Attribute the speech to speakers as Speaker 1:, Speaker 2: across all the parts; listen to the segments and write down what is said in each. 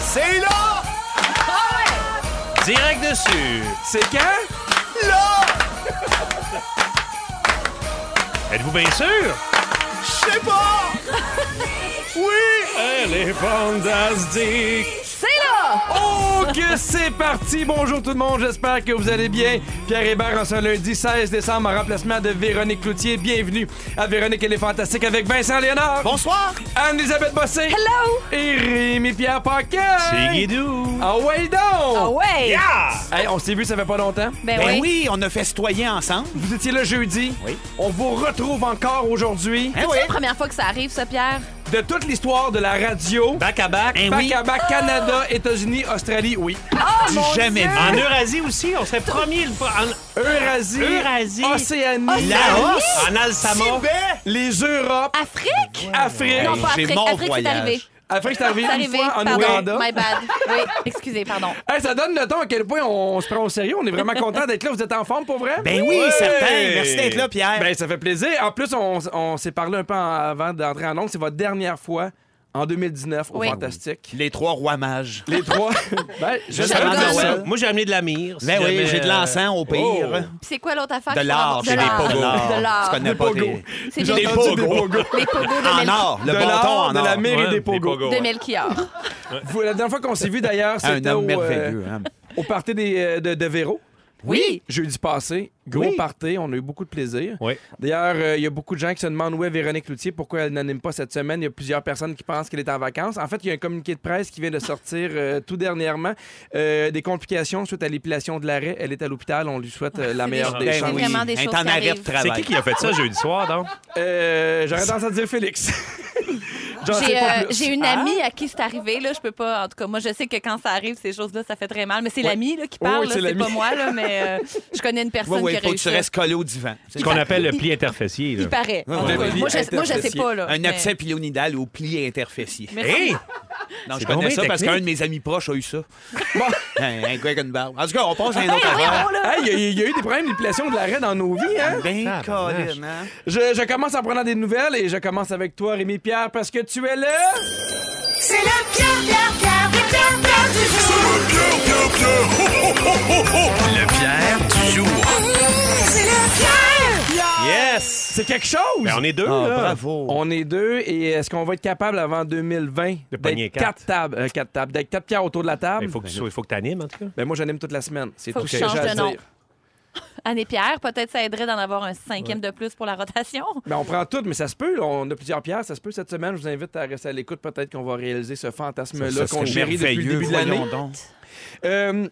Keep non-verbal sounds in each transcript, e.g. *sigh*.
Speaker 1: C'est là!
Speaker 2: Direct dessus.
Speaker 1: C'est quand? Là!
Speaker 2: Êtes-vous bien sûr?
Speaker 1: Je sais pas! Oui!
Speaker 2: Elle est fantastique.
Speaker 3: C'est là!
Speaker 1: Oh, que c'est parti! Bonjour tout le monde, j'espère que vous allez bien. Pierre Hébert en ce lundi 16 décembre en remplacement de Véronique Cloutier. Bienvenue à Véronique et les Fantastiques avec Vincent Léonard,
Speaker 2: Bonsoir.
Speaker 1: Anne-Elisabeth Bossé
Speaker 3: Hello!
Speaker 1: et Rémi-Pierre Paquet!
Speaker 2: C'est Guidou.
Speaker 1: Ah ouais donc!
Speaker 3: Ah ouais!
Speaker 1: Hey, on s'est vu, ça fait pas longtemps.
Speaker 3: Ben,
Speaker 4: Oh. Ben
Speaker 3: oui.
Speaker 4: oui, on a festoyé ensemble.
Speaker 1: Vous étiez là jeudi.
Speaker 4: Oui.
Speaker 1: On vous retrouve encore aujourd'hui.
Speaker 4: Hein,
Speaker 3: C'est la première fois que ça arrive, ça, Pierre.
Speaker 1: De toute l'histoire de la radio,
Speaker 2: Back à back.
Speaker 4: Eh
Speaker 1: bac
Speaker 4: oui.
Speaker 1: à bac, Canada, États-Unis, Australie, oui.
Speaker 3: Oh,
Speaker 4: Du Ah, jamais vu.
Speaker 2: En Eurasie aussi, on serait premier. le- En
Speaker 3: Ah!
Speaker 1: Eurasie,
Speaker 2: Eurasie.
Speaker 1: Océanie,
Speaker 4: Ah,
Speaker 2: Laos, en Alsama.
Speaker 1: les Europes,
Speaker 3: Afrique?
Speaker 1: Ah, Afrique.
Speaker 3: Non, pas
Speaker 4: J'ai
Speaker 3: Afrique.
Speaker 4: mon
Speaker 3: Afrique, c'est
Speaker 4: voyage.
Speaker 3: arrivé.
Speaker 1: Afrique, c'est arrivé
Speaker 3: C'est
Speaker 1: une
Speaker 3: arrivé,
Speaker 1: fois en
Speaker 3: pardon.
Speaker 1: Ouganda.
Speaker 3: My bad. Oui, excusez, pardon.
Speaker 1: Hey, ça donne le ton à quel point on se prend au sérieux. On est vraiment content d'être là. Vous êtes en forme pour vrai?
Speaker 4: Ben oui, certain. Merci d'être là, Pierre.
Speaker 1: Ben, ça fait plaisir. En plus, on, on s'est parlé un peu en- avant d'entrer en ondes. C'est votre dernière fois en 2019 au
Speaker 3: Oui.
Speaker 1: Fantastique.
Speaker 4: les trois rois mages.
Speaker 1: Les trois. *laughs* ben, je
Speaker 2: Juste
Speaker 1: savais
Speaker 2: avant
Speaker 1: pas
Speaker 3: Chagall.
Speaker 1: ça.
Speaker 2: Noël. Moi, j'ai amené de la mire. si
Speaker 4: Ben oui,
Speaker 2: jamais,
Speaker 4: j'ai de
Speaker 2: euh, oh.
Speaker 4: l'encens au pire.
Speaker 3: Puis c'est quoi l'autre affaire?
Speaker 4: De
Speaker 3: qu'il faut
Speaker 4: l'art,
Speaker 3: avoir-
Speaker 4: j'ai des
Speaker 3: l'art.
Speaker 4: pogos.
Speaker 3: De
Speaker 4: Tu
Speaker 3: l'art.
Speaker 4: connais pas
Speaker 1: pogos.
Speaker 4: tes...
Speaker 3: C'est
Speaker 1: J'ai
Speaker 3: des
Speaker 1: entendu
Speaker 4: pogos.
Speaker 1: des pogos.
Speaker 3: Les pogos de,
Speaker 4: En
Speaker 3: Mel-
Speaker 4: or, le
Speaker 1: de
Speaker 4: bâton
Speaker 1: l'or,
Speaker 4: en
Speaker 1: de la
Speaker 4: or. Ben
Speaker 1: mer et
Speaker 2: Ouais,
Speaker 1: des
Speaker 2: des
Speaker 1: pogos.
Speaker 2: pogos.
Speaker 3: de Melchior.
Speaker 1: Vous- la dernière fois qu'on s'est vu d'ailleurs,
Speaker 4: Un
Speaker 1: c'était
Speaker 4: homme
Speaker 1: au, euh,
Speaker 4: merveilleux. hein.
Speaker 1: au party des, euh, de, de Véro.
Speaker 3: Oui.
Speaker 1: Jeudi passé, gros
Speaker 4: Oui.
Speaker 1: party, on a eu beaucoup de plaisir.
Speaker 2: Oui.
Speaker 1: D'ailleurs, euh, il y a beaucoup de gens qui se demandent où est Véronique Loutier, pourquoi elle n'anime pas cette semaine. Il y a plusieurs personnes qui pensent qu'elle est en vacances. En fait, il y a un communiqué de presse qui vient de sortir euh, tout dernièrement. Euh, des complications suite à l'épilation de l'arrêt. Elle est à l'hôpital, on lui souhaite euh, la
Speaker 3: C'est
Speaker 1: meilleure
Speaker 3: des-
Speaker 1: des
Speaker 3: c'est
Speaker 1: chances.
Speaker 3: vraiment des
Speaker 4: Elle est
Speaker 3: choses
Speaker 4: en
Speaker 3: qui
Speaker 4: arrêt de
Speaker 3: arrivent.
Speaker 2: C'est
Speaker 4: travail.
Speaker 2: qui qui a fait ça jeudi soir, donc?
Speaker 1: Euh, J'aurais tendance à dire Félix. *laughs* J'en sais
Speaker 3: J'ai
Speaker 1: pas
Speaker 3: euh,
Speaker 1: plus.
Speaker 3: j'ai une
Speaker 4: Ah.
Speaker 3: amie à qui c'est arrivé, là, je peux pas. En tout cas, moi, je sais que quand ça arrive, ces choses-là, ça fait très mal. Mais c'est l'ami là, qui parle,
Speaker 1: oui,
Speaker 3: là,
Speaker 1: c'est
Speaker 3: c'est pas
Speaker 1: l'ami.
Speaker 3: moi, là, mais euh, je connais une
Speaker 4: Ouais,
Speaker 3: personne
Speaker 4: ouais,
Speaker 3: qui a
Speaker 4: faut que tu
Speaker 3: réussi.
Speaker 4: restes collé au divan.
Speaker 2: Ce qu'on appelle le pli interfessier.
Speaker 3: Il
Speaker 2: là.
Speaker 3: paraît. En tout
Speaker 4: ouais.
Speaker 3: cas,
Speaker 4: Le
Speaker 3: Moi, je, moi, je sais
Speaker 1: interfessier.
Speaker 3: pas, là.
Speaker 4: Un
Speaker 3: mais-
Speaker 4: abcès pilonidal ou pli interfessier.
Speaker 3: Merci.
Speaker 2: Hey!
Speaker 4: Non,
Speaker 2: C'est
Speaker 4: je
Speaker 2: donc
Speaker 4: connais
Speaker 2: bien
Speaker 4: ça parce
Speaker 2: technique.
Speaker 4: qu'un de mes amis proches a eu ça. *laughs* un, un gars avec une barbe. En tout cas, on passe à un autre
Speaker 3: Hey,
Speaker 4: affaire.
Speaker 3: voyons, là.
Speaker 1: Hey, Il y, a- il y a eu des problèmes d'épilation de l'arrêt dans nos vies, hein?
Speaker 4: Ben,
Speaker 2: Tabarnache.
Speaker 4: Colin, hein?
Speaker 1: Je, je commence en prenant des nouvelles et je commence avec toi, Rémi Pierre, parce que tu es là.
Speaker 5: C'est le Pierre, Pierre, Pierre, le Pierre, Pierre du jour. C'est le Pierre, Pierre,
Speaker 2: Yes!
Speaker 1: C'est quelque chose.
Speaker 2: Ben, on est deux,
Speaker 4: Ah,
Speaker 2: là.
Speaker 4: bravo.
Speaker 1: On est deux et est-ce qu'on va être capable avant 2020
Speaker 2: pogner
Speaker 1: d'être
Speaker 2: quatre.
Speaker 1: quatre tables, euh, quatre tables, d'être quatre pierres autour de la
Speaker 2: Ben,
Speaker 1: table?
Speaker 2: Il faut que tu sois- il faut que t'animes, en tout cas.
Speaker 1: Ben, moi j'anime toute la semaine. C'est
Speaker 3: Faut
Speaker 1: tout
Speaker 3: que
Speaker 1: ce
Speaker 3: je change
Speaker 1: j'ai à
Speaker 3: de nom.
Speaker 1: dire.
Speaker 3: Anne et Pierre, peut-être ça aiderait d'en avoir un cinquième de plus pour la rotation.
Speaker 1: Ben, on prend toutes, mais ça se peut. là, On a plusieurs pierres, ça se peut cette semaine. Je vous invite à rester à l'écoute. Peut-être qu'on va réaliser ce fantasme-là
Speaker 4: Ça serait
Speaker 1: qu'on chérit depuis le
Speaker 4: merveilleux,
Speaker 1: début de l'année.
Speaker 4: voyons donc.
Speaker 1: Euh,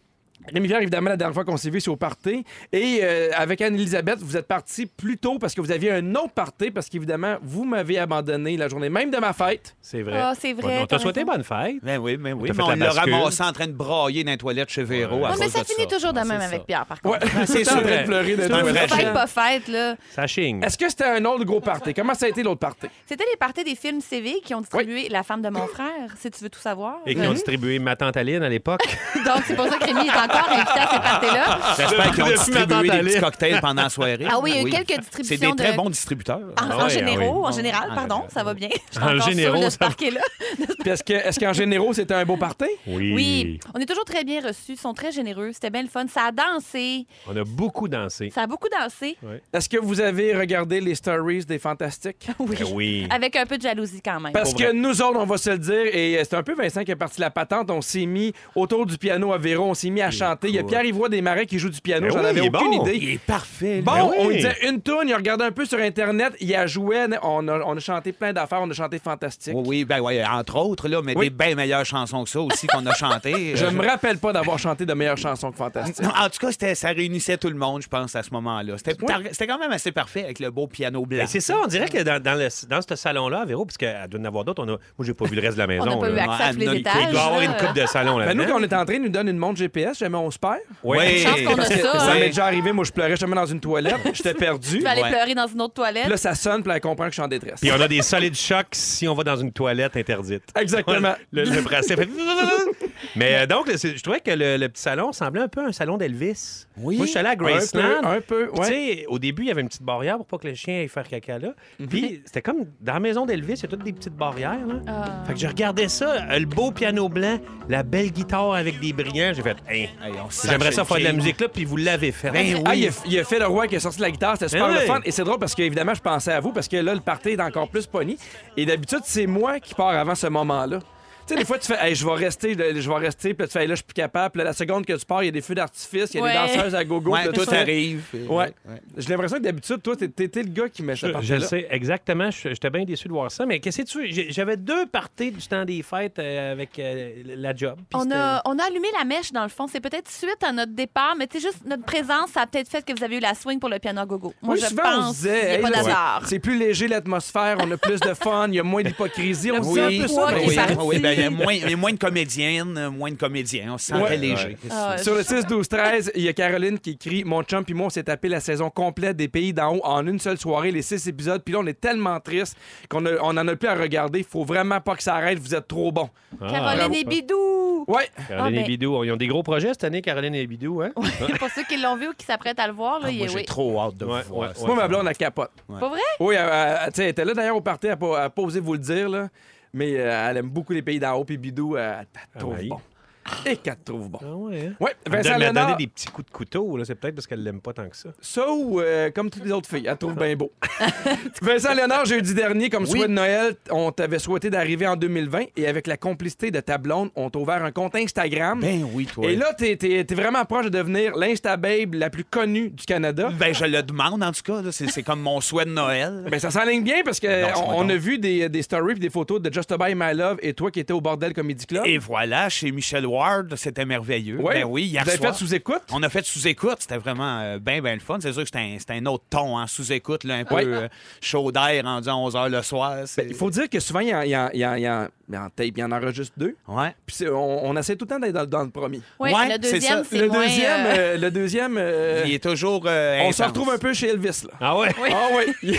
Speaker 1: Rémi Pierre, évidemment, la dernière fois qu'on s'est vu, c'est au party. Et euh, avec Anne-Elisabeth, vous êtes partis plus tôt parce que vous aviez un autre party, parce qu'évidemment, vous m'avez abandonné la journée même de ma fête.
Speaker 2: C'est vrai.
Speaker 3: Ah, c'est vrai.
Speaker 2: Bon, on
Speaker 3: t'as
Speaker 2: t'a souhaité
Speaker 3: raison.
Speaker 2: bonne fête.
Speaker 4: Ben oui, ben oui.
Speaker 2: T'as
Speaker 4: Mais
Speaker 2: fait
Speaker 4: on
Speaker 2: la
Speaker 4: l'a
Speaker 2: bascule.
Speaker 4: ramassé en train de brailler dans les toilettes chez Véro. à
Speaker 3: Ouais, mais
Speaker 4: cause
Speaker 3: ça
Speaker 4: de
Speaker 3: finit toujours de
Speaker 2: Ouais,
Speaker 3: même
Speaker 2: c'est
Speaker 3: avec
Speaker 2: ça.
Speaker 3: Pierre, par
Speaker 1: *laughs* Ouais,
Speaker 3: contre.
Speaker 4: c'est
Speaker 1: Tout le temps en
Speaker 4: sûr.
Speaker 1: train de pleurer de
Speaker 4: C'est un
Speaker 1: tout.
Speaker 4: vrai
Speaker 3: Fête, pas fête, là.
Speaker 2: Ça chigne.
Speaker 1: Est-ce que c'était un autre gros party? Comment ça a été l'autre party?
Speaker 3: C'était les parties des films CV qui ont distribué La femme de mon frère, si tu veux tout savoir.
Speaker 2: Et qui ont distribué ma tante Aline à l'époque.
Speaker 3: *laughs* Donc, c'est pour ça que Rémi est encore invité à ces parties-là.
Speaker 2: Ah
Speaker 4: J'espère qu'ils ont
Speaker 2: Depuis ma tante
Speaker 4: distribué des
Speaker 2: Aline.
Speaker 4: petits cocktails pendant la soirée.
Speaker 3: Ah oui, il y a eu quelques distributions
Speaker 4: C'est des très
Speaker 3: de-
Speaker 4: bons distributeurs.
Speaker 3: En,
Speaker 2: Ah
Speaker 3: en
Speaker 2: oui,
Speaker 3: généraux,
Speaker 2: ah oui.
Speaker 3: en général,
Speaker 4: Ah,
Speaker 3: pardon,
Speaker 4: ah,
Speaker 3: ça va bien. Je suis
Speaker 2: En
Speaker 3: encore sur
Speaker 2: généraux,
Speaker 3: de
Speaker 2: ça
Speaker 3: ce
Speaker 2: va.
Speaker 3: parquet-là.
Speaker 1: Puis est-ce que, est-ce qu'en généraux, c'était un beau party?
Speaker 2: Oui.
Speaker 3: Oui, on est toujours très bien reçus, ils sont très généreux, c'était bien le fun. Ça a dansé,
Speaker 2: On a beaucoup dansé.
Speaker 3: ça a beaucoup dansé.
Speaker 1: Est-ce que vous avez regardé les stories des Fantastiques?
Speaker 3: Oui.
Speaker 2: Ben oui.
Speaker 3: Avec un peu de jalousie quand même.
Speaker 1: Parce
Speaker 2: Pour vrai.
Speaker 1: que nous autres, on va se le dire, et euh, c'est un peu Vincent qui a parti la patente. On s'est mis autour du piano à Véro, on s'est mis à chanter. Il y a Pierre-Yvois Desmarais qui joue du piano,
Speaker 2: Ben
Speaker 1: j'en
Speaker 2: oui,
Speaker 1: avais
Speaker 2: il est
Speaker 1: aucune
Speaker 2: bon.
Speaker 1: idée.
Speaker 4: Il est parfait. lui.
Speaker 1: Bon,
Speaker 2: Ben oui.
Speaker 1: on lui disait une tourne, il a regardé un peu sur Internet, il a joué, on a, on a chanté plein d'affaires, on a chanté fantastique.
Speaker 4: Oui, oui, ben ouais, entre autres, là, mais
Speaker 1: Oui.
Speaker 4: des bien meilleures chansons que ça aussi qu'on a chantées. *laughs* Euh,
Speaker 1: Je me rappelle pas d'avoir chanté de meilleures chansons que fantastique.
Speaker 2: *laughs*
Speaker 4: Non, en tout cas, c'était- ça réunissait tout le monde, je pense, à ce moment-là. C'était par- c'était quand même assez parfait avec le beau piano blanc.
Speaker 2: Ben, c'est ça, on dirait que dans, dans, le- dans ce salon-là, à Véro, parce qu'elle doit en avoir d'autres, on a... moi, j'ai pas vu le reste de la
Speaker 3: on
Speaker 2: maison.
Speaker 3: n'a pas eu
Speaker 2: là.
Speaker 4: à-
Speaker 3: accès à tous les
Speaker 4: Anne, il
Speaker 3: étages.
Speaker 2: Il doit y avoir
Speaker 3: là.
Speaker 2: une coupe de salon là
Speaker 1: Ben, nous, quand on est entrée, ils nous donne une montre GPS, jamais on se perd.
Speaker 2: Oui.
Speaker 4: Ouais.
Speaker 3: Je pense qu'on a
Speaker 1: Parce que
Speaker 3: ça,
Speaker 1: ça
Speaker 3: hein.
Speaker 1: m'est déjà arrivé, moi je pleurais jamais dans une toilette, j'étais
Speaker 3: *laughs*
Speaker 1: perdu.
Speaker 3: Tu vas aller
Speaker 4: Ouais.
Speaker 3: pleurer dans une autre
Speaker 1: Puis
Speaker 3: toilette.
Speaker 1: Là, ça sonne, puis là, elle comprend que je suis en détresse.
Speaker 2: Puis on a des solides chocs si on va dans une toilette interdite.
Speaker 1: Exactement.
Speaker 2: *laughs* Le, le bracelet fait... Mais euh, donc, c'est- je trouvais que le, le petit salon semblait un peu un salon d'Elvis.
Speaker 4: Oui.
Speaker 2: Moi, je suis allé à Graceland.
Speaker 1: Un peu, un peu,
Speaker 2: Puis,
Speaker 1: ouais.
Speaker 2: Tu sais, au début, il y avait une petite barrière pour pas que le chien aille faire caca là. Puis c'était comme dans la maison d'Elvis, il y a toutes des petites barrières. Là.
Speaker 3: Ah.
Speaker 2: Fait que je regardais ça, euh, le beau piano blanc, la belle guitare avec des brillants. J'ai fait, Hein,
Speaker 4: on sache
Speaker 2: j'aimerais ça
Speaker 4: le
Speaker 2: faire de la
Speaker 4: game.
Speaker 2: musique là, puis vous l'avez fait.
Speaker 3: Eh
Speaker 1: Ah, il a, il a fait le roi qui a sorti la guitare, c'était super
Speaker 2: Mais
Speaker 1: le
Speaker 2: oui.
Speaker 1: fun. Et c'est drôle parce qu'évidemment, je pensais à vous parce que là, le party est encore plus pogné. Et d'habitude, c'est moi qui pars avant ce moment-là. Tu sais, des fois, tu fais, Hey, je vais rester, là, je vais rester, puis là, tu fais, Hey, là, je suis plus capable. Puis là, la seconde que tu pars, il y a des feux d'artifice, il y a
Speaker 3: Ouais.
Speaker 1: des danseuses à gogo.
Speaker 4: Ouais,
Speaker 1: puis là,
Speaker 4: tout
Speaker 1: tu fais-
Speaker 4: arrive.
Speaker 1: Ouais. J'ai l'impression que d'habitude, toi, t'es- t'étais le gars qui met cette
Speaker 2: Je,
Speaker 1: partie
Speaker 2: je le sais, exactement. Je- J'étais bien déçu de voir ça. Mais qu'est-ce que tu veux? J'ai- J'avais deux parties du temps des fêtes euh, avec euh, la job. puis
Speaker 3: On
Speaker 2: c'était-
Speaker 1: hein.
Speaker 3: a, on a allumé la mèche, dans le fond. C'est peut-être suite à notre départ, mais tu sais, juste notre présence, ça a peut-être fait que vous avez eu la swing pour le piano à gogo. Moi,
Speaker 1: Oui,
Speaker 3: je
Speaker 1: souvent, on
Speaker 3: pense
Speaker 1: se
Speaker 3: qu'il n'y
Speaker 1: disait,
Speaker 3: a
Speaker 1: Hey,
Speaker 3: pas
Speaker 1: là,
Speaker 3: d'hasard.
Speaker 1: c'est plus léger l'atmosphère, on a plus de fun, il y a moins d'hypocrisie. On se dit un peu ça,
Speaker 3: poids
Speaker 1: mais
Speaker 3: qui est
Speaker 1: oui.
Speaker 3: parti.
Speaker 4: oui, ben, il y a moins, il y a moins de comédiennes, euh, moins de comédiens. On se sentait
Speaker 1: Ouais.
Speaker 4: léger.
Speaker 3: Ah,
Speaker 1: Sur le 6-12-13, il y a Caroline qui écrit Mon chum puis moi, on s'est tapé la saison complète des pays d'en haut en une seule soirée, les six épisodes. Puis là, on est tellement triste qu'on a- on en a plus à regarder. Faut vraiment pas que ça arrête, vous êtes trop bons. Ah,
Speaker 3: Caroline et Bidou!
Speaker 1: Ouais,
Speaker 2: Ah, Caroline
Speaker 3: Ah,
Speaker 2: et
Speaker 3: ben-
Speaker 2: Bidou, ils ont des gros projets cette année, Caroline et Bidou. Hein?
Speaker 3: *laughs* pour ceux qui l'ont vu ou qui s'apprêtent à le voir,
Speaker 1: Ah,
Speaker 3: là, il
Speaker 4: Moi,
Speaker 3: est
Speaker 4: j'ai
Speaker 3: oui.
Speaker 4: trop hâte de
Speaker 2: Ouais,
Speaker 4: vous voir.
Speaker 2: ouais, Ah
Speaker 4: ça.
Speaker 2: ouais.
Speaker 1: moi, ma blonde, elle capote.
Speaker 3: Pas vrai?
Speaker 1: Oui, elle, elle- elle- tu sais, elle était là d'ailleurs au party, elle a pas, elle a pas osé vous le dire, là. Mais euh, elle aime beaucoup les pays d'en haut, puis Bidou, euh, elle, elle trouve
Speaker 2: Ah oui.
Speaker 1: bon. Et qu'elle trouve bon.
Speaker 2: Ah ouais. hein?
Speaker 1: Ouais, Vincent
Speaker 2: Elle m'a donné
Speaker 1: Léonard,
Speaker 2: des petits coups de couteau, là, c'est peut-être parce qu'elle l'aime pas tant que ça.
Speaker 1: ça ou euh, comme toutes les autres filles, elle trouve bien beau. Vincent Léonard, jeudi dernier, comme souhait de Noël, on t'avait souhaité d'arriver en 2020 et avec la complicité de ta blonde, on t'a ouvert un compte Instagram.
Speaker 4: Ben oui, toi.
Speaker 1: Et là, t'es t'es- t'es vraiment proche de devenir l'instababe la plus connue du Canada.
Speaker 4: Ben, je le demande, en tout cas. là. C'est c'est comme mon souhait de Noël.
Speaker 1: Ben, ça s'enligne bien parce que
Speaker 4: Non, c'est
Speaker 1: on,
Speaker 4: pas
Speaker 1: on
Speaker 4: donc.
Speaker 1: a vu des, des stories et des photos de Just Buy My Love et toi qui étais au Bordel Comedy Club.
Speaker 4: Et voilà, chez Michel Ward, c'était merveilleux.
Speaker 1: Ouais.
Speaker 4: Ben oui, hier
Speaker 1: Vous avez
Speaker 4: soir.
Speaker 1: fait sous-écoute?
Speaker 4: On a fait sous-écoute, c'était vraiment euh, ben ben le fun. C'est sûr que c'était un, c'était un autre ton en sous-écoute, là, un peu
Speaker 1: Ouais.
Speaker 4: euh, chaud d'air rendu à 11h le soir. c'est-
Speaker 1: Ben, Il faut dire que souvent, il y en- il y en- il y en- il y en il y en tape, il y en enregistre deux.
Speaker 4: Ouais.
Speaker 1: Puis c'est- on, on essaie tout le temps d'être dans, dans le premier.
Speaker 3: Oui,
Speaker 4: Ouais,
Speaker 3: le
Speaker 4: c'est
Speaker 3: deuxième,
Speaker 4: ça.
Speaker 3: c'est
Speaker 1: Le
Speaker 3: moins,
Speaker 1: deuxième,
Speaker 3: euh,
Speaker 1: euh, le deuxième, euh,
Speaker 4: Il est toujours euh,
Speaker 1: on
Speaker 4: intense.
Speaker 1: se retrouve un peu chez Elvis, là.
Speaker 2: Ah ouais?
Speaker 3: Oui.
Speaker 1: Ah oui. euh,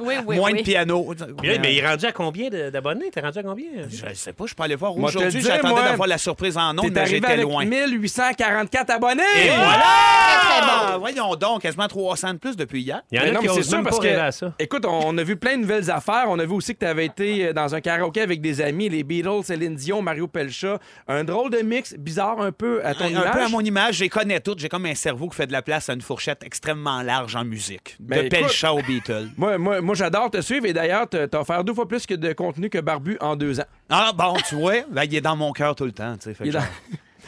Speaker 3: oui, oui,
Speaker 4: Moins
Speaker 3: oui.
Speaker 4: de piano.
Speaker 2: Puis là, mais il est rendu à combien de- d'abonnés? T'es rendu à combien?
Speaker 4: Je sais pas, je peux aller voir
Speaker 1: Moi, te
Speaker 4: aujourd'hui.
Speaker 1: le dire, moi,
Speaker 4: J'attendais d'avoir la surprise en nombre,
Speaker 1: T'es
Speaker 4: mais
Speaker 1: arrivé
Speaker 4: j'étais
Speaker 1: avec
Speaker 4: loin.
Speaker 1: 1844 abonnés.
Speaker 4: Et
Speaker 2: Eh,
Speaker 4: voilà!
Speaker 3: Très, très
Speaker 4: Ah, Voyons donc, quasiment 300 de plus depuis hier.
Speaker 2: Il y en
Speaker 1: Mais
Speaker 2: a
Speaker 1: non,
Speaker 2: qui
Speaker 1: mais c'est
Speaker 2: osent
Speaker 1: sûr
Speaker 2: même pas
Speaker 1: parce que-
Speaker 2: rêver à ça.
Speaker 1: Écoute, on, on a vu plein de nouvelles affaires. On a vu aussi que tu avais été euh, dans un karaoké avec des amis, les Beatles, Céline Dion, Mario Pelcha. Un drôle de mix bizarre un peu à ton
Speaker 4: Un, un
Speaker 1: image.
Speaker 4: peu à mon image, je les connais toutes. J'ai comme un cerveau qui fait de la place à une fourchette extrêmement large en musique.
Speaker 1: Ben,
Speaker 4: de
Speaker 1: écoute-
Speaker 4: Pelcha aux Beatles.
Speaker 1: Moi, moi, moi, j'adore te suivre et d'ailleurs, t'as t'as offert deux fois plus que de contenu que Barbu en deux ans.
Speaker 4: Ah bon, tu vois, ben, il est dans mon cœur tout le temps. tu sais, fait que
Speaker 1: Il est dans-
Speaker 4: genre,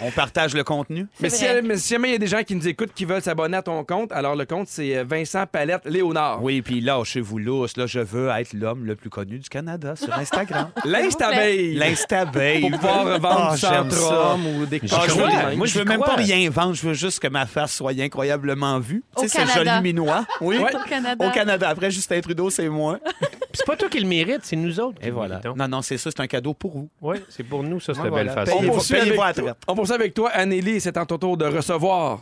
Speaker 4: On partage le contenu.
Speaker 1: Mais
Speaker 3: C'est
Speaker 1: si,
Speaker 3: vrai.
Speaker 1: mais si jamais il y a des gens qui nous écoutent qui veulent s'abonner à ton compte, alors le compte, c'est euh, Vincent Palette Léonard.
Speaker 4: Oui, puis là, chez vous, lousse, là, je veux être l'homme le plus connu du Canada sur
Speaker 1: *laughs*
Speaker 4: Instagram.
Speaker 1: L'Instababe.
Speaker 4: L'instababe.
Speaker 1: Pour pouvoir vendre
Speaker 4: Ah,
Speaker 1: du
Speaker 4: j'aime ça.
Speaker 1: centrum ou des
Speaker 4: Ah,
Speaker 1: cochons
Speaker 4: je
Speaker 1: de
Speaker 4: veux,
Speaker 1: même.
Speaker 4: moi, je veux même
Speaker 2: crois.
Speaker 4: pas rien vendre. Je veux juste que ma face soit incroyablement vue.
Speaker 3: Au
Speaker 4: tu sais, c'est
Speaker 3: Canada. Ah!
Speaker 4: joli minois. Oui.
Speaker 1: Ouais.
Speaker 3: Au Canada.
Speaker 4: Au Canada. Après, Justin Trudeau, c'est moi.
Speaker 2: Puis c'est pas toi qui le mérite, c'est nous autres.
Speaker 4: Et voilà. Non, non, c'est ça. C'est un cadeau pour vous.
Speaker 2: Oui, c'est pour nous, ça, cette
Speaker 4: Ouais,
Speaker 2: belle
Speaker 4: voilà.
Speaker 2: façon.
Speaker 4: Payez-vous-
Speaker 1: On poursuit
Speaker 4: payez-vous
Speaker 1: avec-
Speaker 4: à la traite.
Speaker 1: On poursuit avec toi, Anneli, c'est en ton tour de recevoir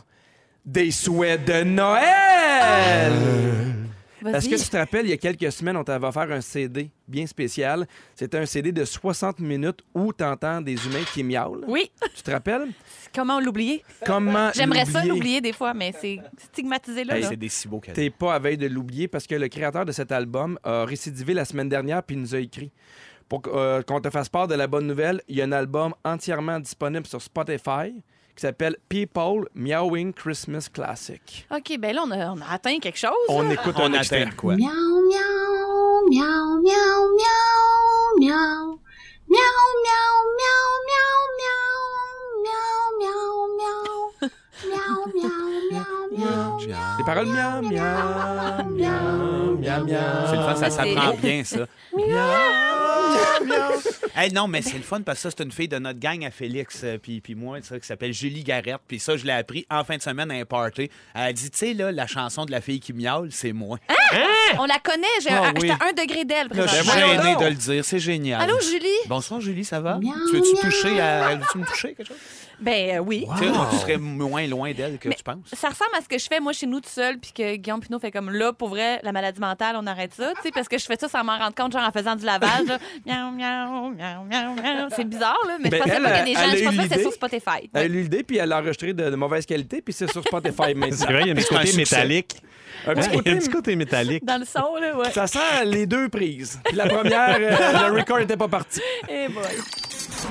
Speaker 1: des souhaits de Noël. Est-ce
Speaker 3: Euh. Vas-y.
Speaker 1: que tu te rappelles, il y a quelques semaines, on t'avait offert un CD bien spécial. C'était un CD de 60 minutes où t'entends des humains qui miaulent.
Speaker 3: Oui,
Speaker 1: Tu te rappelles?
Speaker 3: comment l'oublier?
Speaker 1: Comment
Speaker 3: J'aimerais ça l'oublier des fois, mais c'est stigmatisé là.
Speaker 4: Hey,
Speaker 3: là.
Speaker 4: c'est des si beaux cadeaux.
Speaker 1: T'es pas à veille de l'oublier parce que le créateur de cet album a récidivé la semaine dernière puis il nous a écrit. Pour que, euh, qu'on te fasse part de la bonne nouvelle, il y a un album entièrement disponible sur Spotify qui s'appelle People Meowing Christmas Classic.
Speaker 3: OK, ben là, on a, on a atteint quelque chose.
Speaker 1: On écoute
Speaker 4: On
Speaker 1: un extrait.
Speaker 4: atteint quoi?
Speaker 6: Miau, miau, miau, miau, miau, miau. Miau, miau, miau, miau, miau. Miau, miau, miau. Miau, miau, miau, miau, miau.
Speaker 1: Les paroles miam miam miam miam miam.
Speaker 4: C'est le fun, ça
Speaker 3: Ça, Ah, c'est-
Speaker 4: s'apprend bien, ça. Hey, non, mais c'est le fun parce que ça, c'est une fille de notre gang à Félix, euh, puis, puis moi, ça, qui s'appelle Julie Garrette. Puis ça, je l'ai appris en fin de semaine à un party. Elle a dit, tu sais, là, la chanson de la fille qui miaule, c'est moi.
Speaker 3: On la connaît, j'ai
Speaker 4: Ah
Speaker 3: un-
Speaker 4: oui.
Speaker 3: j'étais à un degré d'elle.
Speaker 4: Là, je suis
Speaker 3: présentement.
Speaker 1: Ben voyons
Speaker 4: gêné
Speaker 1: donc.
Speaker 4: de le dire, c'est génial.
Speaker 3: Allô, Julie?
Speaker 4: Bonsoir, Julie, ça va?
Speaker 6: Miaou,
Speaker 4: tu veux-tu
Speaker 6: miaou.
Speaker 4: toucher à... veux-tu me toucher quelque chose?
Speaker 3: Ben euh, oui.
Speaker 4: Tu sais, Tu serais moins loin d'elle que
Speaker 3: Mais-
Speaker 4: tu penses.
Speaker 3: Ça ressemble à ce que je fais moi chez nous tout seul, puis que Guillaume Pinot fait comme là, pour vrai, la maladie mentale, on arrête ça, tu sais, parce que je fais ça sans m'en rendre compte, genre en faisant du lavage. là. *laughs* miaou, miaou, miaou, miaou, miaou. C'est bizarre, là, mais
Speaker 1: Ben,
Speaker 3: je pensais
Speaker 1: elle,
Speaker 3: pas qu'il y a des
Speaker 1: elle
Speaker 3: gens,
Speaker 1: a
Speaker 3: je
Speaker 1: eu
Speaker 3: pense pas que c'est
Speaker 1: l'idée.
Speaker 3: sur Spotify.
Speaker 1: Elle a eu l'idée, puis elle l'a enregistré de, de mauvaise qualité, puis *laughs* c'est sur Spotify
Speaker 7: C'est
Speaker 1: maintenant.
Speaker 7: vrai, il y a un petit
Speaker 4: un
Speaker 7: côté
Speaker 4: succès.
Speaker 7: métallique.
Speaker 1: Un petit
Speaker 7: Ouais, Il y a un
Speaker 1: côté,
Speaker 7: petit côté métallique.
Speaker 3: Dans le son, là, ouais.
Speaker 1: ça sent les deux prises. Puis la première, euh, le record n'était pas parti.
Speaker 3: Eh boy.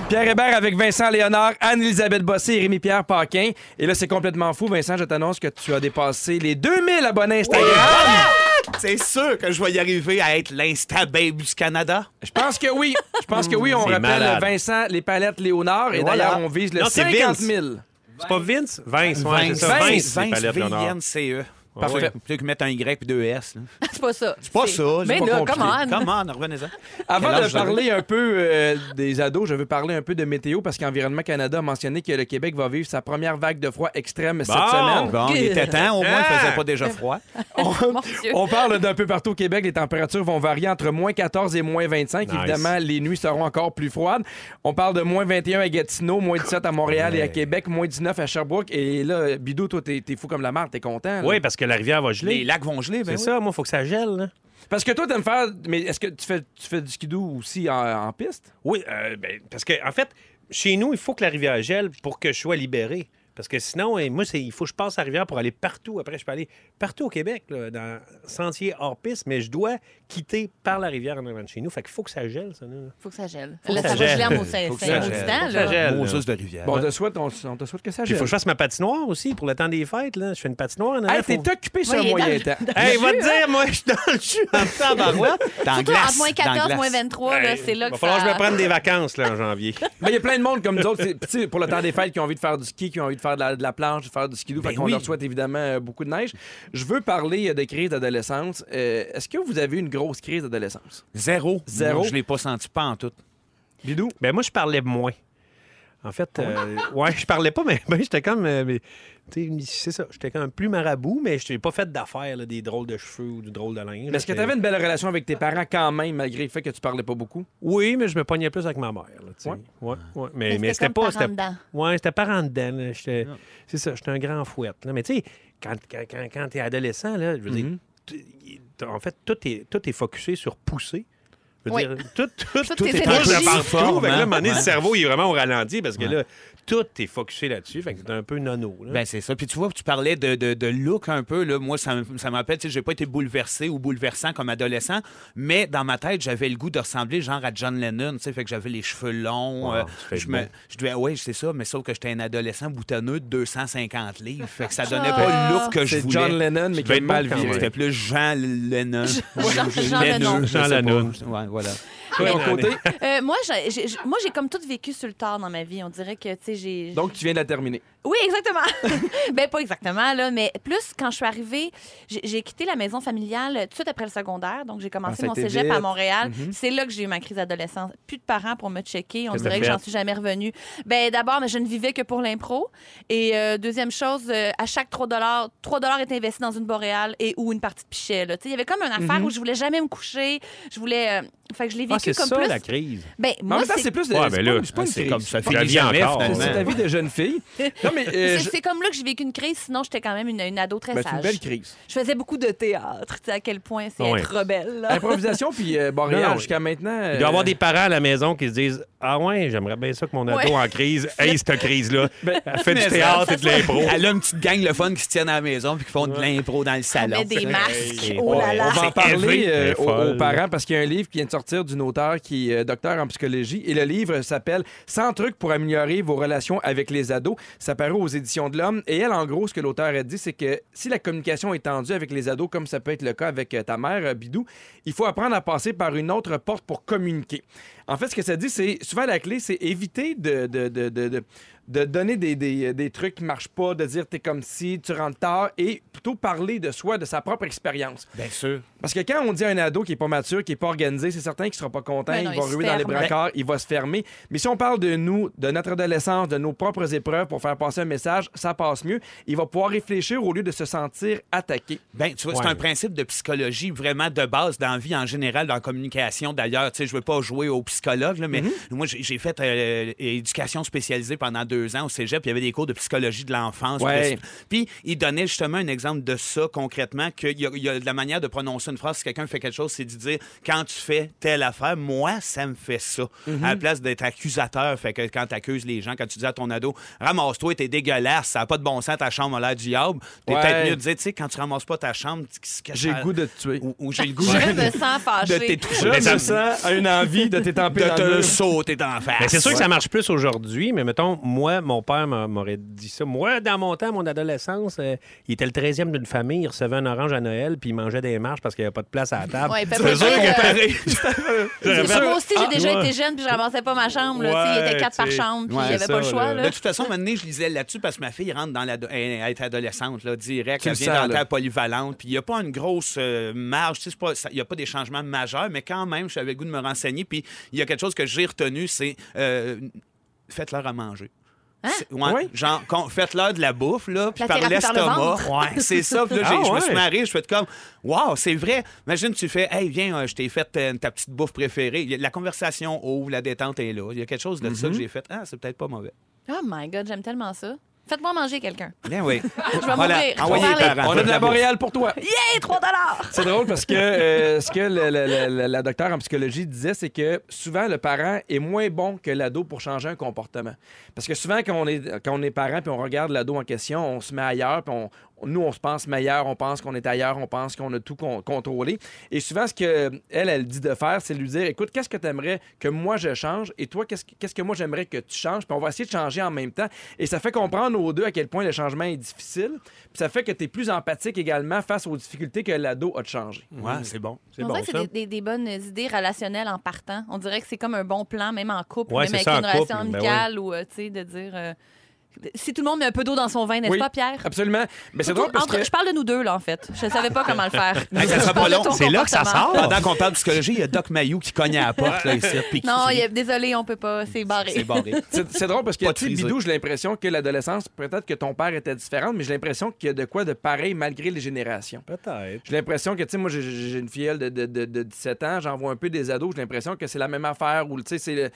Speaker 1: Pierre Hébert avec Vincent Léonard, Anne-Elisabeth Bossé et Rémi-Pierre Paquin. Et là, c'est complètement fou. Vincent, je t'annonce que tu as dépassé les 2000 abonnés Instagram.
Speaker 3: Ah!
Speaker 4: C'est sûr que je vais y arriver à être l'insta-babe du Canada.
Speaker 1: Je pense que oui. Je pense que oui.
Speaker 7: C'est
Speaker 1: On rappelle
Speaker 7: malade.
Speaker 1: Vincent, les palettes Léonard. Et,
Speaker 4: Et voilà.
Speaker 1: d'ailleurs, on vise le
Speaker 2: Non, c'est
Speaker 1: 50
Speaker 2: Vince.
Speaker 1: 000.
Speaker 2: C'est pas Vince? Vince, ouais, Ben, c'est
Speaker 4: Vince,
Speaker 2: ça. Vince.
Speaker 4: Vince, Vince,
Speaker 7: palettes Léonard.
Speaker 4: V-I-N-C-E.
Speaker 1: Parfait.
Speaker 4: Ouais. Plutôt qu'ils mettent un Y puis deux S. là.
Speaker 3: C'est pas ça. C'est
Speaker 4: Pas ça.
Speaker 3: Mais là, comment?
Speaker 4: Comment, revenez-en.
Speaker 1: Avant
Speaker 4: Quel
Speaker 1: de
Speaker 4: âge j'avais?
Speaker 1: parler un peu euh, des ados, je veux parler un peu de météo parce qu'Environnement Canada a mentionné que le Québec va vivre sa première vague de froid extrême cette
Speaker 2: Bon.
Speaker 1: semaine.
Speaker 4: Bon, il était temps, au moins, il faisait pas déjà froid.
Speaker 3: *laughs* Mon Dieu.
Speaker 1: On parle d'un peu partout au Québec. Les températures vont varier entre moins 14 et moins 25.
Speaker 2: Nice.
Speaker 1: Évidemment, les nuits seront encore plus froides. On parle de moins 21 à Gatineau, moins 17 à Montréal et à Québec, moins 19 à Sherbrooke. Et là, Bidou, toi, t'es t'es fou comme la marde, t'es content. là.
Speaker 2: Oui, parce que la rivière va
Speaker 4: Les
Speaker 2: geler.
Speaker 4: lacs vont geler,
Speaker 2: C'est
Speaker 4: ben oui.
Speaker 2: ça, moi, il faut que ça gèle. hein. là.
Speaker 1: Parce que toi, t'aimes faire. Mais est-ce que tu fais, tu fais du skidoo aussi en, en piste?
Speaker 2: Oui, euh, ben, parce que en fait, chez nous, il faut que la rivière gèle pour que je sois libéré. Parce que sinon, eh, moi, c'est- il faut que je passe la rivière pour aller partout. Après, je peux aller partout au Québec, là, dans sentier hors piste, mais je dois quitter par la rivière en avant de chez nous. Fait qu'il faut que ça gèle, ça. là.
Speaker 3: Faut que ça gèle.
Speaker 2: que
Speaker 3: Là,
Speaker 2: ça
Speaker 3: ça va
Speaker 2: gèle.
Speaker 3: geler à mon
Speaker 4: Faut que
Speaker 3: c'est
Speaker 4: ça
Speaker 2: gèle.
Speaker 3: temps,
Speaker 2: Faut que ça
Speaker 3: là.
Speaker 2: gèle.
Speaker 4: Mon Zeus de rivière.
Speaker 1: Bon, on te souhaite, on, on te souhaite que ça
Speaker 2: Euh, Puis
Speaker 1: gèle.
Speaker 2: il faut que je fasse ma patinoire aussi pour le temps des fêtes. Là. Je fais une patinoire. en
Speaker 1: Hey,
Speaker 2: arrière, faut-
Speaker 1: t'es occupé sur un
Speaker 3: Oui, il est
Speaker 1: moyen
Speaker 3: dans
Speaker 1: temps.
Speaker 3: le-
Speaker 2: Hey, va te dire, moi, je suis dans le jus
Speaker 4: Ah,
Speaker 2: en tabarouette.
Speaker 4: Dans
Speaker 3: Surtout
Speaker 4: glace,
Speaker 3: entre moins
Speaker 4: dans
Speaker 3: 14,
Speaker 4: glace.
Speaker 3: moins 23, là,
Speaker 2: Hey,
Speaker 3: c'est là que
Speaker 2: va falloir que je
Speaker 3: ça...
Speaker 2: me prenne des vacances là, en janvier.
Speaker 1: Mais il y a plein de monde comme nous autres, c'est- puis tu sais, pour le temps des fêtes, qui ont envie de faire du ski, qui ont envie de faire de la, de la planche, de faire du skidoo.
Speaker 4: Ben
Speaker 1: fait qu'on
Speaker 4: oui.
Speaker 1: leur souhaite évidemment euh, beaucoup de neige. Je veux parler euh, de crise d'adolescence. Euh, Est-ce que vous avez eu une grosse crise d'adolescence?
Speaker 4: Zéro.
Speaker 1: Zéro.
Speaker 4: Je l'ai pas senti pas en tout.
Speaker 1: Bidou? Ah
Speaker 2: Ben moi, je parlais moins. En fait, euh, ouais, je parlais pas, mais ben, j'étais comme. euh, mais, tu sais, c'est ça, j'étais comme plus marabout, mais je n'ai pas fait d'affaires, là, des drôles de cheveux ou du drôle de linge.
Speaker 1: Mais est-ce que
Speaker 2: J'étais-
Speaker 1: tu avais une belle relation avec tes parents quand même, malgré le fait que tu parlais pas beaucoup?
Speaker 2: Oui, mais je me pognais plus avec ma mère. Là, tu sais.
Speaker 1: Ouais.
Speaker 2: Ouais, ouais.
Speaker 3: Mais
Speaker 2: Mais, mais
Speaker 3: c'était
Speaker 2: c'était
Speaker 3: comme
Speaker 2: pas.
Speaker 3: par en
Speaker 2: C'était,
Speaker 3: dedans.
Speaker 2: ouais, c'était par en dedans. là. J'étais- c'est ça, j'étais un grand fouette. là. Mais tu sais, quand, quand, quand, quand t'es adolescent, là, je veux
Speaker 4: Mm-hmm.
Speaker 2: dire, tu- t'as- en fait, tout est, tout est focusé sur pousser. Je veux
Speaker 3: Oui.
Speaker 2: dire, tout, tout,
Speaker 3: Toutes
Speaker 2: tout
Speaker 3: tes
Speaker 2: est en
Speaker 3: énergies.
Speaker 2: partout. Fait que là, à un moment donné,
Speaker 4: Ouais.
Speaker 2: le cerveau, il est vraiment au ralenti parce que là, tout est focusé là-dessus. Fait que c'est un peu nono. là.
Speaker 4: Ben, c'est ça. Puis tu vois, tu parlais de, de- de look un peu. Là. Moi, ça, m- ça m'appelle, tu sais, j'ai pas été bouleversé ou bouleversant comme adolescent, mais dans ma tête, j'avais le goût de ressembler genre à John Lennon, tu sais, fait que j'avais les cheveux longs.
Speaker 2: Wow,
Speaker 4: euh,
Speaker 2: tu fais
Speaker 4: je
Speaker 2: le
Speaker 4: me,
Speaker 2: bon.
Speaker 4: je devais, ouais, c'est ça, mais sauf que j'étais un adolescent boutonneux de 250 livres, fait que ça donnait
Speaker 3: Ah.
Speaker 4: pas le look
Speaker 2: Euh,
Speaker 4: que je
Speaker 1: C'est
Speaker 4: voulais.
Speaker 1: John Lennon, mais qui
Speaker 2: devais
Speaker 1: est
Speaker 2: être
Speaker 1: mal
Speaker 2: bon quand
Speaker 1: viré.
Speaker 2: même.
Speaker 4: C'était plus Jean Lennon.
Speaker 3: Jean- Jean Lennon.
Speaker 4: Lennon. je
Speaker 2: Jean
Speaker 4: sais pas.
Speaker 2: Lennon.
Speaker 4: Ouais, voilà.
Speaker 1: Toi, de ton
Speaker 2: Ouais.
Speaker 1: côté,
Speaker 3: Euh, moi, j'ai- j'ai- j'ai- moi, j'ai comme tout vécu sur le tard dans ma vie. On dirait que, tu sais, j'ai...
Speaker 1: donc tu viens de la terminer.
Speaker 3: Oui, exactement. *laughs* ben pas exactement là, mais plus quand je suis arrivée, j'ai- j'ai quitté la maison familiale tout de suite après le secondaire, donc j'ai
Speaker 1: Ah,
Speaker 3: commencé
Speaker 1: ça a
Speaker 3: mon
Speaker 1: été
Speaker 3: cégep
Speaker 1: vite. Mm-hmm.
Speaker 3: à Montréal. C'est là que j'ai eu ma crise d'adolescence. Plus de parents pour me checker, on
Speaker 2: Qu'est-ce que
Speaker 3: dirait que
Speaker 2: t'as
Speaker 3: j'en
Speaker 2: fait?
Speaker 3: suis jamais revenue. Ben d'abord, mais je ne vivais que pour l'impro et euh, deuxième chose, euh, à chaque 3 dollars, 3 dollars était investi dans une boréale et ou une partie de pichet là. Tu sais, il y avait comme une
Speaker 1: Mm-hmm.
Speaker 3: affaire où je voulais jamais me coucher, je voulais euh, fait que je l'ai
Speaker 2: Ah,
Speaker 3: vécu
Speaker 2: c'est
Speaker 3: comme
Speaker 2: ça
Speaker 3: plus
Speaker 2: la crise.
Speaker 3: Ben
Speaker 1: Mais en
Speaker 3: moi
Speaker 1: même temps, c'est
Speaker 3: c'est
Speaker 1: plus de.
Speaker 2: Ouais,
Speaker 1: c'est
Speaker 2: ben
Speaker 1: pas-
Speaker 2: là,
Speaker 1: c'est pas, une
Speaker 4: C'est
Speaker 1: crise.
Speaker 4: comme ça
Speaker 1: C'est pas-
Speaker 2: La
Speaker 4: finit
Speaker 2: vie
Speaker 4: jamais,
Speaker 2: encore,
Speaker 4: finalement.
Speaker 1: C'est ta vie de jeune fille. Non, mais. euh,
Speaker 3: c'est-
Speaker 1: je-
Speaker 3: c'est comme là que j'ai vécu une crise, sinon j'étais quand même une, une ado très
Speaker 1: ben, c'est une
Speaker 3: sage.
Speaker 1: belle crise.
Speaker 3: Je faisais beaucoup de théâtre, tu sais à quel point c'est
Speaker 2: Ah Ouais.
Speaker 3: être rebelle. là.
Speaker 1: Improvisation, puis euh,
Speaker 2: Non,
Speaker 1: Boréal,
Speaker 2: non,
Speaker 1: jusqu'à maintenant.
Speaker 2: Il doit y avoir
Speaker 1: euh,
Speaker 2: des parents à la maison qui se disent Ah ouais, j'aimerais bien ça que mon ado
Speaker 3: Ouais. *laughs*
Speaker 2: en crise hey cette crise-là.
Speaker 1: Ben,
Speaker 2: Elle fait du
Speaker 4: mais
Speaker 2: théâtre et de l'impro.
Speaker 4: Elle a une petite gang le fun qui se tiennent à la maison puis qui font de l'impro dans le
Speaker 3: On
Speaker 4: salon.
Speaker 3: met des masques.
Speaker 2: Hey.
Speaker 3: Oh là
Speaker 1: On
Speaker 3: là.
Speaker 1: va en
Speaker 2: C'est
Speaker 1: parler
Speaker 2: élevé.
Speaker 1: euh,
Speaker 2: Elle est
Speaker 1: aux,
Speaker 2: folle.
Speaker 1: aux parents parce qu'il y a un livre qui vient de sortir d'une auteure qui est euh, docteur en psychologie et le livre s'appelle 100 trucs pour améliorer vos relations avec les ados. Ça paraît aux éditions de l'Homme et elle en gros ce que l'auteur a dit c'est que si la communication est tendue avec les ados comme ça peut être le cas avec euh, ta mère euh, Bidou, il faut apprendre à passer par une autre porte pour communiquer. En fait ce que ça dit c'est souvent la clé c'est éviter de- de- de- de- de de donner des, des- euh, des trucs qui marchent pas, de dire t'es comme si, tu rentres tard, et plutôt parler de soi, de sa propre expérience.
Speaker 4: Bien sûr.
Speaker 1: Parce que quand on dit à un ado qui est pas mature, qui est pas organisé, c'est certain qu'il sera pas content,
Speaker 3: Ben non,
Speaker 1: il
Speaker 3: il
Speaker 1: va
Speaker 3: se
Speaker 1: ruer dans les
Speaker 3: ferme.
Speaker 1: brancards, il va se fermer. Mais si on parle de nous, de notre adolescence, de nos propres épreuves pour faire passer un message, ça passe mieux. Il va pouvoir réfléchir au lieu de se sentir attaqué.
Speaker 4: Ben, tu vois,
Speaker 2: Ouais.
Speaker 4: c'est un principe de psychologie vraiment de base dans la vie en général, dans la communication d'ailleurs. Tu sais, je veux pas jouer au psy psychologue, là, mais moi, j'ai j'ai fait euh, éducation spécialisée pendant deux ans au cégep, puis il y avait des cours de psychologie de l'enfance.
Speaker 1: Ouais.
Speaker 4: Puis il donnait justement un exemple de ça concrètement, qu'il y, a- il y a de la manière de prononcer une phrase. Si quelqu'un fait quelque chose, c'est de dire quand tu fais telle affaire, moi, ça me fait ça. À la place d'être accusateur, fait que quand tu accuses les gens, quand tu dis à ton ado, ramasse-toi, t'es dégueulasse, ça n'a pas de bon sens, ta chambre a l'air du diable, t'es
Speaker 1: Ouais.
Speaker 4: peut-être mieux de dire, tu sais, quand tu ramasses pas ta chambre, tu- qu'est-ce que
Speaker 1: J'ai
Speaker 4: ça-
Speaker 1: le goût de te tuer.
Speaker 4: Ou, ou j'ai le goût
Speaker 3: Je me
Speaker 4: de
Speaker 3: sens
Speaker 4: de
Speaker 3: fâchée.
Speaker 4: t'étouffer,
Speaker 1: Je me
Speaker 4: de-
Speaker 1: sens à une envie de t'étamper
Speaker 4: *laughs* de
Speaker 1: dans le
Speaker 4: te
Speaker 1: mur.
Speaker 4: sauter d'en face.
Speaker 2: Ben, c'est sûr que ça marche plus aujourd'hui, mais mettons, moi, mon père m'a- m'aurait dit ça. Moi, dans mon temps, mon adolescence, euh, il était le 13e d'une famille, il recevait un orange à Noël, puis il mangeait des marches parce qu'il n'y avait pas de place à la table.
Speaker 3: Ouais, il fait
Speaker 2: C'est
Speaker 3: pas
Speaker 2: sûr
Speaker 3: ça,
Speaker 2: que
Speaker 3: euh,
Speaker 2: pareil.
Speaker 3: C'est sûr, Moi aussi, j'ai
Speaker 2: Ah,
Speaker 3: déjà
Speaker 2: ouais.
Speaker 3: été jeune, puis je ramassais pas ma chambre. là, tu sais, il y
Speaker 2: Ouais,
Speaker 3: était quatre par
Speaker 2: tu sais.
Speaker 3: chambre, puis
Speaker 4: Ouais,
Speaker 3: il n'y avait
Speaker 2: ça,
Speaker 3: pas le choix.
Speaker 2: là.
Speaker 3: Là.
Speaker 4: De toute façon, maintenant, je lisais là-dessus parce que ma fille rentre dans la être adolescente, là, direct.
Speaker 1: Tu
Speaker 4: elle
Speaker 1: le
Speaker 4: vient
Speaker 1: sens,
Speaker 4: d'entrer
Speaker 1: là.
Speaker 4: à polyvalente. Puis il n'y a pas une grosse euh, marge. tu sais, c'est pas- ça- Il n'y a pas des changements majeurs, mais quand même, j'avais le goût de me renseigner. Puis il y a quelque chose que j'ai retenu c'est euh, faites-leur à manger. C'est- ouais,
Speaker 1: Oui.
Speaker 4: Genre, qu'on- faites-leur de la bouffe, là, puis
Speaker 3: La
Speaker 4: par
Speaker 3: thérapie par le
Speaker 4: l'estomac.
Speaker 3: ventre.
Speaker 4: Ouais, c'est ça. Puis là,
Speaker 2: Ah,
Speaker 4: j'ai- je me suis
Speaker 2: ouais.
Speaker 4: marié, je fais comme, waouh, c'est vrai. Imagine, tu fais, hey, viens, euh, je t'ai fait euh, ta petite bouffe préférée. Il y a- La conversation ouvre, la détente est là. Il y a quelque chose de ça que j'ai fait. Ah, c'est peut-être pas mauvais.
Speaker 3: Oh my God, j'aime tellement ça. Faites-moi manger quelqu'un.
Speaker 4: Ben oui.
Speaker 3: *laughs* Je vais mourir. Je vais
Speaker 4: Envoyez les
Speaker 3: parler.
Speaker 4: parents.
Speaker 1: On a de la boréale pour toi.
Speaker 3: Hey, 3 dollars!
Speaker 1: C'est drôle parce que euh, ce que le- le- le- le- la docteure en psychologie disait, c'est que souvent le parent est moins bon que l'ado pour changer un comportement. Parce que souvent, quand on est, quand on est parent puis on regarde l'ado en question, on se met ailleurs, puis on, nous, on se pense meilleur, on pense qu'on est ailleurs, on pense qu'on a tout con- contrôlé. Et souvent, ce qu'elle, elle elle dit de faire, c'est de lui dire écoute, qu'est-ce que tu aimerais que moi je change et toi, qu'est-ce que- qu'est-ce que moi j'aimerais que tu changes Puis on va essayer de changer en même temps. Et ça fait comprendre aux deux à quel point le changement est difficile. Puis ça fait que tu es plus empathique également face aux difficultés que l'ado a de changer.
Speaker 4: Ouais, c'est bon.
Speaker 2: C'est
Speaker 3: on
Speaker 2: bon,
Speaker 3: dirait que
Speaker 2: ça.
Speaker 3: c'est des, des- des bonnes idées relationnelles en partant. On dirait que c'est comme un bon plan, même en couple,
Speaker 2: Ouais,
Speaker 3: même avec
Speaker 2: c'est ça,
Speaker 3: une
Speaker 2: en
Speaker 3: relation
Speaker 2: couple, ben
Speaker 3: amicale ou, euh, tu sais, de dire. euh, si tout le monde met un peu d'eau dans son vin, n'est-ce
Speaker 1: Oui.
Speaker 3: pas, Pierre?
Speaker 1: Absolument. Mais c'est drôle parce
Speaker 3: Entre-
Speaker 1: que.
Speaker 3: Je parle de nous deux, là, en fait. Je ne savais pas comment le
Speaker 2: *laughs*
Speaker 3: faire.
Speaker 4: Hey, ça
Speaker 3: Je
Speaker 4: sera pas
Speaker 3: parle de
Speaker 4: long.
Speaker 3: ton
Speaker 2: C'est là que ça
Speaker 3: comportement.
Speaker 2: sort.
Speaker 4: Pendant qu'on parle de psychologie, il y a Doc Mayou qui cogne à la porte, là, ici. puis qui
Speaker 3: Non,
Speaker 4: crie.
Speaker 3: il est- désolé, on peut pas. C'est barré.
Speaker 4: C'est barré.
Speaker 1: C'est c'est drôle parce que,
Speaker 4: Pas
Speaker 1: tu sais,
Speaker 4: frisé.
Speaker 1: Bidou, j'ai l'impression que l'adolescence, peut-être que ton père était différent, mais j'ai l'impression qu'il y a de quoi de pareil malgré les générations.
Speaker 2: Peut-être.
Speaker 1: J'ai l'impression que, tu sais, moi, j'ai- j'ai j'ai une filleule de, de, de- de 17 ans, j'en vois un peu des ados, j'ai l'impression que c'est la même affaire où, tu sais, c'est le-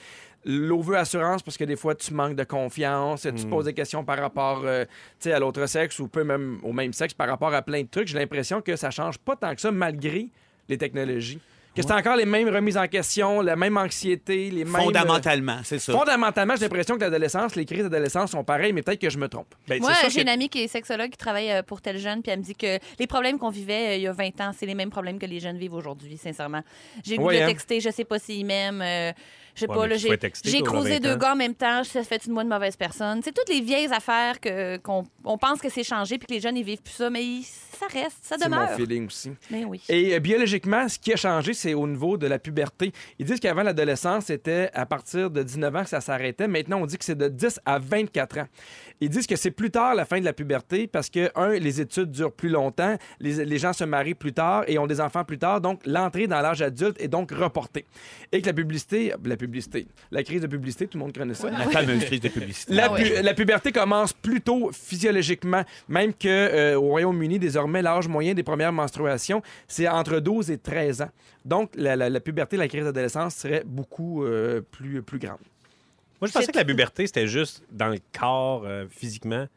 Speaker 1: l'over assurance parce que des fois, tu manques de confiance, tu te
Speaker 4: Hmm.
Speaker 1: poses des questions par rapport, euh, tu sais, à l'autre sexe ou peu même au même sexe par rapport à plein de trucs. J'ai l'impression que ça change pas tant que ça malgré les technologies. Que c'est encore les mêmes remises en question, la même anxiété, les
Speaker 3: euh,
Speaker 1: mêmes.
Speaker 4: Fondamentalement, c'est ça.
Speaker 1: Fondamentalement, j'ai l'impression que l'adolescence, les crises d'adolescence sont pareilles, mais peut-être que je me trompe.
Speaker 2: Ben,
Speaker 3: Moi,
Speaker 2: c'est sûr
Speaker 3: j'ai
Speaker 2: que-
Speaker 3: une amie qui est sexologue qui travaille euh, pour tel jeune, puis elle me dit que les problèmes qu'on vivait euh, il y a 20 ans, c'est les mêmes problèmes que les jeunes vivent aujourd'hui, sincèrement. J'ai le goût
Speaker 1: Ouais,
Speaker 3: de
Speaker 1: hein.
Speaker 3: texter, je sais pas s'ils m'aiment, euh, je sais
Speaker 2: Ouais,
Speaker 3: pas,
Speaker 2: mais
Speaker 3: là,
Speaker 2: tu
Speaker 3: j'ai
Speaker 2: pouvais texter,
Speaker 3: j'ai
Speaker 2: toi, à
Speaker 3: croisé
Speaker 2: 20
Speaker 3: deux
Speaker 2: ans.
Speaker 3: gars en même temps, ça fait de moi de mauvaise personne. C'est toutes les vieilles affaires que- qu'on on pense que c'est changé, puis que les jeunes, ils vivent plus ça, mais ils- ça reste, ça
Speaker 1: C'est mon
Speaker 3: demeure.
Speaker 1: feeling aussi.
Speaker 3: Mais oui.
Speaker 1: Et euh, biologiquement, ce qui a changé, c'est au niveau de la puberté. Ils disent qu'avant l'adolescence, c'était à partir de 19 ans que ça s'arrêtait. Maintenant, on dit que c'est de 10 à 24 ans. Ils disent que c'est plus tard la fin de la puberté parce que, un, les études durent plus longtemps, les, les gens se marient plus tard et ont des enfants plus tard. Donc, l'entrée dans l'âge adulte est donc reportée. Et que la publicité, la publicité, la crise de publicité, tout le monde connaît ça.
Speaker 4: La fameuse crise de publicité.
Speaker 1: La,
Speaker 3: Ah ouais.
Speaker 1: pu- la puberté commence plus tôt physiologiquement, même que euh, au Royaume-Uni, désormais, l'âge moyen des premières menstruations, c'est entre 12 et 13 ans. Donc, la, la- la puberté, la crise d'adolescence serait beaucoup euh, plus, plus grande.
Speaker 2: Moi, je pensais que la puberté, c'était juste dans le corps, euh, physiquement.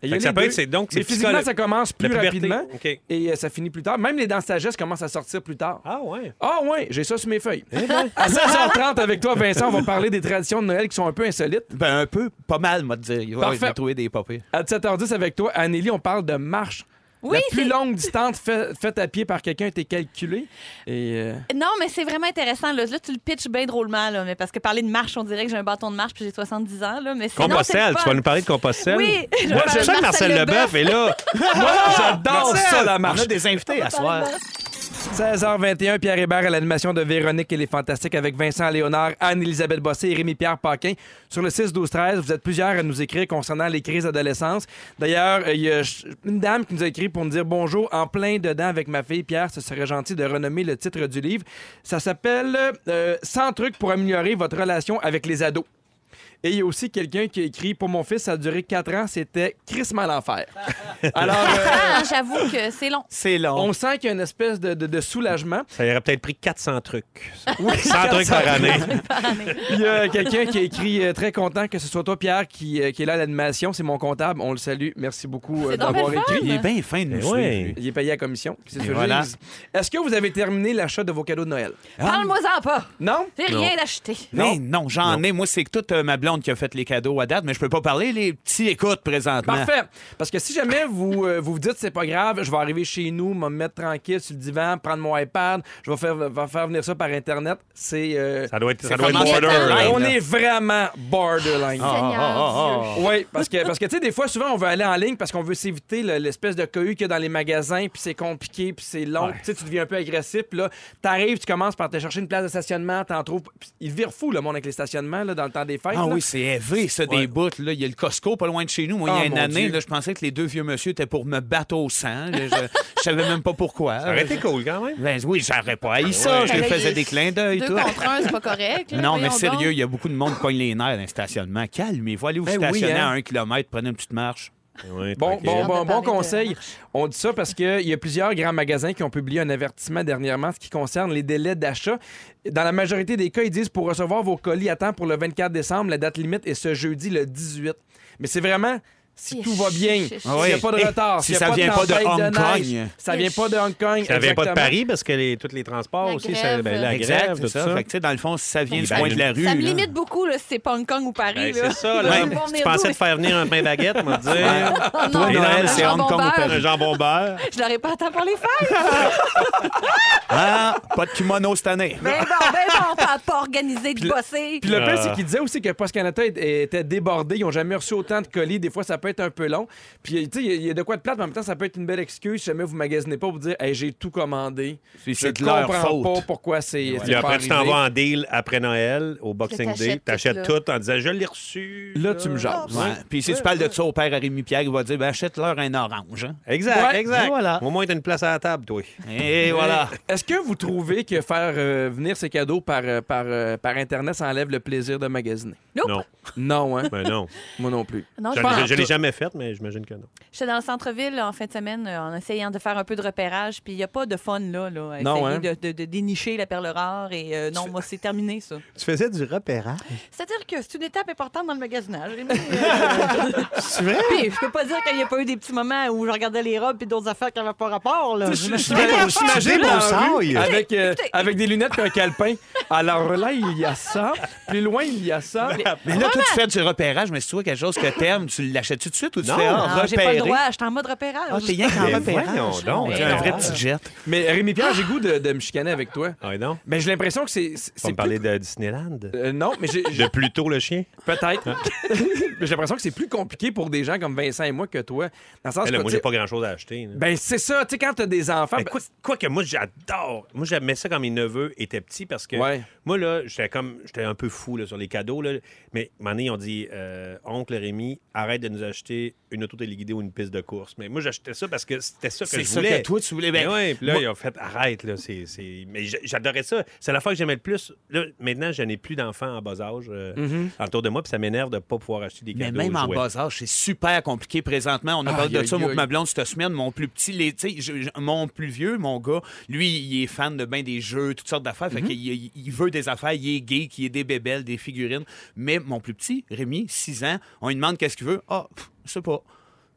Speaker 1: Et il y a
Speaker 2: Fait que
Speaker 1: les
Speaker 2: ça peut
Speaker 1: deux.
Speaker 2: être, c'est donc, c'est
Speaker 1: Mais physiquement,
Speaker 2: psycholo-
Speaker 1: ça commence plus
Speaker 2: la puberté.
Speaker 1: rapidement
Speaker 2: OK.
Speaker 1: et euh, ça finit plus tard. Même les dents de sagesse commencent à sortir plus tard.
Speaker 2: Ah, ouais.
Speaker 1: Ah ouais, j'ai ça sur mes feuilles.
Speaker 2: Eh
Speaker 1: À 16h30 avec toi, Vincent, on va parler des traditions de Noël qui sont un peu insolites.
Speaker 4: Ben, un peu, pas mal, moi, de dire. Il va
Speaker 1: Parfait.
Speaker 4: j'ai trouvé des papiers.
Speaker 1: À 17h10 avec toi, Anélie, on parle de marche.
Speaker 3: Oui,
Speaker 1: la plus
Speaker 3: c'est-
Speaker 1: longue distance fait- faite à pied par quelqu'un était calculée. Et euh,
Speaker 3: *laughs* Non, mais c'est vraiment intéressant. Là, Là, tu le pitches bien drôlement, là, mais parce que parler de marche, on dirait que j'ai un bâton de marche puis j'ai 70 ans. Là, mais sinon, c'est
Speaker 2: Compostelle,
Speaker 3: le
Speaker 2: tu
Speaker 3: fun.
Speaker 2: vas nous parler de Compostelle?
Speaker 3: Oui, je vais
Speaker 2: Moi,
Speaker 3: parler
Speaker 2: je
Speaker 3: de
Speaker 2: sais que
Speaker 3: Marcel
Speaker 2: Marcel
Speaker 3: Leboeuf.
Speaker 2: Leboeuf
Speaker 3: *laughs*
Speaker 2: est là.
Speaker 3: Ah!
Speaker 1: j'adore ça, la
Speaker 4: On
Speaker 1: marche.
Speaker 4: a des invités à soir.
Speaker 1: 16h21, Pierre Hébert à l'animation de Véronique et les Fantastiques avec Vincent Léonard, Anne-Elisabeth Bossé et Rémi-Pierre Paquin. Sur le 6-12-13, vous êtes plusieurs à nous écrire concernant les crises d'adolescence. D'ailleurs, euh, il y a ch- une dame qui nous a écrit pour nous dire bonjour en plein dedans avec ma fille Pierre. Ce serait gentil de renommer le titre du livre. Ça s'appelle euh, 100 trucs pour améliorer votre relation avec les ados. Et il y a aussi quelqu'un qui a écrit Pour mon fils, ça a duré 4 ans, c'était Chris l'enfer. Alors,
Speaker 3: *laughs*
Speaker 1: euh,
Speaker 3: Ah, J'avoue que c'est long.
Speaker 4: C'est long.
Speaker 1: on sent qu'il y a une espèce de, de- de soulagement.
Speaker 2: Ça aurait peut-être pris 400 trucs.
Speaker 1: Oui,
Speaker 2: 100 trucs par année.
Speaker 1: Il y a quelqu'un qui a écrit euh, Très content que ce soit toi, Pierre, qui, euh, qui est là à l'animation. C'est mon comptable. On le salue. Merci beaucoup euh,
Speaker 3: C'est donc
Speaker 1: d'avoir
Speaker 3: bien le fun.
Speaker 1: écrit.
Speaker 4: Il est bien fin de nous
Speaker 2: Eh
Speaker 4: suivre,
Speaker 2: ouais.
Speaker 4: lui.
Speaker 1: Il est payé à la commission. C'est ce que
Speaker 4: voilà.
Speaker 1: je dis. Est-ce que vous avez terminé l'achat de vos cadeaux de Noël?
Speaker 3: Ah. Parle-moi-en pas.
Speaker 1: Non?
Speaker 3: J'ai rien acheté.
Speaker 4: Mais non, j'en ai. Moi, c'est toute euh, ma blonde qui a fait les cadeaux à date, mais je peux pas parler. Les petits écoutent présentement.
Speaker 1: Parfait. Parce que si jamais vous euh, vous, vous dites c'est pas grave, je vais arriver chez nous, me mettre tranquille sur le divan, prendre mon iPad, je vais faire, va faire venir ça par Internet, c'est. euh,
Speaker 2: Ça doit être, ça
Speaker 4: Ça
Speaker 2: doit être
Speaker 4: commence
Speaker 2: border.
Speaker 3: à être Ah,
Speaker 2: là.
Speaker 1: on est vraiment borderline. Oui, parce que, parce que tu sais, des fois, souvent, on veut aller en ligne parce qu'on veut s'éviter le- l'espèce de cohue qu'il y a dans les magasins, puis c'est compliqué, puis c'est long. Tu sais, tu deviens un peu agressif, puis là, t'arrives, tu commences par te chercher une place de stationnement, t'en trouves. Puis Il vire fou, le monde, avec les stationnements, là, dans le temps des fêtes.
Speaker 4: Ah
Speaker 1: là.
Speaker 4: oui, c'est élevé, ça,
Speaker 1: Ouais.
Speaker 4: des bouts. Là. Il y a le Costco pas loin de chez nous. Moi, il y
Speaker 1: Ah,
Speaker 4: a une
Speaker 1: mon
Speaker 4: année,
Speaker 1: Dieu.
Speaker 4: là, je pensais que les deux vieux monsieur étaient pour me battre au sang. Là, je, je savais même pas pourquoi.
Speaker 2: Ça aurait été cool quand même.
Speaker 4: Ben oui, j'aurais pas
Speaker 1: Ah
Speaker 4: haï ça. Je
Speaker 3: Ouais.
Speaker 4: lui faisais des clins d'œil.
Speaker 3: Deux
Speaker 4: tout.
Speaker 3: contre un, c'est pas correct. là.
Speaker 4: Non, mais
Speaker 3: Voyons
Speaker 4: sérieux,
Speaker 3: donc.
Speaker 4: il y a beaucoup de monde qui cogne les nerfs dans un stationnement. Calmez-vous, allez vous
Speaker 1: Ben oui,
Speaker 4: stationner
Speaker 1: hein.
Speaker 4: à un kilomètre, prenez une petite marche.
Speaker 2: Oui,
Speaker 1: Bon,
Speaker 2: tranquille.
Speaker 1: bon,
Speaker 3: J'ai hâte
Speaker 1: bon,
Speaker 3: de
Speaker 1: bon
Speaker 3: parler de
Speaker 1: conseil. On dit ça parce qu'il y a plusieurs grands magasins qui ont publié un avertissement dernièrement ce qui concerne les délais d'achat. Dans la majorité des cas, ils disent pour recevoir vos colis à temps pour le 24 décembre, la date limite est ce jeudi le 18. Mais c'est vraiment si
Speaker 3: Yeah,
Speaker 1: tout va
Speaker 3: shit,
Speaker 1: bien,
Speaker 3: shit, shit.
Speaker 1: s'il n'y a pas de
Speaker 4: Eh,
Speaker 1: retard,
Speaker 4: si
Speaker 1: s'il y a
Speaker 4: ça vient pas de
Speaker 1: tempête
Speaker 4: Hong Kong.
Speaker 1: neige, ça
Speaker 3: Yeah,
Speaker 1: vient pas de Hong Kong.
Speaker 2: Ça vient pas de
Speaker 1: exactement.
Speaker 2: Paris parce que les, tous les transports
Speaker 3: La
Speaker 2: aussi, ça, ben,
Speaker 3: grève. euh,
Speaker 2: la
Speaker 4: Exact,
Speaker 2: grève,
Speaker 4: c'est
Speaker 2: tout
Speaker 4: ça.
Speaker 2: ça.
Speaker 4: Fait que, tu sais, dans le fond, si ça vient
Speaker 2: Ben,
Speaker 4: du coin de la rue.
Speaker 3: Ça me
Speaker 4: là-
Speaker 3: limite beaucoup, là, si c'est pas Hong Kong ou Paris.
Speaker 2: Ben,
Speaker 3: là.
Speaker 2: c'est ça,
Speaker 3: me
Speaker 2: là.
Speaker 3: fait venir
Speaker 2: Si tu
Speaker 3: d'où,
Speaker 2: pensais
Speaker 3: mais-
Speaker 2: te faire venir un pain baguette, on va te dire.
Speaker 3: Oh non,
Speaker 4: Hein? Toi,
Speaker 2: Mais
Speaker 4: Noël,
Speaker 2: non,
Speaker 4: c'est
Speaker 3: un
Speaker 4: Hong Kong ou
Speaker 3: jambon
Speaker 4: Paris.
Speaker 2: Un jambon beurre.
Speaker 3: Je l'aurais pas à temps pour les fêtes.
Speaker 4: Ah, pas de kimono cette année.
Speaker 3: Mais bon, ben bon, on t'a pas organisé de bosser.
Speaker 1: Puis le pire,
Speaker 2: Ah.
Speaker 1: c'est qu'ils disaient aussi que Post Canada est- était débordé. Ils n'ont jamais reçu autant de colis. Des fois, ça peut être un peu long. Puis, tu sais, il y a de quoi de plate, mais en même temps, ça peut être une belle excuse si jamais vous magasinez pas pour dire hey, j'ai tout commandé.
Speaker 4: C'est-
Speaker 1: Je
Speaker 4: c'est de leur
Speaker 1: comprends
Speaker 4: faute.
Speaker 1: pas pourquoi c'est. c'est
Speaker 2: Puis
Speaker 1: pas
Speaker 2: après, tu t'en
Speaker 1: arrivé.
Speaker 2: vas en deal après Noël, au Boxing
Speaker 3: t'achètes
Speaker 2: Day.
Speaker 3: tout,
Speaker 2: T'achètes
Speaker 3: là.
Speaker 2: tout en disant Je l'ai reçu.
Speaker 1: Là, tu me jases.
Speaker 4: Ouais. Puis si tu parles de ça au père à Rémi Pierre, il va dire ben, achète-leur un orange. hein.
Speaker 2: Exact,
Speaker 1: Ouais,
Speaker 2: exact.
Speaker 4: et voilà.
Speaker 2: Au moins, t'as une place à la table, toi.
Speaker 4: Et voilà.
Speaker 1: Est-ce que vous trouvez que faire euh, venir ces cadeaux par, euh, par, euh, par Internet, ça enlève le plaisir de magasiner?
Speaker 3: Nope.
Speaker 2: Non,
Speaker 1: Non, hein?
Speaker 2: ben non.
Speaker 1: Moi non plus.
Speaker 3: Non, je
Speaker 2: Je je-
Speaker 3: pense-
Speaker 2: je l'ai jamais faite, mais j'imagine que non.
Speaker 3: J'étais dans le centre-ville en fin de semaine euh, en essayant de faire un peu de repérage, puis il n'y a pas de fun là, là à
Speaker 1: Non,
Speaker 3: essayer
Speaker 1: hein?
Speaker 3: de, de- de dénicher la perle rare. Et euh, non, moi, c'est terminé, ça.
Speaker 2: Tu faisais du repérage.
Speaker 3: C'est-à-dire que c'est une étape importante dans le magasinage. c'est vrai? Puis je peux pas dire qu'il n'y a pas eu des petits moments où je regardais les robes puis d'autres affaires qui n'avaient pas rapport. Là.
Speaker 1: Ah, Je suis
Speaker 7: Des beaux sailles.
Speaker 1: avec, euh, avec des lunettes et un calepin. Alors là, il y a ça. Plus loin, il y a ça.
Speaker 4: Mais là, toi, tu fais du repérage, mais si tu vois quelque chose que t'aimes, tu l'achètes tout de suite ou tu
Speaker 2: Non,
Speaker 4: fais
Speaker 2: non,
Speaker 4: ah,
Speaker 3: Non, j'ai pas le
Speaker 4: repérer?
Speaker 3: droit, je suis en mode repérage.
Speaker 4: Ah, t'es rien qu'en
Speaker 2: Mais
Speaker 4: repérage.
Speaker 2: voyons donc.
Speaker 4: T'es un
Speaker 3: Mais
Speaker 4: vrai
Speaker 3: non.
Speaker 4: petit jet.
Speaker 1: Mais Rémi Pierre, j'ai goût de, de me chicaner avec toi.
Speaker 2: Ah, non.
Speaker 1: Mais j'ai l'impression que c'est. c'est-
Speaker 2: Tu
Speaker 1: c'est
Speaker 2: me parler de Disneyland.
Speaker 1: plus- euh, non, mais j'ai,
Speaker 2: *laughs*
Speaker 1: j'ai-
Speaker 2: De Pluto le chien. Ah.
Speaker 1: peut-être. Mais j'ai l'impression que c'est plus compliqué pour des gens comme Vincent et moi que toi. Dans le sens
Speaker 2: Mais Eh, Ben là,
Speaker 1: que,
Speaker 2: moi,
Speaker 1: tu
Speaker 2: j'ai
Speaker 1: sais,
Speaker 2: pas grand-chose à acheter. là.
Speaker 1: Ben, c'est ça. Tu sais, quand t'as des enfants.
Speaker 4: Ah,
Speaker 2: Mais
Speaker 1: ben,
Speaker 2: quoi, quoi que moi, j'adore. Moi, j'aimais ça quand mes neveux étaient petits parce que
Speaker 1: Ouais.
Speaker 2: moi, là, j'étais comme j'étais un peu fou là, sur les cadeaux. Là. Mais à un moment donné, on dit euh, Oncle Rémi, arrête de nous acheter une auto téléguidée ou une piste de course. Mais moi, j'achetais ça parce que c'était ça que
Speaker 4: C'est
Speaker 2: je
Speaker 4: ça
Speaker 2: voulais.
Speaker 4: que toi, tu voulais.
Speaker 2: Mais
Speaker 4: Ben,
Speaker 2: ouais, puis là,
Speaker 4: moi-
Speaker 2: ils ont fait arrête. Là, c'est, c'est- Mais j'a- j'adorais ça. C'est la fois que j'aimais le plus. Là, maintenant, je n'ai plus d'enfants en bas âge euh, autour de moi, puis ça m'énerve de ne pas pouvoir acheter
Speaker 4: Mm-hmm.
Speaker 2: des
Speaker 4: Mais
Speaker 2: cadeaux.
Speaker 4: même
Speaker 2: aux
Speaker 4: en
Speaker 2: jouets.
Speaker 4: bas âge, c'est super compliqué présentement. On a
Speaker 1: Aïe,
Speaker 4: parlé de
Speaker 1: aïe,
Speaker 4: ça, moi,
Speaker 1: aïe.
Speaker 4: et ma blonde, cette semaine. Mon plus petit, les- tu sais, je- je- mon plus vieux, mon gars, lui, il est fan de ben des jeux, toutes sortes d'affaires. Fait qu'il il- il veut des affaires, il est gay, il est des bébelles, des figurines. Mais mon plus petit, Rémi, 6 ans, on lui demande qu'est-ce qu'il veut. Ah, pff, je sais pas.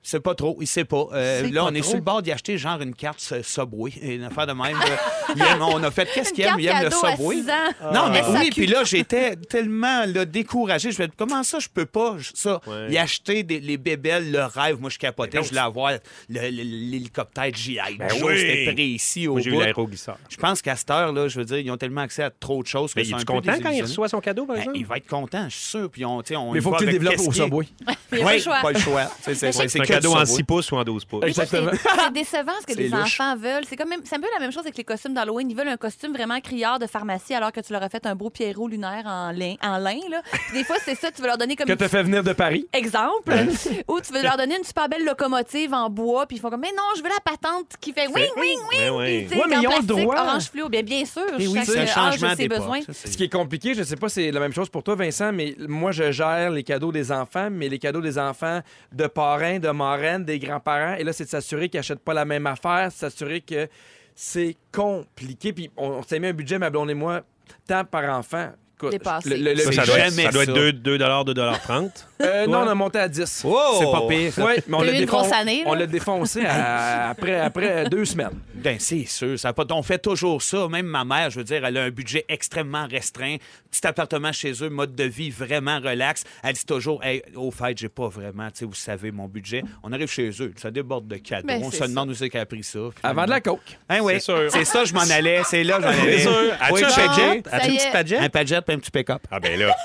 Speaker 4: C'est pas trop, il sait pas. Euh, là, on est sur le bord d'y acheter genre une carte euh, Subway, une affaire de même. euh, il aime- on a fait qu'est-ce
Speaker 3: Une
Speaker 4: qu'il aime? Il
Speaker 3: carte
Speaker 4: aime le
Speaker 3: cadeau à
Speaker 4: Subway.
Speaker 3: six ans.
Speaker 2: Ah.
Speaker 4: Non, mais
Speaker 3: SAQ.
Speaker 4: oui, puis là, j'étais tellement là, découragé. Je me disais, comment ça, je peux pas je- ça,
Speaker 2: Ouais.
Speaker 4: y acheter des, les bébelles, le rêve. Moi, je capotais, je voulais avoir le- le- l'hélicoptère G.I. Joe,
Speaker 2: Ben oui.
Speaker 4: c'était précis au
Speaker 2: Moi, j'ai eu
Speaker 4: bout.
Speaker 2: l'aéroglisseur.
Speaker 4: Je pense qu'à cette heure, là, je veux dire, ils ont tellement accès à trop de choses que
Speaker 2: Mais
Speaker 4: c'est un
Speaker 2: es-tu
Speaker 4: peu
Speaker 2: Ben, content quand il
Speaker 4: désillusionnant.
Speaker 2: reçoit son cadeau, par
Speaker 4: Ben,
Speaker 2: exemple?
Speaker 4: il va être content, je suis sûr. Puis on, tu sais, on
Speaker 1: mais
Speaker 4: y
Speaker 1: faut
Speaker 4: va
Speaker 1: que tu le
Speaker 4: avec
Speaker 1: développes
Speaker 4: qu'est-ce
Speaker 1: au
Speaker 4: qu'il y a.
Speaker 1: subway.
Speaker 3: Il y a pas le *laughs*
Speaker 4: Oui,
Speaker 3: choix.
Speaker 4: pas le choix. Tu sais, C'est
Speaker 3: Mais
Speaker 4: c'est-
Speaker 2: C'est
Speaker 4: c'est
Speaker 2: un
Speaker 4: que
Speaker 2: cadeau en
Speaker 4: Subway.
Speaker 2: 6 pouces ou en 12 pouces.
Speaker 1: Exactement. *laughs*
Speaker 3: C'est décevant ce que
Speaker 1: C'est
Speaker 3: les
Speaker 1: louche.
Speaker 3: enfants veulent. C'est quand même, c'est un peu la même chose avec les costumes d'Halloween. Ils veulent un costume vraiment criard de pharmacie alors que tu leur as fait un beau pierrot lunaire en lin. En lin
Speaker 1: *laughs*
Speaker 3: là. Puis Des fois, c'est ça, tu veux leur donner comme
Speaker 1: Que
Speaker 3: une
Speaker 1: t'as fait venir de Paris.
Speaker 3: exemple, *laughs* ou tu veux leur donner une super belle locomotive en bois, puis ils font comme, mais non, je veux la patente qui fait wing, wing,
Speaker 2: Ben
Speaker 3: wing.
Speaker 2: oui.
Speaker 3: Puis, tu sais,
Speaker 1: Ouais, mais
Speaker 3: en
Speaker 1: ils ont le
Speaker 3: plastique,
Speaker 1: droit.
Speaker 3: Orange fluo, bien, bien sûr.
Speaker 4: Eh oui,
Speaker 3: chaque
Speaker 4: c'est un
Speaker 3: âge
Speaker 4: changement
Speaker 3: a ses
Speaker 4: d'époque,
Speaker 3: besoins.
Speaker 4: ça, c'est-
Speaker 1: Ce qui est compliqué, je sais pas, c'est la même chose pour toi, Vincent, mais moi, je gère les cadeaux des enfants, mais les cadeaux des enfants de parrains, de marraines, des grands-parents. Et là, c'est de s'assurer qu'ils n'achètent pas la même affaire, s'assurer que c'est compliqué. Puis on, on s'est mis un budget, ma blonde et moi, tant par enfant. Écoute,
Speaker 3: Dépassé.
Speaker 1: le- le- le
Speaker 2: Ça, ça, doit
Speaker 1: budget-
Speaker 2: être, ça
Speaker 4: jamais
Speaker 2: doit être
Speaker 4: ça.
Speaker 2: 2, 2 *laughs* 2,30
Speaker 1: Euh, Non,
Speaker 2: Ouais.
Speaker 1: on a monté à 10.
Speaker 4: Oh!
Speaker 1: C'est pas pire. ça. Ouais, mais on
Speaker 3: T'as
Speaker 1: l'a
Speaker 3: eu une
Speaker 1: défon-
Speaker 3: grosse année, là.
Speaker 1: on l'a défoncé à- après, après deux semaines.
Speaker 4: Ben, c'est sûr. Ça a pas... On fait toujours ça. Même ma mère, je veux dire, elle a un budget extrêmement restreint. Petit appartement chez eux, mode de vie vraiment relax. Elle dit toujours, hey, au fait, j'ai pas vraiment, tu sais, vous savez, mon budget. On arrive chez eux, ça déborde de cadeaux.
Speaker 3: Ben,
Speaker 4: on se
Speaker 3: c'est
Speaker 4: demande où c'est qu'elle a pris ça.
Speaker 1: Avant de la coke.
Speaker 4: Hein, ouais.
Speaker 2: C'est sûr.
Speaker 4: C'est ça, je m'en allais. C'est là, je m'en allais. Oui,
Speaker 2: As-tu un
Speaker 4: check.
Speaker 2: padjet?
Speaker 3: Ah, ça
Speaker 2: As-tu
Speaker 3: y
Speaker 2: une
Speaker 3: est.
Speaker 2: petite
Speaker 4: Un
Speaker 2: padjet?
Speaker 4: padjet puis un petit pick-up.
Speaker 2: Ah, ben là.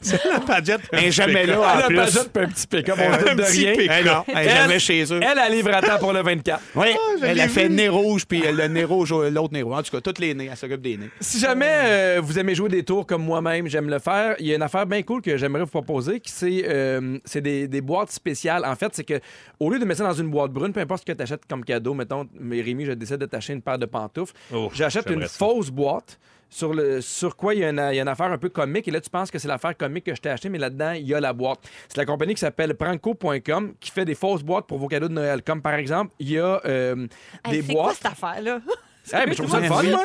Speaker 2: C'est la padjet.
Speaker 4: Un jamais là, en
Speaker 1: Elle a
Speaker 4: plus.
Speaker 1: pas un petit pick-up, on doute de
Speaker 2: *laughs* petit
Speaker 1: rien.
Speaker 2: Ah, pick-up.
Speaker 4: Eh non, un
Speaker 1: Elle-
Speaker 4: jamais chez eux.
Speaker 1: Elle, Ah, elle livre à temps pour le 24.
Speaker 4: Oui, elle a fait nez rouge, puis le nez rouge, l'autre nez rouge. En tout cas, toutes les nez, elle s'occupe des nez.
Speaker 1: Si jamais euh, vous aimez jouer des tours comme moi-même, j'aime le faire, il y a une affaire bien cool que j'aimerais vous proposer, qui c'est euh, c'est des, des boîtes spéciales. En fait, c'est que au lieu de mettre ça dans une boîte brune, peu importe ce que tu achètes comme cadeau, mettons, mais Rémi, je décide de t'acheter une paire de pantoufles,
Speaker 2: Oh,
Speaker 1: j'achète une
Speaker 2: j'aimerais ça.
Speaker 1: fausse boîte. Sur, le, sur quoi il y, a une, il y a une affaire un peu comique, et là tu penses que c'est l'affaire comique que je t'ai achetée, mais là-dedans il y a la boîte. C'est la compagnie qui s'appelle Pranko.com qui fait des fausses boîtes pour vos cadeaux de Noël. Comme par exemple, il y a euh,
Speaker 3: Hey,
Speaker 1: des
Speaker 3: c'est quoi
Speaker 1: boîtes.
Speaker 3: cette affaire-là? *laughs*
Speaker 1: Hey, mais je trouve ça le fun,
Speaker 4: Oui.
Speaker 1: moi.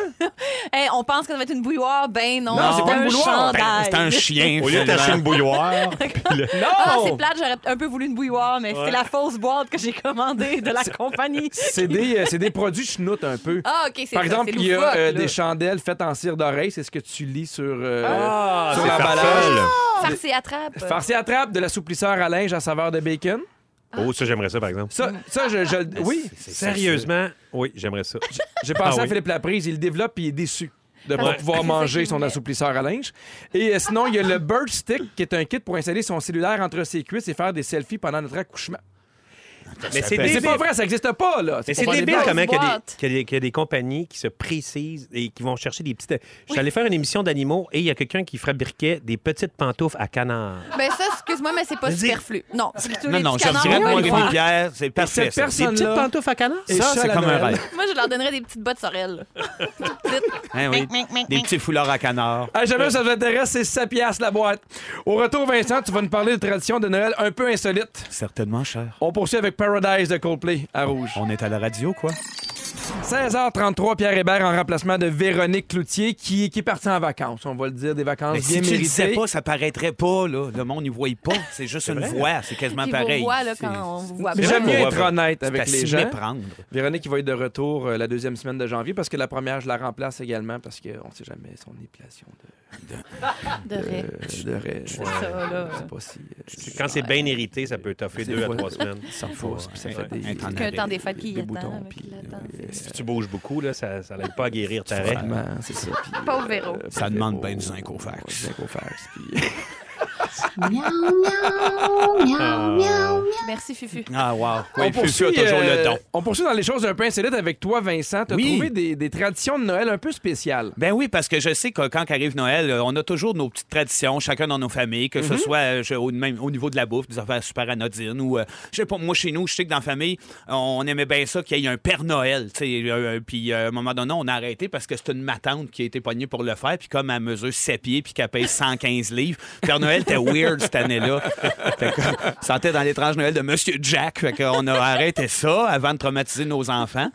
Speaker 3: Hey, on pense que ça va être une bouilloire. Ben non,
Speaker 1: Non, c'est pas
Speaker 3: un
Speaker 1: une bouilloire. Ben,
Speaker 3: chandail.
Speaker 4: C'est un chien.
Speaker 2: Au lieu d'acheter une bouilloire,
Speaker 1: Non!
Speaker 3: Ah, c'est plate, j'aurais un peu voulu une bouilloire, mais c'est la fausse boîte que j'ai commandée de la compagnie.
Speaker 1: *laughs* C'est des, euh, c'est des produits chenoutes un peu.
Speaker 3: Ah, OK, c'est
Speaker 1: Par
Speaker 3: ça,
Speaker 1: exemple,
Speaker 3: c'est
Speaker 1: il y a
Speaker 3: loufoque,
Speaker 1: euh,
Speaker 3: là.
Speaker 1: des chandelles faites en cire d'oreille. C'est ce que tu lis sur, euh, sur
Speaker 3: Ah,
Speaker 2: Ah, c'est
Speaker 1: l'emballage.
Speaker 2: farfel.
Speaker 3: Farce et attrape.
Speaker 1: Farci à trappe, de l'assoupisseur à linge à saveur de bacon.
Speaker 2: Oh, ça, j'aimerais ça, par exemple.
Speaker 1: Ça,
Speaker 3: Mm.
Speaker 1: ça je, je- Oui,
Speaker 2: Sérieusement, oui, j'aimerais ça.
Speaker 1: j'ai pensé
Speaker 2: Ah
Speaker 1: à
Speaker 2: oui.
Speaker 1: Philippe Laprise. Il le développe et il est déçu de ne
Speaker 3: Ouais.
Speaker 1: pas pouvoir
Speaker 3: Ah, C'est ça
Speaker 1: manger
Speaker 3: qu'il
Speaker 1: son
Speaker 3: voulait.
Speaker 1: assouplisseur à linge. Et euh, sinon, il y a le Bird Stick, qui est un kit pour installer son cellulaire entre ses cuisses et faire des selfies pendant notre accouchement.
Speaker 2: Mais c'est
Speaker 1: Mais c'est
Speaker 2: débile.
Speaker 1: pas vrai, ça n'existe pas, là. pour
Speaker 2: Mais c'est
Speaker 1: faire des
Speaker 2: débile
Speaker 1: blagues.
Speaker 2: comment qu'il y, a des-
Speaker 3: boîtes.
Speaker 2: qu'il y a des- qu'il y a des compagnies qui se précisent et qui vont chercher des petites. Je suis allé faire une émission d'animaux et il y a quelqu'un qui fabriquait des petites pantoufles à canard.
Speaker 3: Ben ça, excuse-moi, mais c'est pas
Speaker 2: Vas-y.
Speaker 3: superflu. Non, plutôt
Speaker 4: Non,
Speaker 3: les
Speaker 4: non,
Speaker 3: petits
Speaker 4: je
Speaker 3: canards,
Speaker 4: dirais
Speaker 3: on va
Speaker 4: moi,
Speaker 3: les voir.
Speaker 4: Rémi Pierre, c'est parfait.
Speaker 1: cette
Speaker 4: ça.
Speaker 1: personne- Des petites Celle-là.
Speaker 2: pantoufles à canard?
Speaker 1: Et
Speaker 4: Ça,
Speaker 1: à
Speaker 4: c'est
Speaker 1: la
Speaker 4: comme un
Speaker 1: Noël.
Speaker 4: rêve.
Speaker 3: Moi, je leur donnerais des petites bottes sorel.
Speaker 1: *laughs*
Speaker 3: Toutes petites.
Speaker 4: Hein, oui. Des petits foulards à canard.
Speaker 1: Ah, jamais ça vous intéresse, c'est 7 piastres la boîte. Au retour, Vincent, tu vas nous parler de traditions de Noël un peu insolites.
Speaker 4: Certainement cher.
Speaker 1: On poursuit avec Paradise de Coldplay à Rouge.
Speaker 4: On est à la radio, quoi.
Speaker 1: 16h33, Pierre Hébert en remplacement de Véronique Cloutier qui, qui est partie en vacances, on va le dire, des vacances
Speaker 4: Mais
Speaker 1: bien
Speaker 4: si tu le disais
Speaker 1: méritées.
Speaker 4: pas, ça paraîtrait pas, là. Le monde n'y voit pas. C'est juste une
Speaker 1: hein.
Speaker 4: voix. C'est quasiment
Speaker 3: Puis
Speaker 4: pareil.
Speaker 3: vous voit, là,
Speaker 4: C'est-
Speaker 3: quand on vous voit
Speaker 1: Mais
Speaker 3: pas.
Speaker 1: J'aime mieux
Speaker 2: Ouais,
Speaker 1: être
Speaker 2: ouais.
Speaker 1: honnête
Speaker 4: c'est à
Speaker 1: avec les
Speaker 4: s'y
Speaker 1: gens.
Speaker 4: méprendre.
Speaker 1: Véronique, il va être de retour euh, la deuxième semaine de janvier parce que la première, je la remplace également parce qu'on ne sait jamais son épilation
Speaker 3: De
Speaker 1: de,
Speaker 3: vrai.
Speaker 1: de, de raies.
Speaker 3: C'est ça, là.
Speaker 1: Je sais pas si. euh, si-
Speaker 2: Quand c'est bien hérité, ça peut toffer
Speaker 1: C'est
Speaker 2: deux à
Speaker 1: vrai.
Speaker 2: trois semaines.
Speaker 1: ça fausse, puis ça fait des.
Speaker 4: Être en
Speaker 3: Qu'un
Speaker 4: arrêt.
Speaker 3: temps des fêtes qui
Speaker 1: des
Speaker 3: y attend.
Speaker 1: boutons,
Speaker 3: là,
Speaker 1: puis, euh,
Speaker 3: qui l'attend.
Speaker 2: Si tu bouges beaucoup, là, ça ça l'aide pas à guérir ta raie.
Speaker 1: Vraiment, c'est ça. puis, euh,
Speaker 3: Pauvre Véro.
Speaker 4: Ça
Speaker 1: pauvre
Speaker 4: demande
Speaker 1: Véro,
Speaker 4: ben du zinc au fax.
Speaker 1: du zinc au fax, puis- euh,
Speaker 6: Miaou, miaou, miaou, miaou.
Speaker 3: Merci, Fufu.
Speaker 4: Ah, wow. Oui,
Speaker 1: on,
Speaker 4: puis ça,
Speaker 1: poursuit,
Speaker 4: toujours
Speaker 1: euh,
Speaker 4: le don.
Speaker 1: on poursuit dans les choses un peu insolites avec toi, Vincent. Tu as
Speaker 4: Oui.
Speaker 1: trouvé des, des traditions de Noël un peu spéciales.
Speaker 4: Ben oui, parce que je sais que quand arrive Noël, euh, on a toujours nos petites traditions, chacun dans nos familles, que ce soit euh, je- au, même, au niveau de la bouffe, des affaires super anodines, ou euh, je sais pas, moi chez nous, je sais que dans la famille, on aimait bien ça qu'il y ait un Père Noël, tu sais, euh, euh, puis euh, à un moment donné, on a arrêté parce que c'est une matante qui a été pognée pour le faire, puis comme elle mesure 7 pieds, puis qu'elle pèse 115 livres, Père Noël était weird cette année-là. Fait que, euh, sentait dans l'étrange Noël de Monsieur Jack, fait qu'on a arrêté ça avant de traumatiser nos enfants.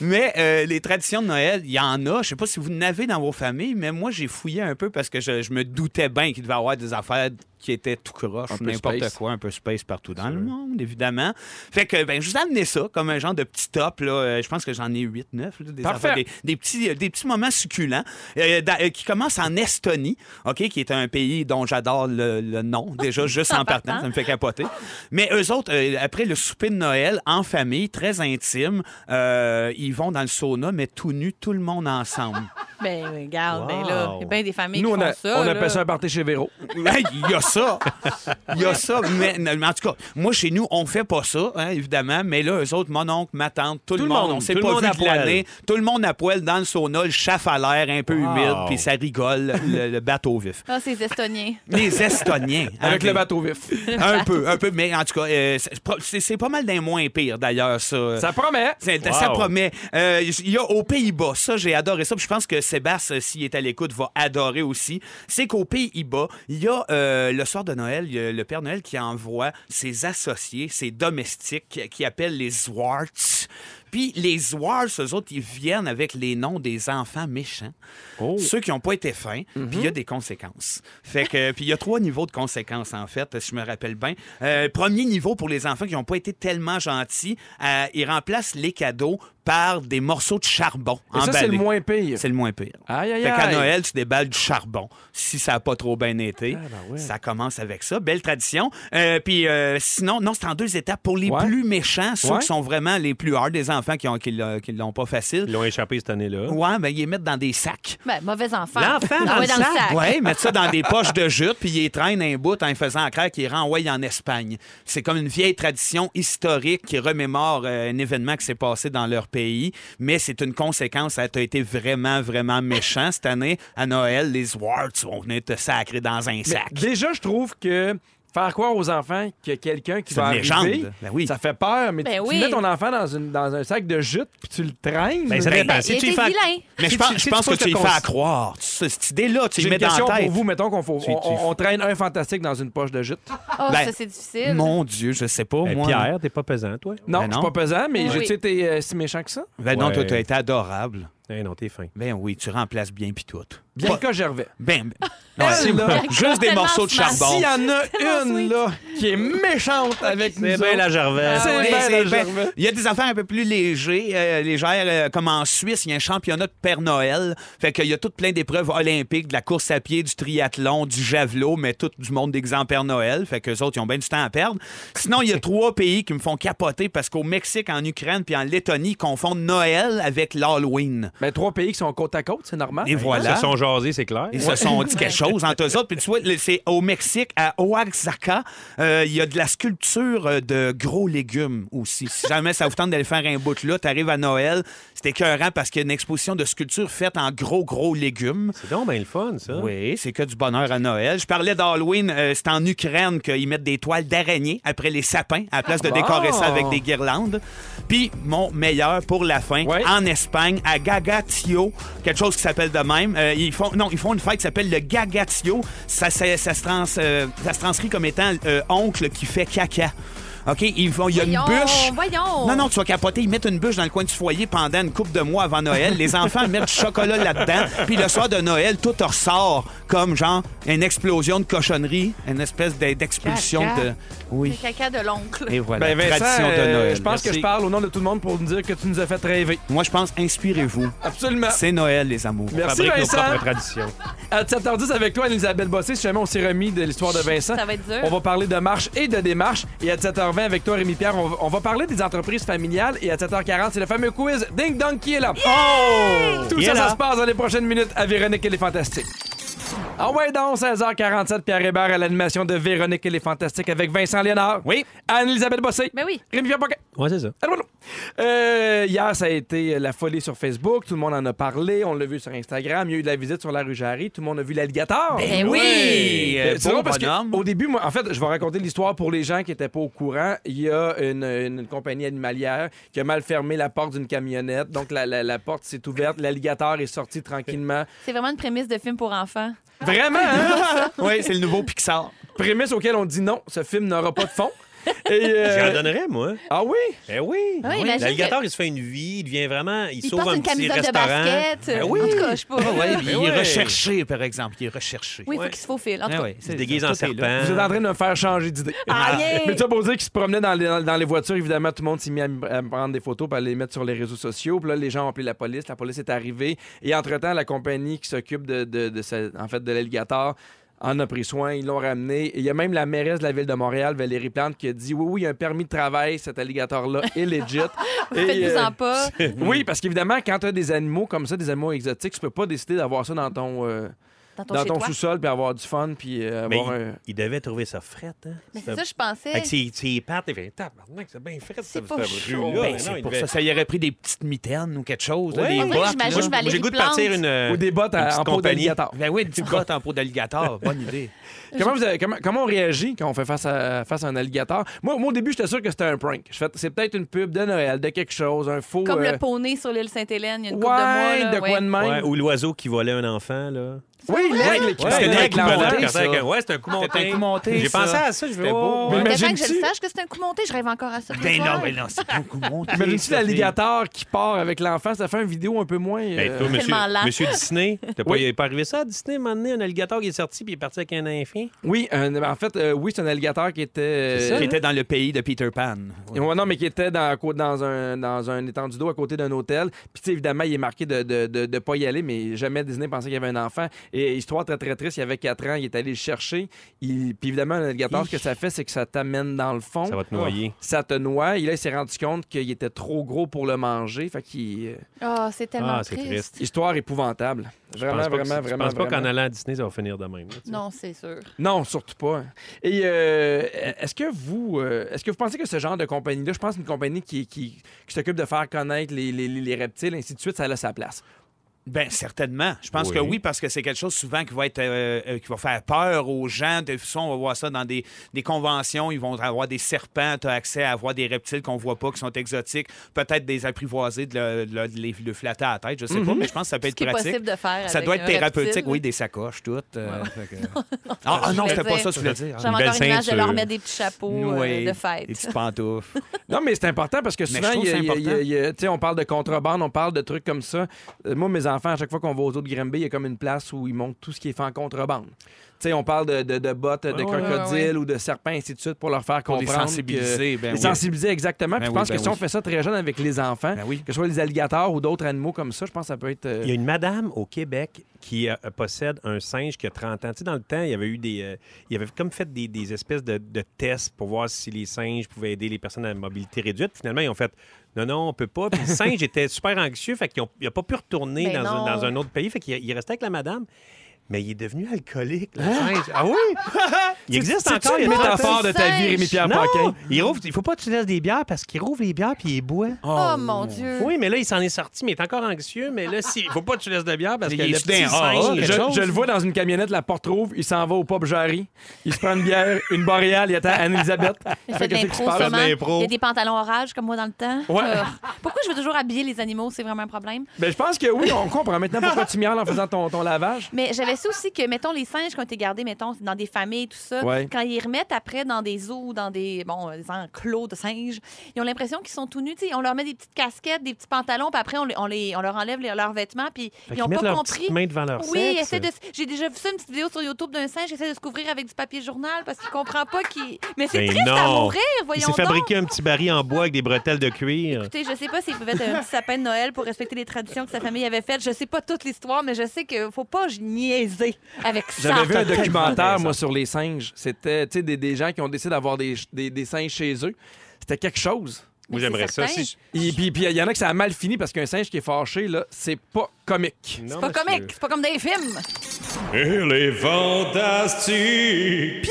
Speaker 4: Mais euh, les traditions de Noël, il y en a. Je sais pas si vous n'avez dans vos familles, mais moi, j'ai fouillé un peu parce que je, je me doutais bien qu'il devait y avoir des affaires qui étaient tout croche,
Speaker 1: Un peu
Speaker 4: n'importe
Speaker 1: space.
Speaker 4: quoi, un peu space partout dans le monde, évidemment. Fait que, ben, je vous ai amené ça comme un genre de petit top, là. Euh, Je pense que j'en ai 8, 9, des,
Speaker 1: Parfait.
Speaker 4: affaires, des, des petits, euh, des petits moments succulents euh, dans- euh, qui commencent en Estonie, OK, qui est un pays dont j'adore le, le nom, déjà, juste en partant, ça me fait capoter. Mais eux autres, euh, après le souper de Noël, en famille, très intime, euh, ils vont dans le sauna, mais tout nu, tout le monde ensemble.
Speaker 3: Ben, regarde, ben
Speaker 2: Wow.
Speaker 3: là, il y a bien des familles
Speaker 1: Nous,
Speaker 3: qui
Speaker 1: on,
Speaker 3: font
Speaker 1: a-
Speaker 3: ça.
Speaker 1: on
Speaker 3: là.
Speaker 1: appelle ça un party chez Véro.
Speaker 4: Hey, Il y a ça. Il y a ça. Mais, mais en tout cas, moi, chez nous, on fait pas ça, hein, évidemment. Mais là, eux autres, mon oncle, ma tante, tout, le monde, on s'est
Speaker 2: tout le
Speaker 4: pas
Speaker 2: monde
Speaker 4: vu
Speaker 2: à
Speaker 4: de l'année.
Speaker 2: poil.
Speaker 4: Tout le monde à poil dans le sauna, le chaf à l'air un peu humide, puis ça rigole, le, le bateau vif.
Speaker 3: Ah, c'est Estoniens.
Speaker 4: Les Estoniens. hein,
Speaker 1: Avec le
Speaker 4: les- *laughs*
Speaker 1: bateau vif.
Speaker 4: Un peu, un peu. Mais en tout cas, euh, c'est pro- c'est c'est pas mal d'un moins pire, d'ailleurs, ça.
Speaker 1: Ça promet.
Speaker 4: C'est-
Speaker 2: Wow.
Speaker 4: Ça promet. Euh, Il y a aux Pays-Bas, ça j'ai adoré ça. puis Je pense que Sébastien, euh, s'il est à l'écoute, va adorer aussi. C'est qu'aux Pays-Bas, il y a euh, le soir de Noël, il y a le Père Noël qui envoie ses associés, ses domestiques, qui, qui appellent les Zwarts. Puis les Zwarts, eux autres, ils viennent avec les noms des enfants méchants.
Speaker 1: Oh.
Speaker 4: Ceux qui n'ont pas été fins, puis
Speaker 1: Mhm.
Speaker 4: il y a des conséquences. Fait que, puis il y a trois niveaux de conséquences, en fait, si je me rappelle bien. Euh, premier niveau pour les enfants qui n'ont pas été tellement gentils, euh, ils remplacent les cadeaux par des morceaux de charbon.
Speaker 1: Et ça, c'est le
Speaker 4: emballés.
Speaker 1: moins pire.
Speaker 4: C'est le moins pire.
Speaker 1: Aïe, aïe,
Speaker 4: Fait qu'à
Speaker 1: aïe.
Speaker 4: Noël, tu déballes du charbon. Si ça n'a pas trop bien été,
Speaker 1: Ah, ben ouais.
Speaker 4: ça commence avec ça. Belle tradition. Euh, puis euh, sinon, non, c'est en deux étapes. Pour les
Speaker 1: Ouais.
Speaker 4: plus méchants, ceux
Speaker 1: Ouais.
Speaker 4: qui sont vraiment les plus hard, des enfants qui ont- qui l'ont qui l'ont pas
Speaker 2: Ils
Speaker 4: facile,
Speaker 2: l'ont échappé cette année-là.
Speaker 4: ouais, ben, ils les mettent dans des sacs.
Speaker 3: Ben, mauvais enfant.
Speaker 2: L'enfant dans
Speaker 3: Ah ouais,
Speaker 2: le sac.
Speaker 4: Oui, mettre ça dans des poches de jute, puis ils les traînent un bout en les faisant craquer, qui les renvoient en Espagne. C'est comme une vieille tradition historique qui remémore euh, un événement qui s'est passé dans leur pays, mais c'est une conséquence. Ça a été vraiment, vraiment méchant cette année. À Noël, les Swartz vont venir te sacrer dans un
Speaker 1: Mais
Speaker 4: sac.
Speaker 1: déjà, je trouve que faire croire aux enfants qu'il y a quelqu'un qui
Speaker 4: C'est
Speaker 1: va
Speaker 4: une légende.
Speaker 1: arriver,
Speaker 4: Ben oui.
Speaker 1: ça fait peur. Mais
Speaker 3: Ben
Speaker 1: tu, tu
Speaker 3: oui.
Speaker 1: mets ton enfant dans, une- dans un sac de jute puis tu le traînes.
Speaker 2: Ben, ça
Speaker 1: J'ai
Speaker 2: dépend.
Speaker 3: Ben,
Speaker 2: Si
Speaker 3: il
Speaker 2: tu y
Speaker 3: était
Speaker 2: fais-
Speaker 3: vilain.
Speaker 4: Mais
Speaker 2: Si
Speaker 4: je pense,
Speaker 2: tu-
Speaker 4: je
Speaker 2: si tu
Speaker 4: pense que
Speaker 2: poses
Speaker 4: tu les
Speaker 2: ton-
Speaker 4: fais à croire. Tu sais, Cette idée-là, tu les
Speaker 1: une
Speaker 4: mets dans
Speaker 1: question
Speaker 4: la tête.
Speaker 1: pour vous. Mettons qu'on faut-
Speaker 2: Tu-
Speaker 1: on,
Speaker 2: tu-
Speaker 1: on traîne un fantastique dans une poche de jute.
Speaker 3: Oh,
Speaker 4: Ben,
Speaker 3: ça, c'est difficile.
Speaker 4: Mon Dieu, je sais pas,
Speaker 2: Ben,
Speaker 4: moi.
Speaker 2: Pierre, t'es pas pesant, toi?
Speaker 1: hein. Non,
Speaker 4: Ben
Speaker 1: je
Speaker 4: non.
Speaker 1: suis pas pesant, mais
Speaker 3: Ben
Speaker 1: j'ai
Speaker 3: oui.
Speaker 1: tu été euh, si méchant que ça.
Speaker 4: Ben non, toi,
Speaker 2: Ouais.
Speaker 4: tu as été adorable.
Speaker 2: Eh non, t'es fin.
Speaker 4: Ben oui, tu remplaces bien puis tout.
Speaker 1: Bien que Gervais. *laughs*
Speaker 4: Ben, ben-
Speaker 1: Elle,
Speaker 4: Ouais, c'est-
Speaker 1: là,
Speaker 4: juste des
Speaker 3: tellement
Speaker 4: morceaux de
Speaker 3: smart.
Speaker 4: charbon.
Speaker 1: S'il y en a
Speaker 3: Tellement
Speaker 1: une
Speaker 3: sweet.
Speaker 1: là qui est méchante avec nous,
Speaker 2: C'est bien
Speaker 1: autres,
Speaker 2: la Gervais.
Speaker 1: c'est
Speaker 4: Mais
Speaker 1: bien
Speaker 4: c'est
Speaker 1: la
Speaker 4: bien-
Speaker 1: Gervais.
Speaker 4: Il y a des affaires un peu plus légers, euh, légères, euh, comme en Suisse, il y a un championnat de Père Noël. Fait qu'il y a tout plein d'épreuves olympiques, de la course à pied, du triathlon, du javelot, mais tout du monde d'exemple Père Noël. Fait qu'eux autres, ils ont bien du temps à perdre. Sinon, il y a trois pays qui me font capoter parce qu'au Mexique, en Ukraine puis en Lettonie, ils confondent Noël avec l'Halloween.
Speaker 1: Mais trois pays qui sont côte à côte, c'est normal.
Speaker 4: Et voilà.
Speaker 2: Ils se sont jasés, c'est clair.
Speaker 4: Ils se sont dit quelque chose entre eux autres. Puis tu vois, le- c'est au Mexique, à Oaxaca, euh, il y a de la sculpture euh, de gros légumes aussi. Si jamais ça vous tente d'aller faire un bout là, t'arrives à Noël, c'est écœurant parce qu'il y a une exposition de sculptures faites en gros, gros légumes.
Speaker 2: C'est donc bien le fun, ça.
Speaker 4: Oui, c'est que du bonheur à Noël. Je parlais d'Halloween, euh, c'est en Ukraine qu'ils mettent des toiles d'araignées après les sapins, à la place de
Speaker 1: Bon.
Speaker 4: décorer ça avec des guirlandes. Puis, mon meilleur pour la fin,
Speaker 1: Ouais.
Speaker 4: en Espagne, à Gagatio, quelque chose qui s'appelle de même. Euh, ils font, non, ils font une fête qui s'appelle le Gagatio. Ça, ça, ça se, trans- euh, ça se transcrit comme étant euh, oncle qui fait caca. OK, ils vont, il y a une
Speaker 3: Voyons,
Speaker 4: bûche.
Speaker 3: voyons.
Speaker 4: Non, non, tu vas capoter. Ils mettent une bûche dans le coin du foyer pendant une coupe de mois avant Noël. Les enfants mettent du chocolat là-dedans. Puis le soir de Noël, tout ressort comme genre une explosion de cochonnerie, une espèce d'e- d'expulsion
Speaker 3: Caca.
Speaker 4: de.
Speaker 3: Le
Speaker 4: Oui.
Speaker 3: caca de l'oncle.
Speaker 4: Et voilà.
Speaker 1: Ben Vincent,
Speaker 4: Tradition de
Speaker 1: euh,
Speaker 4: Noël.
Speaker 1: je pense que
Speaker 4: Merci.
Speaker 1: je parle au nom de tout le monde pour nous dire que tu nous as fait rêver.
Speaker 4: Moi, je pense, inspirez-vous.
Speaker 1: Absolument.
Speaker 4: C'est Noël, les amours.
Speaker 2: On
Speaker 1: Merci
Speaker 2: fabrique nos
Speaker 1: Vincent.
Speaker 2: propres traditions.
Speaker 1: À 7h10 avec toi, Elisabeth Bossé. Si jamais on s'est remis de l'histoire de Vincent,
Speaker 3: Ça va être dur.
Speaker 1: on va parler de marche et de démarche. Et à 7h20 avec toi, Rémi Pierre, on va, on va parler des entreprises familiales. Et à 7h40, c'est le fameux quiz Ding Dong qui est là. Oh! Tout
Speaker 2: Il
Speaker 1: ça,
Speaker 2: est
Speaker 1: ça
Speaker 2: là.
Speaker 1: se passe dans les prochaines minutes à Véronique et les Fantastiques. Ah ouais donc, 16h47, Pierre Hébert à l'animation de Véronique et les Fantastiques avec Vincent Léonard.
Speaker 4: Oui.
Speaker 1: Anne-Elisabeth Bossé.
Speaker 3: Ben oui.
Speaker 1: Rémi Pierre Paquin.
Speaker 2: Ouais, c'est ça.
Speaker 1: Allô, allô. Euh, hier, ça a été la folie sur Facebook. Tout le monde en a parlé. On l'a vu sur Instagram. Il y a eu de la visite sur la rue Jarry. Tout le monde a vu l'alligator.
Speaker 3: Ben oui.
Speaker 4: oui.
Speaker 1: Euh, c'est
Speaker 4: Beau
Speaker 1: drôle parce que
Speaker 4: bonhomme.
Speaker 1: au début, moi, en fait, je vais raconter l'histoire pour les gens qui n'étaient pas au courant. Il y a une, une compagnie animalière qui a mal fermé la porte d'une camionnette. Donc, la, la- la porte s'est ouverte. L'alligator est sorti tranquillement.
Speaker 3: C'est vraiment une prémisse de film pour enfants.
Speaker 1: Vraiment, hein?
Speaker 4: Oui, c'est le nouveau Pixar.
Speaker 1: Prémisse auquel on dit non, ce film n'aura pas de fond. Et, euh,
Speaker 2: J'en donnerais, moi.
Speaker 1: Ah oui?
Speaker 2: Ben oui.
Speaker 3: Ah oui, imagine
Speaker 2: L'alligator, il se fait une vie, il devient vraiment. Il,
Speaker 3: Il
Speaker 2: sauve
Speaker 3: porte
Speaker 2: un
Speaker 3: une
Speaker 2: petit
Speaker 3: camisole de
Speaker 2: restaurant.
Speaker 3: basket.
Speaker 2: Ben oui.
Speaker 3: En tout cas, je sais pas.
Speaker 4: Ah ouais, puis
Speaker 2: Ben
Speaker 4: il
Speaker 2: ouais.
Speaker 4: est recherché, par exemple. Il est recherché.
Speaker 3: Oui, il faut
Speaker 2: Ouais.
Speaker 3: qu'il se faufile. En tout
Speaker 4: Ah
Speaker 3: cas.
Speaker 4: ouais,
Speaker 2: Il se
Speaker 4: c'est-
Speaker 2: déguise en
Speaker 4: tout est là.
Speaker 2: serpent.
Speaker 1: Vous êtes en train de me faire changer d'idée.
Speaker 3: Ah,
Speaker 1: *laughs*
Speaker 3: yeah.
Speaker 1: Mais tu as beau dire qu'il se promenait dans les, dans les voitures, évidemment, tout le monde s'est mis à, me- à me prendre des photos pour aller les mettre sur les réseaux sociaux. Puis là, les gens ont appelé la police. La police est arrivée. Et entre-temps, la compagnie qui s'occupe de, de, de ce- en fait, de l'alligator en a pris soin, ils l'ont ramené. Et Il y a même la mairesse de la ville de Montréal, Valérie Plante, qui a dit Oui, oui, il y a un permis de travail, cet alligator-là est
Speaker 3: *laughs*
Speaker 1: legit. Et,
Speaker 3: Faites-vous-en
Speaker 1: euh,
Speaker 3: pas.
Speaker 1: *laughs* Oui, parce qu'évidemment, quand tu as des animaux comme ça, des animaux exotiques, tu peux pas décider d'avoir ça dans ton. euh,
Speaker 3: dans ton
Speaker 1: dans
Speaker 3: chez
Speaker 1: ton
Speaker 3: toi.
Speaker 1: sous-sol, puis avoir du fun, puis euh,
Speaker 2: Mais
Speaker 1: avoir
Speaker 2: il,
Speaker 1: un.
Speaker 2: il devait trouver ça fret, hein?
Speaker 3: Mais c'est ça, je pensais.
Speaker 2: Fait que s'il s'il part, il fait Tabarnak, c'est bien frais,
Speaker 3: C'est
Speaker 2: cette
Speaker 3: pas chaud. Ben,
Speaker 2: rue-là. Mais non,
Speaker 4: C'est
Speaker 2: il
Speaker 4: pour
Speaker 2: devait-
Speaker 4: ça, ça y aurait pris des petites mitaines ou quelque chose. là,
Speaker 2: Ouais.
Speaker 4: des
Speaker 2: On
Speaker 3: dirait
Speaker 4: bottes,
Speaker 3: que j'imagine
Speaker 4: là.
Speaker 3: je vais aller-
Speaker 2: J'ai
Speaker 3: Valérie
Speaker 2: goût de partir
Speaker 3: Plante.
Speaker 2: une. euh,
Speaker 1: Ou des bottes
Speaker 2: une
Speaker 1: à-
Speaker 2: petite
Speaker 1: en peau
Speaker 2: compagnie.
Speaker 1: d'alligator.
Speaker 4: Ben oui, des bottes en peau d'alligator. *laughs* Bonne idée.
Speaker 1: Comment, vous avez- comment, comment on réagit quand on fait face à, face à un alligator? Moi, moi, au début, j'étais sûr que c'était un prank. Je fais- C'est peut-être une pub de Noël, de quelque chose, un faux.
Speaker 3: Comme
Speaker 1: euh,
Speaker 3: le poney sur l'île Sainte-Hélène, il y a une
Speaker 1: ouais,
Speaker 3: couple de mois. là,
Speaker 1: de
Speaker 3: ouais.
Speaker 1: quoi de
Speaker 2: Ouais,
Speaker 1: même.
Speaker 2: ou l'oiseau qui volait un enfant, là.
Speaker 1: Oui, l'aigle qui
Speaker 2: Ouais,
Speaker 1: se
Speaker 2: il y en a
Speaker 1: tenait
Speaker 2: qui
Speaker 1: avec
Speaker 2: volait
Speaker 1: l'enfant.
Speaker 2: un
Speaker 4: ça.
Speaker 2: enfant avec un- Ouais, c'est un coup
Speaker 4: C'était un
Speaker 2: monté.
Speaker 4: coup monté,
Speaker 2: J'ai
Speaker 4: ça.
Speaker 2: pensé à ça, je veux
Speaker 4: C'était beau.
Speaker 2: Ouais.
Speaker 1: Mais
Speaker 3: Mais
Speaker 1: imagine
Speaker 3: avant que je le
Speaker 1: si-
Speaker 3: sache que c'est un coup monté, je rêve encore à ça. tous les
Speaker 4: Ben non,
Speaker 3: soirs.
Speaker 4: mais non, c'est beaucoup *laughs* monté.
Speaker 1: Imagine-tu
Speaker 4: Sophie.
Speaker 1: l'alligator qui part avec l'enfant, ça fait une vidéo un peu moins. euh,
Speaker 2: Ben, toi, monsieur,
Speaker 3: Tellement lent.
Speaker 2: monsieur Disney, t'as pas,
Speaker 1: Oui.
Speaker 2: il est pas arrivé ça à Disney, un moment donné, un alligator qui est sorti puis il est parti avec un enfant.
Speaker 1: Oui, un- en fait, euh, oui, c'est un alligator qui était.
Speaker 4: Qui
Speaker 1: euh,
Speaker 4: était dans le pays de Peter Pan.
Speaker 1: Ouais, non, mais qui était dans, à cô- dans, un, dans un étendue d'eau à côté d'un hôtel. Puis, tu sais, évidemment, il est marqué de ne de, de- de pas y aller, mais jamais Disney pensait qu'il y avait un enfant. Et histoire très, très triste, il avait 4 ans, il est allé le chercher. Il... Puis, évidemment, un alligator, ce que ça fait, c'est que ça t'amène dans le fond.
Speaker 2: Ça va te noyer.
Speaker 1: Ça te noie. Et là, il s'est rendu compte qu'il était trop gros pour le manger. Fait qu'il. euh,
Speaker 3: Ah, c'est tellement
Speaker 2: Ah, c'est
Speaker 3: triste.
Speaker 2: triste.
Speaker 1: Histoire épouvantable.
Speaker 2: Je
Speaker 1: Vraiment,
Speaker 2: pense pas que-
Speaker 1: vraiment,
Speaker 2: je
Speaker 1: vraiment.
Speaker 2: pense pas
Speaker 1: vraiment.
Speaker 2: qu'en allant à Disney, ça va finir de même. là, tu sais.
Speaker 3: Non, c'est sûr.
Speaker 1: Non, surtout pas. hein. Et euh, est-ce que vous euh, est-ce que vous pensez que ce genre de compagnie-là, je pense une compagnie qui, qui, qui s'occupe de faire connaître les, les- les reptiles, ainsi de suite, ça a sa place.
Speaker 4: Ben certainement. Je pense
Speaker 2: Oui.
Speaker 4: que oui, parce que c'est quelque chose souvent qui va être euh, euh, qui va faire peur aux gens. De toute façon, on va voir ça dans des, des conventions. Ils vont avoir des serpents, tu as accès à voir des reptiles qu'on voit pas, qui sont exotiques, peut-être des apprivoisés, de, le, de le- de les le flatter à la tête, je sais pas, mais je pense que ça peut
Speaker 3: Ce
Speaker 4: être
Speaker 3: qui est
Speaker 4: pratique.
Speaker 3: possible de faire.
Speaker 4: ça
Speaker 3: avec
Speaker 4: doit être
Speaker 3: un reptile.
Speaker 4: thérapeutique, oui, des sacoches toutes. euh, fait
Speaker 3: *laughs*
Speaker 4: que- ah, ah, non,
Speaker 3: je
Speaker 4: c'était
Speaker 3: voulais
Speaker 4: pas ça que tu voulais dire.
Speaker 3: J'avais
Speaker 2: Une
Speaker 3: encore
Speaker 2: belle
Speaker 3: une image de
Speaker 2: ceinture.
Speaker 3: leur mettre des petits chapeaux euh,
Speaker 4: Oui,
Speaker 3: de
Speaker 4: Des
Speaker 3: fête.
Speaker 4: petites pantoufles.
Speaker 1: Non, mais c'est important parce que
Speaker 4: je
Speaker 1: souvent,
Speaker 4: trouve
Speaker 1: il y a-
Speaker 4: c'est
Speaker 1: il y a- il y a-
Speaker 4: important.
Speaker 1: il y a- tu sais, on parle de contrebande, on parle de trucs comme ça. Euh, Moi, mes enfants, à chaque fois qu'on va aux autres Grimby, il y a comme une place où ils montent tout ce qui est fait en contrebande. Tu sais, on parle de, de- de bottes de
Speaker 2: ouais,
Speaker 1: crocodiles
Speaker 3: ouais, ouais.
Speaker 1: ou de serpents, ainsi de suite, pour leur faire
Speaker 4: Pour les
Speaker 1: comprendre. que-
Speaker 4: sensibiliser, ben
Speaker 1: les
Speaker 4: oui.
Speaker 1: sensibiliser, exactement.
Speaker 4: Ben
Speaker 1: Puis
Speaker 4: oui,
Speaker 1: je pense
Speaker 4: ben
Speaker 1: que si
Speaker 4: oui.
Speaker 1: on fait ça très jeune avec les enfants,
Speaker 4: Ben oui.
Speaker 1: que ce soit les alligators ou d'autres animaux comme ça, je pense que ça peut être. euh,
Speaker 2: Il y a une madame au Québec qui euh, possède un singe qui a 30 ans. Tu sais, dans le temps, il y avait eu des. euh, il y avait comme fait des, des espèces de, de tests pour voir si les singes pouvaient aider les personnes à mobilité réduite. Finalement, ils ont fait non, non, on peut pas. Puis le singe *laughs* était super anxieux, fait qu'il n'a pas pu retourner
Speaker 3: Ben
Speaker 2: dans
Speaker 3: non.
Speaker 2: un, dans un autre pays. Fait qu'il il restait avec la madame. Mais il est devenu alcoolique, le singe.
Speaker 1: *laughs*
Speaker 2: Ah oui? Il existe encore. il
Speaker 1: Hein? une
Speaker 2: y a 30 ans.
Speaker 1: métaphore de ta vie,
Speaker 3: singe?
Speaker 1: Rémi-Pierre
Speaker 2: Non,
Speaker 1: Paquin.
Speaker 2: il, rouvre- il faut pas que tu laisses des bières parce qu'il rouvre les bières puis il boit.
Speaker 3: Oh mon Dieu.
Speaker 2: Oui, mais là, il s'en est sorti, mais il est encore anxieux. Mais là, si... faut pas que tu laisses de bière parce que
Speaker 4: Il
Speaker 2: le
Speaker 4: est
Speaker 2: petit
Speaker 4: soudain, ah, ah,
Speaker 2: singe,
Speaker 1: Je,
Speaker 2: quelque chose.
Speaker 1: je le vois dans une camionnette, la porte rouvre, il s'en va au pub Jarry, il se prend une bière, une boréale, il attend Anne-Elisabeth.
Speaker 3: Mais
Speaker 1: Fait
Speaker 3: c'est de
Speaker 1: que c'est que tu
Speaker 3: l'impro,
Speaker 1: parles
Speaker 3: sûrement.
Speaker 2: de l'impro.
Speaker 3: Il y a des pantalons orange comme moi dans le temps.
Speaker 1: Ouais.
Speaker 3: Euh, pourquoi je veux toujours habiller les animaux? C'est vraiment un problème.
Speaker 1: Ben, je pense que oui, on comprend maintenant pourquoi tu miaules en faisant ton, ton lavage.
Speaker 3: Mais j'avais ça aussi que, mettons, les singes qui ont été gardés, mettons, dans des familles, tout ça,
Speaker 1: Ouais.
Speaker 3: quand ils les remettent après dans des zoos ou dans des, bon, euh, des enclos de singes, ils ont l'impression qu'ils sont tout nus. tu sais. On leur met des petites casquettes, des petits pantalons, puis après, on, les- on les, on leur enlève les- leurs vêtements, puis ils
Speaker 2: Fait qu'ils
Speaker 3: n'ont
Speaker 2: mettent
Speaker 3: pas
Speaker 2: leurs
Speaker 3: compris.
Speaker 2: petites mains devant leur
Speaker 3: Oui,
Speaker 2: sexe.
Speaker 3: essaie de. s- J'ai déjà vu ça, une petite vidéo sur YouTube d'un singe qui essaie de se couvrir avec du papier journal parce qu'il comprend pas qu'il. Mais c'est
Speaker 2: Mais
Speaker 3: triste à
Speaker 2: Ben non.
Speaker 3: mourir,
Speaker 2: Il
Speaker 3: voyons
Speaker 2: s'est
Speaker 3: donc.
Speaker 2: fabriqué un petit baril en bois avec des bretelles de cuir.
Speaker 3: Écoutez, je sais pas s'il pouvait être un petit sapin de Noël pour respecter les traditions que sa famille avait faites. Je sais pas toute l'histoire, mais je sais qu'il faut pas niaiser avec ça.
Speaker 1: J'avais vu un documentaire, moi, sur les singes. C'était tu sais, des, des gens qui ont décidé d'avoir des, des, des singes chez eux. C'était quelque chose.
Speaker 3: Mais
Speaker 2: Moi,
Speaker 3: c'est
Speaker 2: j'aimerais ça.
Speaker 3: certain.
Speaker 2: Si-
Speaker 1: Et puis, puis il y en a que ça a mal fini parce qu'un singe qui est fâché, là, c'est pas comique.
Speaker 2: Non,
Speaker 3: C'est pas
Speaker 2: monsieur.
Speaker 3: comique, c'est pas comme des films.
Speaker 2: Il est fantastique.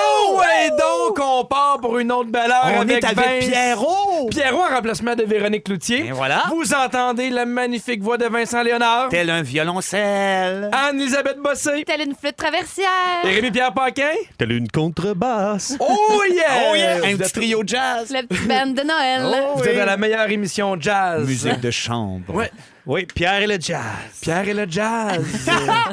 Speaker 1: Oh, ouais, donc, on part pour une autre belle heure
Speaker 4: On
Speaker 1: avec
Speaker 4: est avec
Speaker 1: Vince.
Speaker 4: Pierrot!
Speaker 1: Pierrot en remplacement de Véronique Cloutier.
Speaker 4: Et voilà.
Speaker 1: Vous entendez la magnifique voix de Vincent Léonard,
Speaker 4: Tel un violoncelle.
Speaker 1: Anne-Elisabeth Bossé
Speaker 3: Telle une flûte traversière.
Speaker 1: et Rémi-Pierre Paquin.
Speaker 2: T'as eu une contrebasse.
Speaker 1: Oh yeah!
Speaker 4: Oh yeah! Un
Speaker 1: Vous
Speaker 4: petit
Speaker 1: êtes,
Speaker 4: trio jazz.
Speaker 3: Le petit band de Noël.
Speaker 1: vous êtes à la meilleure émission jazz.
Speaker 4: Musique de chambre.
Speaker 1: Ouais.
Speaker 2: Oui, Pierre et le jazz.
Speaker 1: Pierre et le jazz.
Speaker 4: *laughs*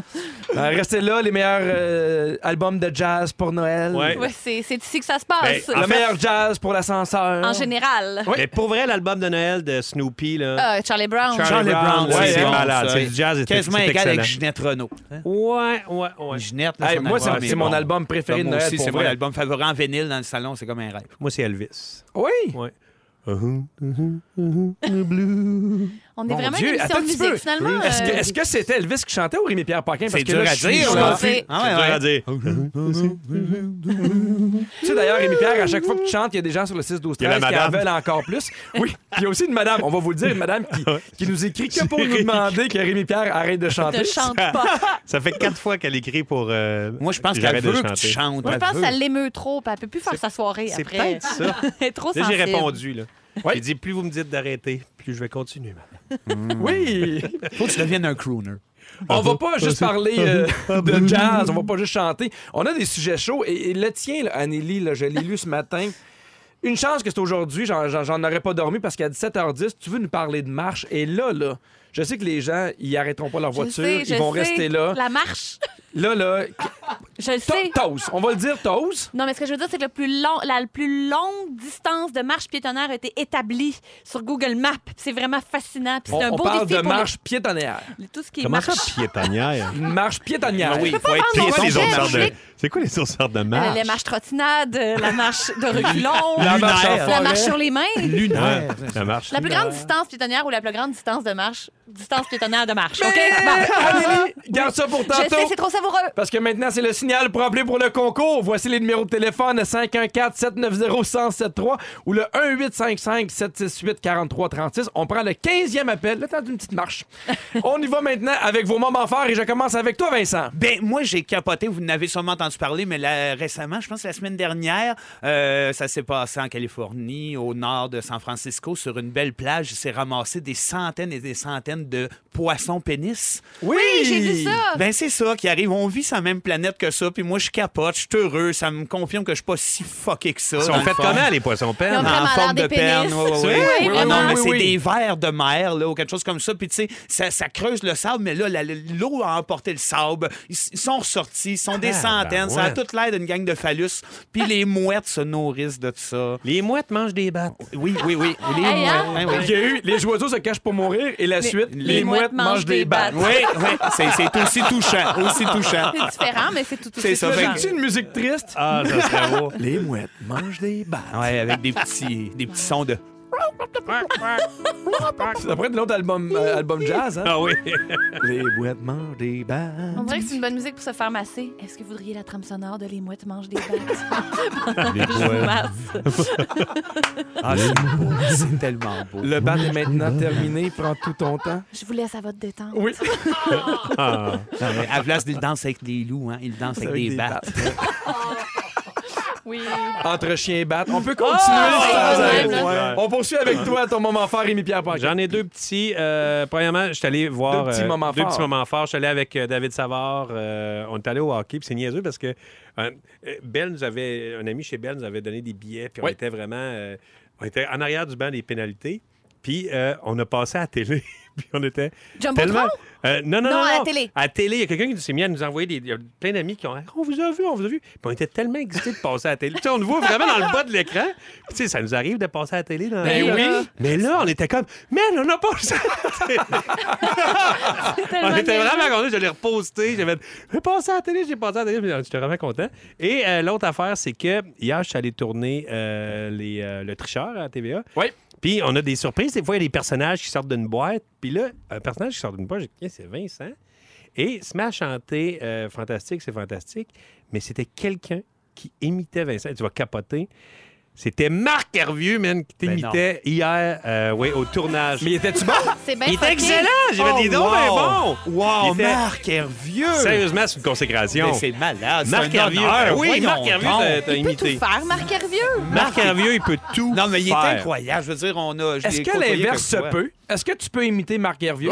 Speaker 1: Euh, restez là, les meilleurs euh, albums de jazz pour Noël.
Speaker 2: Ouais.
Speaker 3: Ouais, c'est c'est ici que ça se passe.
Speaker 2: Ben,
Speaker 1: Le
Speaker 2: En fait-
Speaker 1: meilleur jazz pour l'ascenseur.
Speaker 3: en général.
Speaker 1: Oui.
Speaker 2: Mais pour vrai, l'album de Noël de Snoopy, là.
Speaker 3: Ah, Charlie Brown.
Speaker 1: Charlie Brown,
Speaker 2: là,
Speaker 1: ouais,
Speaker 2: c'est
Speaker 1: bon,
Speaker 2: malade.
Speaker 4: ça,
Speaker 2: C'est
Speaker 4: oui.
Speaker 2: du jazz, c'est
Speaker 4: Quasiment
Speaker 2: c'est
Speaker 4: égal avec
Speaker 2: excellent.
Speaker 4: Ginette Renault.
Speaker 2: Ouais, ouais, ouais.
Speaker 4: Ginette, là,
Speaker 1: Hey,
Speaker 4: son
Speaker 1: moi, c'est
Speaker 4: album
Speaker 1: c'est
Speaker 4: est
Speaker 1: mon
Speaker 4: bon.
Speaker 1: album préféré de
Speaker 4: Moi
Speaker 1: Noël.
Speaker 4: aussi,
Speaker 1: pour
Speaker 4: c'est mon
Speaker 1: vrai.
Speaker 4: album favori en vinyle dans le salon, c'est comme un rêve.
Speaker 2: Moi, c'est Elvis.
Speaker 1: Oui.
Speaker 2: Ouais.
Speaker 3: On est
Speaker 1: Mon
Speaker 3: vraiment
Speaker 1: Dieu,
Speaker 3: une émission
Speaker 1: attends
Speaker 3: de
Speaker 1: un petit
Speaker 3: musique,
Speaker 1: peu.
Speaker 3: finalement.
Speaker 1: Est-ce que-
Speaker 3: euh,
Speaker 1: est-ce que c'était Elvis qui chantait ou Rémi-Pierre Paquin? Parce
Speaker 4: C'est
Speaker 1: que
Speaker 4: dur
Speaker 1: là,
Speaker 4: à
Speaker 1: je suis
Speaker 4: dire,
Speaker 1: confus.
Speaker 3: là.
Speaker 4: là.
Speaker 3: C'est
Speaker 4: Ah ouais, ouais.
Speaker 2: dire.
Speaker 1: Tu sais, d'ailleurs, Rémi-Pierre, à chaque fois que tu chantes, il y a des gens sur le 6, 12,
Speaker 2: Il y a la
Speaker 1: 13 qui en
Speaker 2: madame.
Speaker 1: veulent encore plus. Oui, puis il y a aussi une madame, on va vous le dire, une madame *laughs* qui, qui nous écrit que pour nous demander que Rémi-Pierre arrête de chanter.
Speaker 3: ne chante pas.
Speaker 1: *laughs*
Speaker 2: Ça fait quatre fois qu'elle écrit pour. euh,
Speaker 4: Moi, je pense qu'elle
Speaker 2: j'arrête de
Speaker 4: veut que tu
Speaker 2: chanter.
Speaker 4: chantes.
Speaker 3: Moi, je
Speaker 4: Elle
Speaker 3: pense que
Speaker 4: veut.
Speaker 3: ça l'émeut trop. puis Elle peut plus faire sa soirée
Speaker 2: C'est
Speaker 3: après.
Speaker 2: peut-être
Speaker 3: *laughs*
Speaker 2: ça.
Speaker 3: Elle est trop
Speaker 2: Là, j'ai
Speaker 3: sensible.
Speaker 2: répondu. Là.
Speaker 1: Ouais.
Speaker 2: J'ai dit plus vous me dites d'arrêter, plus je vais continuer. madame.
Speaker 1: Oui!
Speaker 4: *laughs* Faut que tu deviennes un crooner.
Speaker 1: On va pas juste parler euh, de jazz, on va pas juste chanter. On a des sujets chauds. Et, et le tien, là, Anneli, là, je l'ai lu ce matin. Une chance que c'est aujourd'hui, j'en- j'en j'en aurais pas dormi parce qu'à 17h10, tu veux nous parler de marche. Et là, là, je sais que les gens, ils arrêteront pas leur
Speaker 3: Je le
Speaker 1: voiture,
Speaker 3: sais, je
Speaker 1: ils vont
Speaker 3: sais.
Speaker 1: rester là.
Speaker 3: La Ah, marche,
Speaker 1: Là, là,
Speaker 3: je le
Speaker 1: to-
Speaker 3: sais.
Speaker 1: Toast. On va le dire Toast.
Speaker 3: Non, mais ce que je veux dire, c'est que le plus long, la plus longue distance de marche piétonnière a été établie sur Google Maps. Puis C'est vraiment fascinant. Puis
Speaker 1: On,
Speaker 3: C'est un
Speaker 1: on
Speaker 3: beau
Speaker 1: parle
Speaker 3: défi
Speaker 1: de
Speaker 3: pour les-
Speaker 1: marche piétonnière.
Speaker 3: les- tout ce qui est
Speaker 2: Comment
Speaker 3: marche.
Speaker 2: ça, piétonnière?
Speaker 1: Une
Speaker 3: Ah.
Speaker 1: marche piétonnière.
Speaker 4: oui,
Speaker 3: peux pas
Speaker 4: faut être
Speaker 3: vendre mon
Speaker 2: C'est quoi les
Speaker 3: Piéton,
Speaker 2: autres
Speaker 3: c'est
Speaker 2: sortes de-
Speaker 3: logique.
Speaker 2: c'est quoi les autres sortes de
Speaker 3: Euh,
Speaker 2: marches?
Speaker 3: Les marches trottinades, euh, la marche de reculons,
Speaker 1: La marche en
Speaker 3: la
Speaker 1: forêt.
Speaker 3: marche sur les mains.
Speaker 2: Ouais,
Speaker 4: Lunaire.
Speaker 2: la hein? marche.
Speaker 3: La plus grande distance piétonnière ou la plus grande distance de marche, distance piétonnière de marche. OK? Bon.
Speaker 1: Anneli, garde ça pour
Speaker 3: Je sais,
Speaker 1: tantôt.
Speaker 3: c'est trop savoureux.
Speaker 1: Parce que maintenant, c'est le signal pour appeler pour le concours. Voici les numéros de téléphone 514-790-1073 ou le 1855-768-4336. On prend le 15e appel. Le temps d'une petite *laughs* marche. On y va maintenant avec vos moments forts et je commence avec toi, Vincent.
Speaker 4: Ben, moi, j'ai capoté, vous n'avez sûrement entendu parler, mais là, récemment, je pense la semaine dernière, euh, ça s'est passé en Californie, au nord de San Francisco, sur une belle plage. Il s'est ramassé des centaines et des centaines de poissons pénis.
Speaker 1: Oui,
Speaker 3: j'ai vu ça.
Speaker 4: Ben, c'est ça qui arrive. On vit sur la même planète que ça, puis moi, je capote, je suis heureux. Ça me confirme que je suis pas si fucké que ça.
Speaker 2: Ils
Speaker 4: dans
Speaker 2: sont
Speaker 4: le
Speaker 2: faites
Speaker 4: fond.
Speaker 2: comment, les poissons
Speaker 3: Ils ont
Speaker 2: peines?
Speaker 3: vraiment
Speaker 4: En
Speaker 3: l'air
Speaker 4: forme
Speaker 3: des
Speaker 4: de perne,
Speaker 3: pénis.
Speaker 4: ouais, ouais,
Speaker 3: Oui,
Speaker 4: ouais.
Speaker 3: oui,
Speaker 4: Ah non,
Speaker 3: vraiment.
Speaker 4: mais c'est
Speaker 1: Oui, oui.
Speaker 4: des vers de mer là, ou quelque chose comme ça. Puis tu sais, ça, ça creuse le sable, mais là, la- l'eau a emporté le sable. Ils, ils sont ressortis, ils sont des
Speaker 2: Ah,
Speaker 4: centaines.
Speaker 2: ben
Speaker 4: Ça a
Speaker 2: ouais.
Speaker 4: toute l'air d'une gang de phallus. Puis les mouettes se nourrissent de ça.
Speaker 2: Les mouettes mangent des battes.
Speaker 4: Oui, oui, oui. Les
Speaker 3: Hey, hein?
Speaker 4: mouettes, hein, oui.
Speaker 1: Il y a eu Les oiseaux se cachent pour mourir et la suite, les, mouettes mangent des battes.
Speaker 4: Oui, oui, c'est- c'est aussi touchant, aussi touchant.
Speaker 3: C'est différent, mais c'est tout
Speaker 4: C'est
Speaker 3: aussi
Speaker 4: ça, fait
Speaker 3: touchant.
Speaker 4: que
Speaker 1: C'est une musique triste.
Speaker 2: Ah, ça serait *laughs* beau.
Speaker 1: Les mouettes mangent des battes.
Speaker 4: Ah Ouais, avec des petits, des petits sons de.
Speaker 1: Ça pourrait être l'autre album, euh, album jazz. Hein?
Speaker 2: Ah oui.
Speaker 1: Les mouettes mangent des battes.
Speaker 3: On dirait que c'est une bonne musique pour se faire masser. Est-ce que vous voudriez la trame sonore de Les Mouettes mangent des battes?
Speaker 2: Les
Speaker 3: Je vous masse.
Speaker 4: Ah, c'est beau, c'est tellement beau.
Speaker 1: Le bal est maintenant terminé. Prends tout ton temps.
Speaker 3: Je vous laisse à votre détente.
Speaker 1: Oui.
Speaker 2: Ah.
Speaker 4: À la place, il danse avec des loups, hein. Il danse avec,
Speaker 1: Avec
Speaker 4: des,
Speaker 1: des
Speaker 4: battes.
Speaker 3: Oui.
Speaker 1: Entre chien et batte. On peut continuer
Speaker 3: Ah,
Speaker 1: sans
Speaker 3: ouais,
Speaker 1: arrêt.
Speaker 3: ouais,
Speaker 2: ouais.
Speaker 1: On poursuit avec toi ton moment fort, Rémi Pierre Paquin.
Speaker 2: J'en ai deux petits. Euh, premièrement, je suis allé voir.
Speaker 1: Deux petits
Speaker 2: euh,
Speaker 1: moments
Speaker 2: deux
Speaker 1: forts.
Speaker 2: petits moments forts. Je suis allé avec euh, David Savard. euh, on est allé au hockey. Puis c'est niaiseux parce que euh, euh, Belle nous avait. Un ami chez Belle nous avait donné des billets. Puis
Speaker 1: Ouais.
Speaker 2: on était vraiment. euh, on était en arrière du banc des pénalités. Puis euh, on a passé à la télé. *laughs* puis on était.
Speaker 3: Jumbotron?
Speaker 2: Tellement. Euh, non, non,
Speaker 3: Non,
Speaker 2: non,
Speaker 3: à la
Speaker 2: non.
Speaker 3: télé.
Speaker 2: À la télé, il y a quelqu'un qui s'est mis à nous envoyer des. il y a plein d'amis qui ont. Ah, On vous a vu, on vous a vu. Puis on était tellement excités de passer à la télé. Tu sais, on nous voit vraiment dans le bas de l'écran. Puis tu sais, ça nous arrive de passer à la télé dans
Speaker 1: Ben
Speaker 2: la-
Speaker 1: oui.
Speaker 2: Mais là, on était comme. Mais on a passé à la télé. On était vraiment contents. Je l'ai reposté. J'avais j'ai passé à la télé, j'ai passé à la télé. mais J'étais vraiment content. Et euh, l'autre affaire, c'est que hier, je suis allé tourner euh, les, euh, Le Tricheur à TVA.
Speaker 1: Oui.
Speaker 2: Puis on a des surprises. Des fois, il y a des personnages qui sortent d'une boîte. Puis là, un personnage qui sort d'une boîte, j'ai dit, Tiens, c'est Vincent. Et il se met à chanter euh, Fantastique, c'est fantastique. Mais c'était quelqu'un qui imitait Vincent. Tu vas capoter. C'était Marc Hervieux, man, qui
Speaker 4: Ben
Speaker 2: t'imitait hier euh, ouais, au tournage.
Speaker 1: Mais étais-tu bon?
Speaker 3: C'est bien
Speaker 2: il était
Speaker 3: fucké.
Speaker 2: excellent! J'ai
Speaker 4: Oh,
Speaker 2: fait des dons, mais bon!
Speaker 4: Wow,
Speaker 2: Il était-
Speaker 4: Marc Hervieux!
Speaker 2: Sérieusement, c'est une consécration.
Speaker 4: Mais Ben, c'est malade.
Speaker 2: Marc
Speaker 4: c'est un
Speaker 2: Hervieux. ben
Speaker 4: honneur. Ben
Speaker 2: Oui,
Speaker 4: Voyons
Speaker 2: Marc Hervieux,
Speaker 4: donc.
Speaker 2: t'as- t'as
Speaker 3: Il peut tout
Speaker 2: imité.
Speaker 3: faire, Marc Hervieux.
Speaker 2: Marc Hervieux, il peut tout
Speaker 4: Non, mais il est
Speaker 2: faire.
Speaker 4: incroyable. Je veux dire, on a. je
Speaker 1: Est-ce
Speaker 4: l'ai
Speaker 1: que
Speaker 4: côtoyé
Speaker 1: l'inverse se
Speaker 4: quelques fois.
Speaker 1: peut? Est-ce que tu peux imiter Marc Hervieux?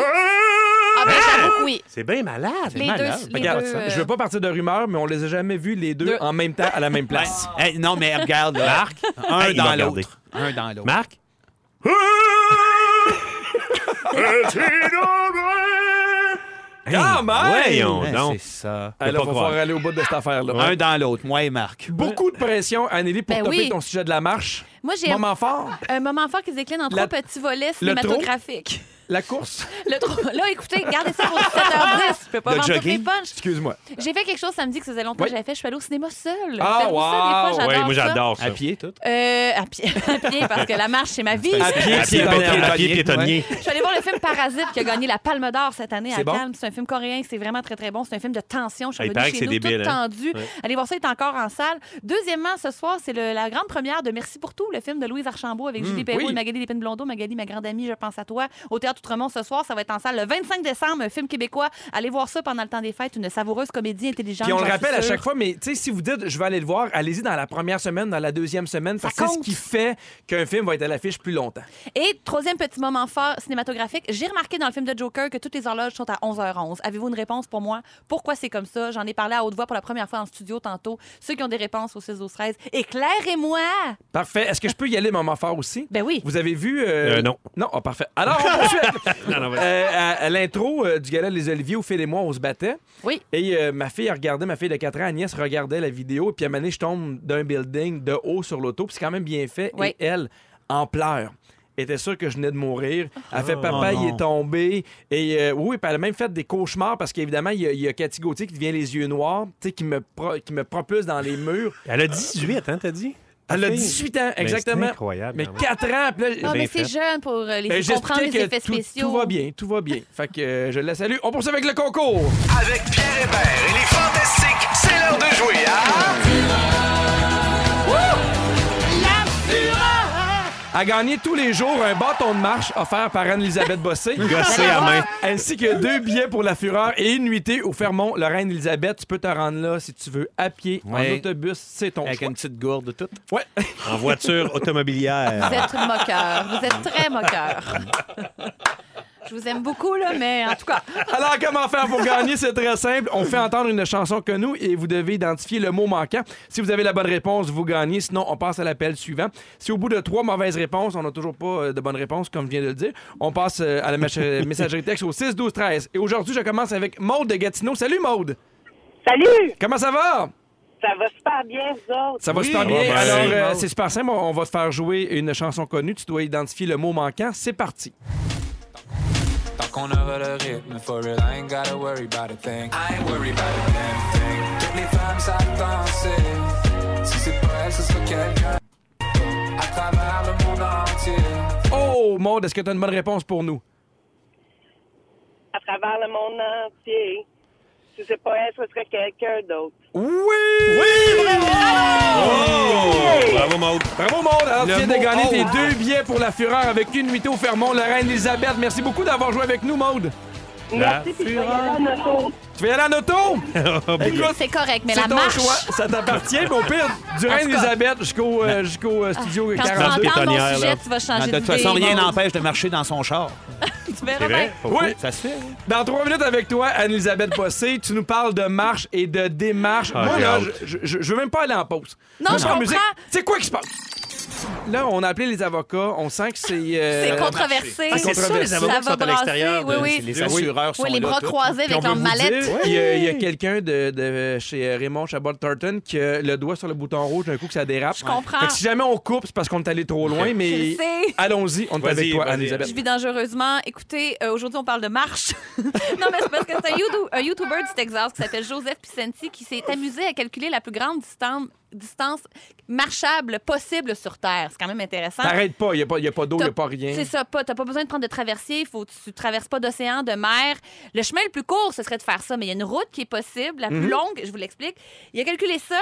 Speaker 3: Ah, ben, j'avoue que oui.
Speaker 2: C'est bien malade.
Speaker 3: Les
Speaker 4: malade.
Speaker 3: deux. les
Speaker 1: Regarde,
Speaker 3: deux, euh,
Speaker 1: je veux pas partir de rumeurs, mais on les a jamais vus les deux
Speaker 3: Deux.
Speaker 1: en même temps à la même
Speaker 4: Ouais.
Speaker 1: place.
Speaker 4: Ben, Hey, non, mais regarde, là. Marc, un
Speaker 2: Hey, il va
Speaker 4: dans
Speaker 2: regarder.
Speaker 4: l'autre. Un dans l'autre.
Speaker 2: *laughs* Marc?
Speaker 1: Quand même!
Speaker 2: Voyons
Speaker 4: Ouais,
Speaker 2: donc.
Speaker 4: Ben, C'est ça.
Speaker 1: Alors,
Speaker 2: pas
Speaker 1: va
Speaker 2: croire.
Speaker 1: falloir aller au bout de cette affaire-là.
Speaker 4: Un dans l'autre, moi et Marc.
Speaker 1: Beaucoup de pression, Anneli, pour
Speaker 3: Ben
Speaker 1: topper
Speaker 3: oui.
Speaker 1: ton sujet de la marche.
Speaker 3: euh, Moi, j'ai
Speaker 1: Moment fort,
Speaker 3: un moment fort qui se décline en
Speaker 1: La-
Speaker 3: trois petits volets
Speaker 1: le trop.
Speaker 3: cinématographiques.
Speaker 1: La
Speaker 3: *laughs*
Speaker 1: course.
Speaker 3: Le trou- Là, écoutez, gardez ça pour 17h10. Je peux pas
Speaker 4: Le
Speaker 3: vendre toutes mes
Speaker 4: jogging.
Speaker 3: punches.
Speaker 1: Excuse-moi.
Speaker 3: J'ai fait quelque chose samedi que ça faisait longtemps
Speaker 1: Oui.
Speaker 3: que j'avais fait. Je suis allée au cinéma seule.
Speaker 1: Ah,
Speaker 3: Faites-vous ça, des
Speaker 1: wow.
Speaker 3: fois,
Speaker 2: Oui,
Speaker 3: j'adore
Speaker 2: moi,
Speaker 3: ça.
Speaker 2: j'adore ça.
Speaker 1: À pied, tout.
Speaker 3: Euh, à pied, *laughs* à pied, parce que la marche, c'est ma vie.
Speaker 1: À pied,
Speaker 2: À pied,
Speaker 1: c'est
Speaker 2: piétonnier.
Speaker 1: dernière.
Speaker 2: À pied, piétonnier.
Speaker 3: Je suis allée voir le film Parasite qui a gagné la Palme d'Or cette année à
Speaker 1: C'est bon?
Speaker 3: Cannes. C'est un film coréen, c'est vraiment très très bon. C'est un film de tension. Je suis
Speaker 2: Ah, il
Speaker 3: revenue
Speaker 2: paraît que
Speaker 3: chez
Speaker 2: c'est
Speaker 3: nous
Speaker 2: débile,
Speaker 3: toute
Speaker 2: hein?
Speaker 3: tendue.
Speaker 2: Ouais.
Speaker 3: Allez voir ça, il est encore en salle. Deuxièmement, ce soir, c'est le- la grande première de Merci pour tout, le film de Louise Archambault avec Julie Perrault
Speaker 1: Hmm, oui.
Speaker 3: et Magali Lépine Blondeau. Magali, ma grande amie, je pense à toi. Au Théâtre Outremont ce soir, ça va être en salle le 25 décembre, un film québécois. Allez voir ça pendant le temps des fêtes, une savoureuse comédie intelligente.
Speaker 1: Puis on le
Speaker 3: j'en suis
Speaker 1: rappelle à
Speaker 3: sûre.
Speaker 1: chaque fois, mais tu sais, si vous dites je vais aller le voir, allez-y dans la première semaine, dans la deuxième semaine, parce que c'est ce
Speaker 3: compte.
Speaker 1: qui fait qu'un film va être à l'affiche plus longtemps.
Speaker 3: Et troisième petit moment fort cinématographique, j'ai remarqué dans le film de Joker que toutes les horloges sont à 11h11. Avez-vous une réponse pour moi? Pourquoi c'est comme ça? J'en ai parlé à haute voix pour la première fois en studio tantôt. Ceux qui ont des réponses au 6 12 13 éclairez-moi!
Speaker 1: Parfait. Est-ce que je peux y aller, moment fort aussi?
Speaker 3: Ben oui.
Speaker 1: Vous avez vu.
Speaker 2: Euh, non.
Speaker 1: Non, Ah, parfait. Alors, on poursuit.
Speaker 2: *laughs* Non, non, vas-y.
Speaker 1: Euh, à, à l'intro euh, du gala Les Oliviers où Phil et moi, on se battait.
Speaker 3: Oui.
Speaker 1: Et euh, ma fille regardait, ma fille de 4 ans, Agnès regardait la vidéo. Puis à un moment donné, je tombe d'un building de haut sur l'auto. Puis c'est quand même bien fait.
Speaker 3: Oui.
Speaker 1: Et elle, en pleurs, était sûre que je venais de mourir. Elle fait Papa,
Speaker 4: Oh non.
Speaker 1: il est tombé. Et euh, oui, puis elle a même fait des cauchemars parce qu'évidemment, il y a, il y a Cathy Gauthier qui devient les yeux noirs, tu sais, qui me, pro- qui me propulse dans les
Speaker 2: *laughs*
Speaker 1: murs.
Speaker 2: Elle a 18, hein, t'as dit?
Speaker 1: Elle a
Speaker 2: Fille.
Speaker 1: 18 ans,
Speaker 2: Mais
Speaker 1: exactement.
Speaker 2: C'est incroyable. hein,
Speaker 1: Mais
Speaker 2: quand même.
Speaker 1: 4 ans, puis là,
Speaker 3: Ah,
Speaker 2: bien
Speaker 3: mais c'est
Speaker 2: fait.
Speaker 3: jeune pour euh, les
Speaker 1: ben,
Speaker 3: filles comprendre
Speaker 1: j'explique
Speaker 3: les
Speaker 1: que
Speaker 3: effets
Speaker 1: tout,
Speaker 3: spéciaux.
Speaker 1: tout va bien, tout va bien. Fait que euh, je la salue. On poursuit avec le concours.
Speaker 7: Avec Pierre Hébert et les Fantastiques, c'est l'heure de jouer à...
Speaker 1: A gagné tous les jours un bâton de marche offert par Anne-Elisabeth Bossé.
Speaker 2: *laughs* Gossé à main.
Speaker 1: Ainsi que deux billets pour la Fureur et une nuitée au Fermont, Lorraine Elisabeth. Tu peux te rendre là si tu veux à pied, en
Speaker 4: Ouais.
Speaker 1: autobus, c'est ton
Speaker 4: Avec
Speaker 1: choix.
Speaker 4: une petite gourde, toute.
Speaker 1: Ouais.
Speaker 2: En *laughs* voiture
Speaker 3: Vous
Speaker 2: automobilière.
Speaker 3: êtes moqueur. Vous êtes très moqueur. Je vous aime beaucoup, là, mais en tout cas,
Speaker 1: Alors, comment faire pour gagner? C'est très simple. On fait entendre une chanson que nous et vous devez identifier le mot manquant. Si vous avez la bonne réponse, vous gagnez. Sinon, on passe à l'appel suivant. Si au bout de trois mauvaises réponses, on n'a toujours pas euh, de bonne réponse, comme je viens de le dire, on passe euh, à la mach- messagerie texte au 6 12 13 Et aujourd'hui, je commence avec Maude de Gatineau. Salut, Maude!
Speaker 8: Salut!
Speaker 1: Comment ça va?
Speaker 8: Ça va super bien, vous autres?
Speaker 1: Ça va
Speaker 4: Oui.
Speaker 1: super
Speaker 4: Ça
Speaker 1: bien.
Speaker 2: va bien.
Speaker 1: Alors, euh,
Speaker 4: Maude.
Speaker 1: c'est super simple. On on va te faire jouer une chanson connue. Tu dois identifier le mot manquant. C'est parti.
Speaker 9: Tant qu'on aura le rythme for real, I ain't gotta worry about a thing. I ain't worry about a damn thing. Toutes les femmes savent danser. Si c'est pas elle, ce sera quelqu'un. À travers le monde entier.
Speaker 1: Oh, Maude, est-ce que tu as une bonne réponse pour nous?
Speaker 8: À travers le monde entier. Si c'est pas elle, ce serait quelqu'un d'autre.
Speaker 1: Oui!
Speaker 2: Bravo, Maud.
Speaker 1: Bravo,
Speaker 2: *laughs*
Speaker 1: monde! Alors,
Speaker 4: Le
Speaker 1: tu viens de
Speaker 4: mot
Speaker 1: gagner
Speaker 4: haut.
Speaker 1: tes deux billets pour la Fureur avec une nuitée au Fermont, Lorraine Elisabeth. Merci beaucoup d'avoir joué avec nous, Maude.
Speaker 2: La
Speaker 8: Merci, puis je vais y aller en auto.
Speaker 1: Tu vas y aller en auto? Écoute,
Speaker 3: c'est correct, mais
Speaker 1: c'est
Speaker 3: la
Speaker 1: ton
Speaker 3: marche.
Speaker 1: choix. Ça t'appartient, mais au pire, du
Speaker 3: En
Speaker 1: Reine
Speaker 3: tout cas.
Speaker 1: Elisabeth jusqu'au euh, jusqu'au, euh, studio
Speaker 3: Quand tu
Speaker 1: 42.
Speaker 3: vas entendre mon
Speaker 2: Pétonnière, là.
Speaker 3: sujet, tu vas changer
Speaker 4: Ah, de
Speaker 3: d'idée.
Speaker 4: toute façon, rien
Speaker 3: Maude.
Speaker 4: n'empêche de marcher dans son char.
Speaker 3: Tu verras bien.
Speaker 2: C'est vrai?
Speaker 1: Oui,
Speaker 4: Ça se fait. hein? oui.
Speaker 1: dans trois minutes avec toi, Anne-Elisabeth Bossé, tu nous parles de marche et de démarche.
Speaker 2: Ah,
Speaker 1: Moi,
Speaker 2: j'ai
Speaker 1: là,
Speaker 2: hâte.
Speaker 1: je, je- je veux même pas aller en pause. Moi,
Speaker 3: Non, je
Speaker 1: suis en
Speaker 3: comprends.
Speaker 1: musique. C'est quoi qui se passe? Là, on a appelé les avocats. On sent que c'est. euh,
Speaker 3: C'est controversé.
Speaker 1: Ah, c'est ça, les
Speaker 3: Ça
Speaker 2: avocats qui
Speaker 3: va
Speaker 2: sont à l'extérieur
Speaker 3: brasser,
Speaker 2: de-
Speaker 3: Oui,
Speaker 4: C'est
Speaker 3: oui.
Speaker 4: Les assureurs sont
Speaker 3: Oui, les
Speaker 4: là,
Speaker 3: bras
Speaker 4: tout.
Speaker 3: croisés
Speaker 1: Puis on
Speaker 3: avec leur
Speaker 1: veut vous
Speaker 3: mallette.
Speaker 1: dire, Il y a, il y a quelqu'un de, de- chez euh, Raymond Chabot Turton qui a le doigt sur le bouton rouge d'un coup que ça dérape.
Speaker 3: Je comprends.
Speaker 1: Fait que si jamais on coupe, c'est parce qu'on est allé trop loin,
Speaker 3: Je
Speaker 1: mais
Speaker 3: le sais.
Speaker 1: allons-y, on est avec
Speaker 2: Vas-y,
Speaker 1: toi,
Speaker 2: vas-y.
Speaker 1: Anne-Elisabeth.
Speaker 3: Je vis dangereusement. Écoutez, euh, aujourd'hui, on parle de marche. *laughs* non, mais c'est parce que c'est un, YouTube- un YouTuber du Texas qui s'appelle Joseph Picenti qui s'est amusé à calculer la plus grande distance, distance marchable possible sur Terre. C'est quand même intéressant.
Speaker 1: T'arrêtes pas, il n'y a pas, y a pas d'eau, il
Speaker 3: T'as-
Speaker 1: n'y a pas rien.
Speaker 3: C'est ça, pas, t'as pas besoin de prendre de traversier, faut, tu traverses pas d'océan, de mer. Le chemin le plus court, ce serait de faire ça, mais il y a une route qui est possible, la plus longue, je vous l'explique. Il a calculé ça.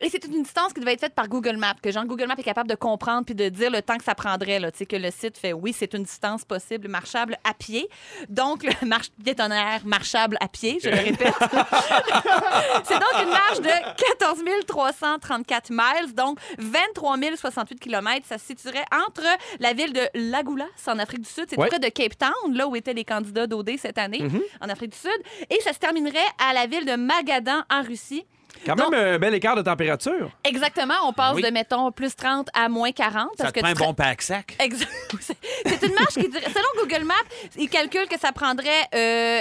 Speaker 3: Et c'est toute une distance qui devait être faite par Google Maps, que genre Google Maps est capable de comprendre puis de dire le temps que ça prendrait. Là, Tu sais, que le site fait oui, c'est une distance possible marchable à pied. Donc, le *laughs* marche piétonnaire marchable à pied, je le répète. C'est donc une marche de 14 334 miles, donc 23 068 km. Ça se situerait entre la ville de Lagoulas, en Afrique du Sud. C'est tout
Speaker 1: Ouais.
Speaker 3: près de Cape Town, là où étaient les candidats d'OD cette année, en Afrique du Sud. Et ça se terminerait à la ville de Magadan, en Russie.
Speaker 1: Quand
Speaker 3: Donc-
Speaker 1: même un bel écart de température.
Speaker 3: Exactement, on passe
Speaker 4: Oui.
Speaker 3: de, mettons, plus 30 à moins 40.
Speaker 4: Ça
Speaker 3: parce
Speaker 4: te
Speaker 3: que
Speaker 4: prend un
Speaker 3: tu tra-
Speaker 4: bon pack-sac.
Speaker 3: Exact. *laughs* C'est c'est une marche qui dirait. Selon Google Maps, il calcule que ça prendrait euh,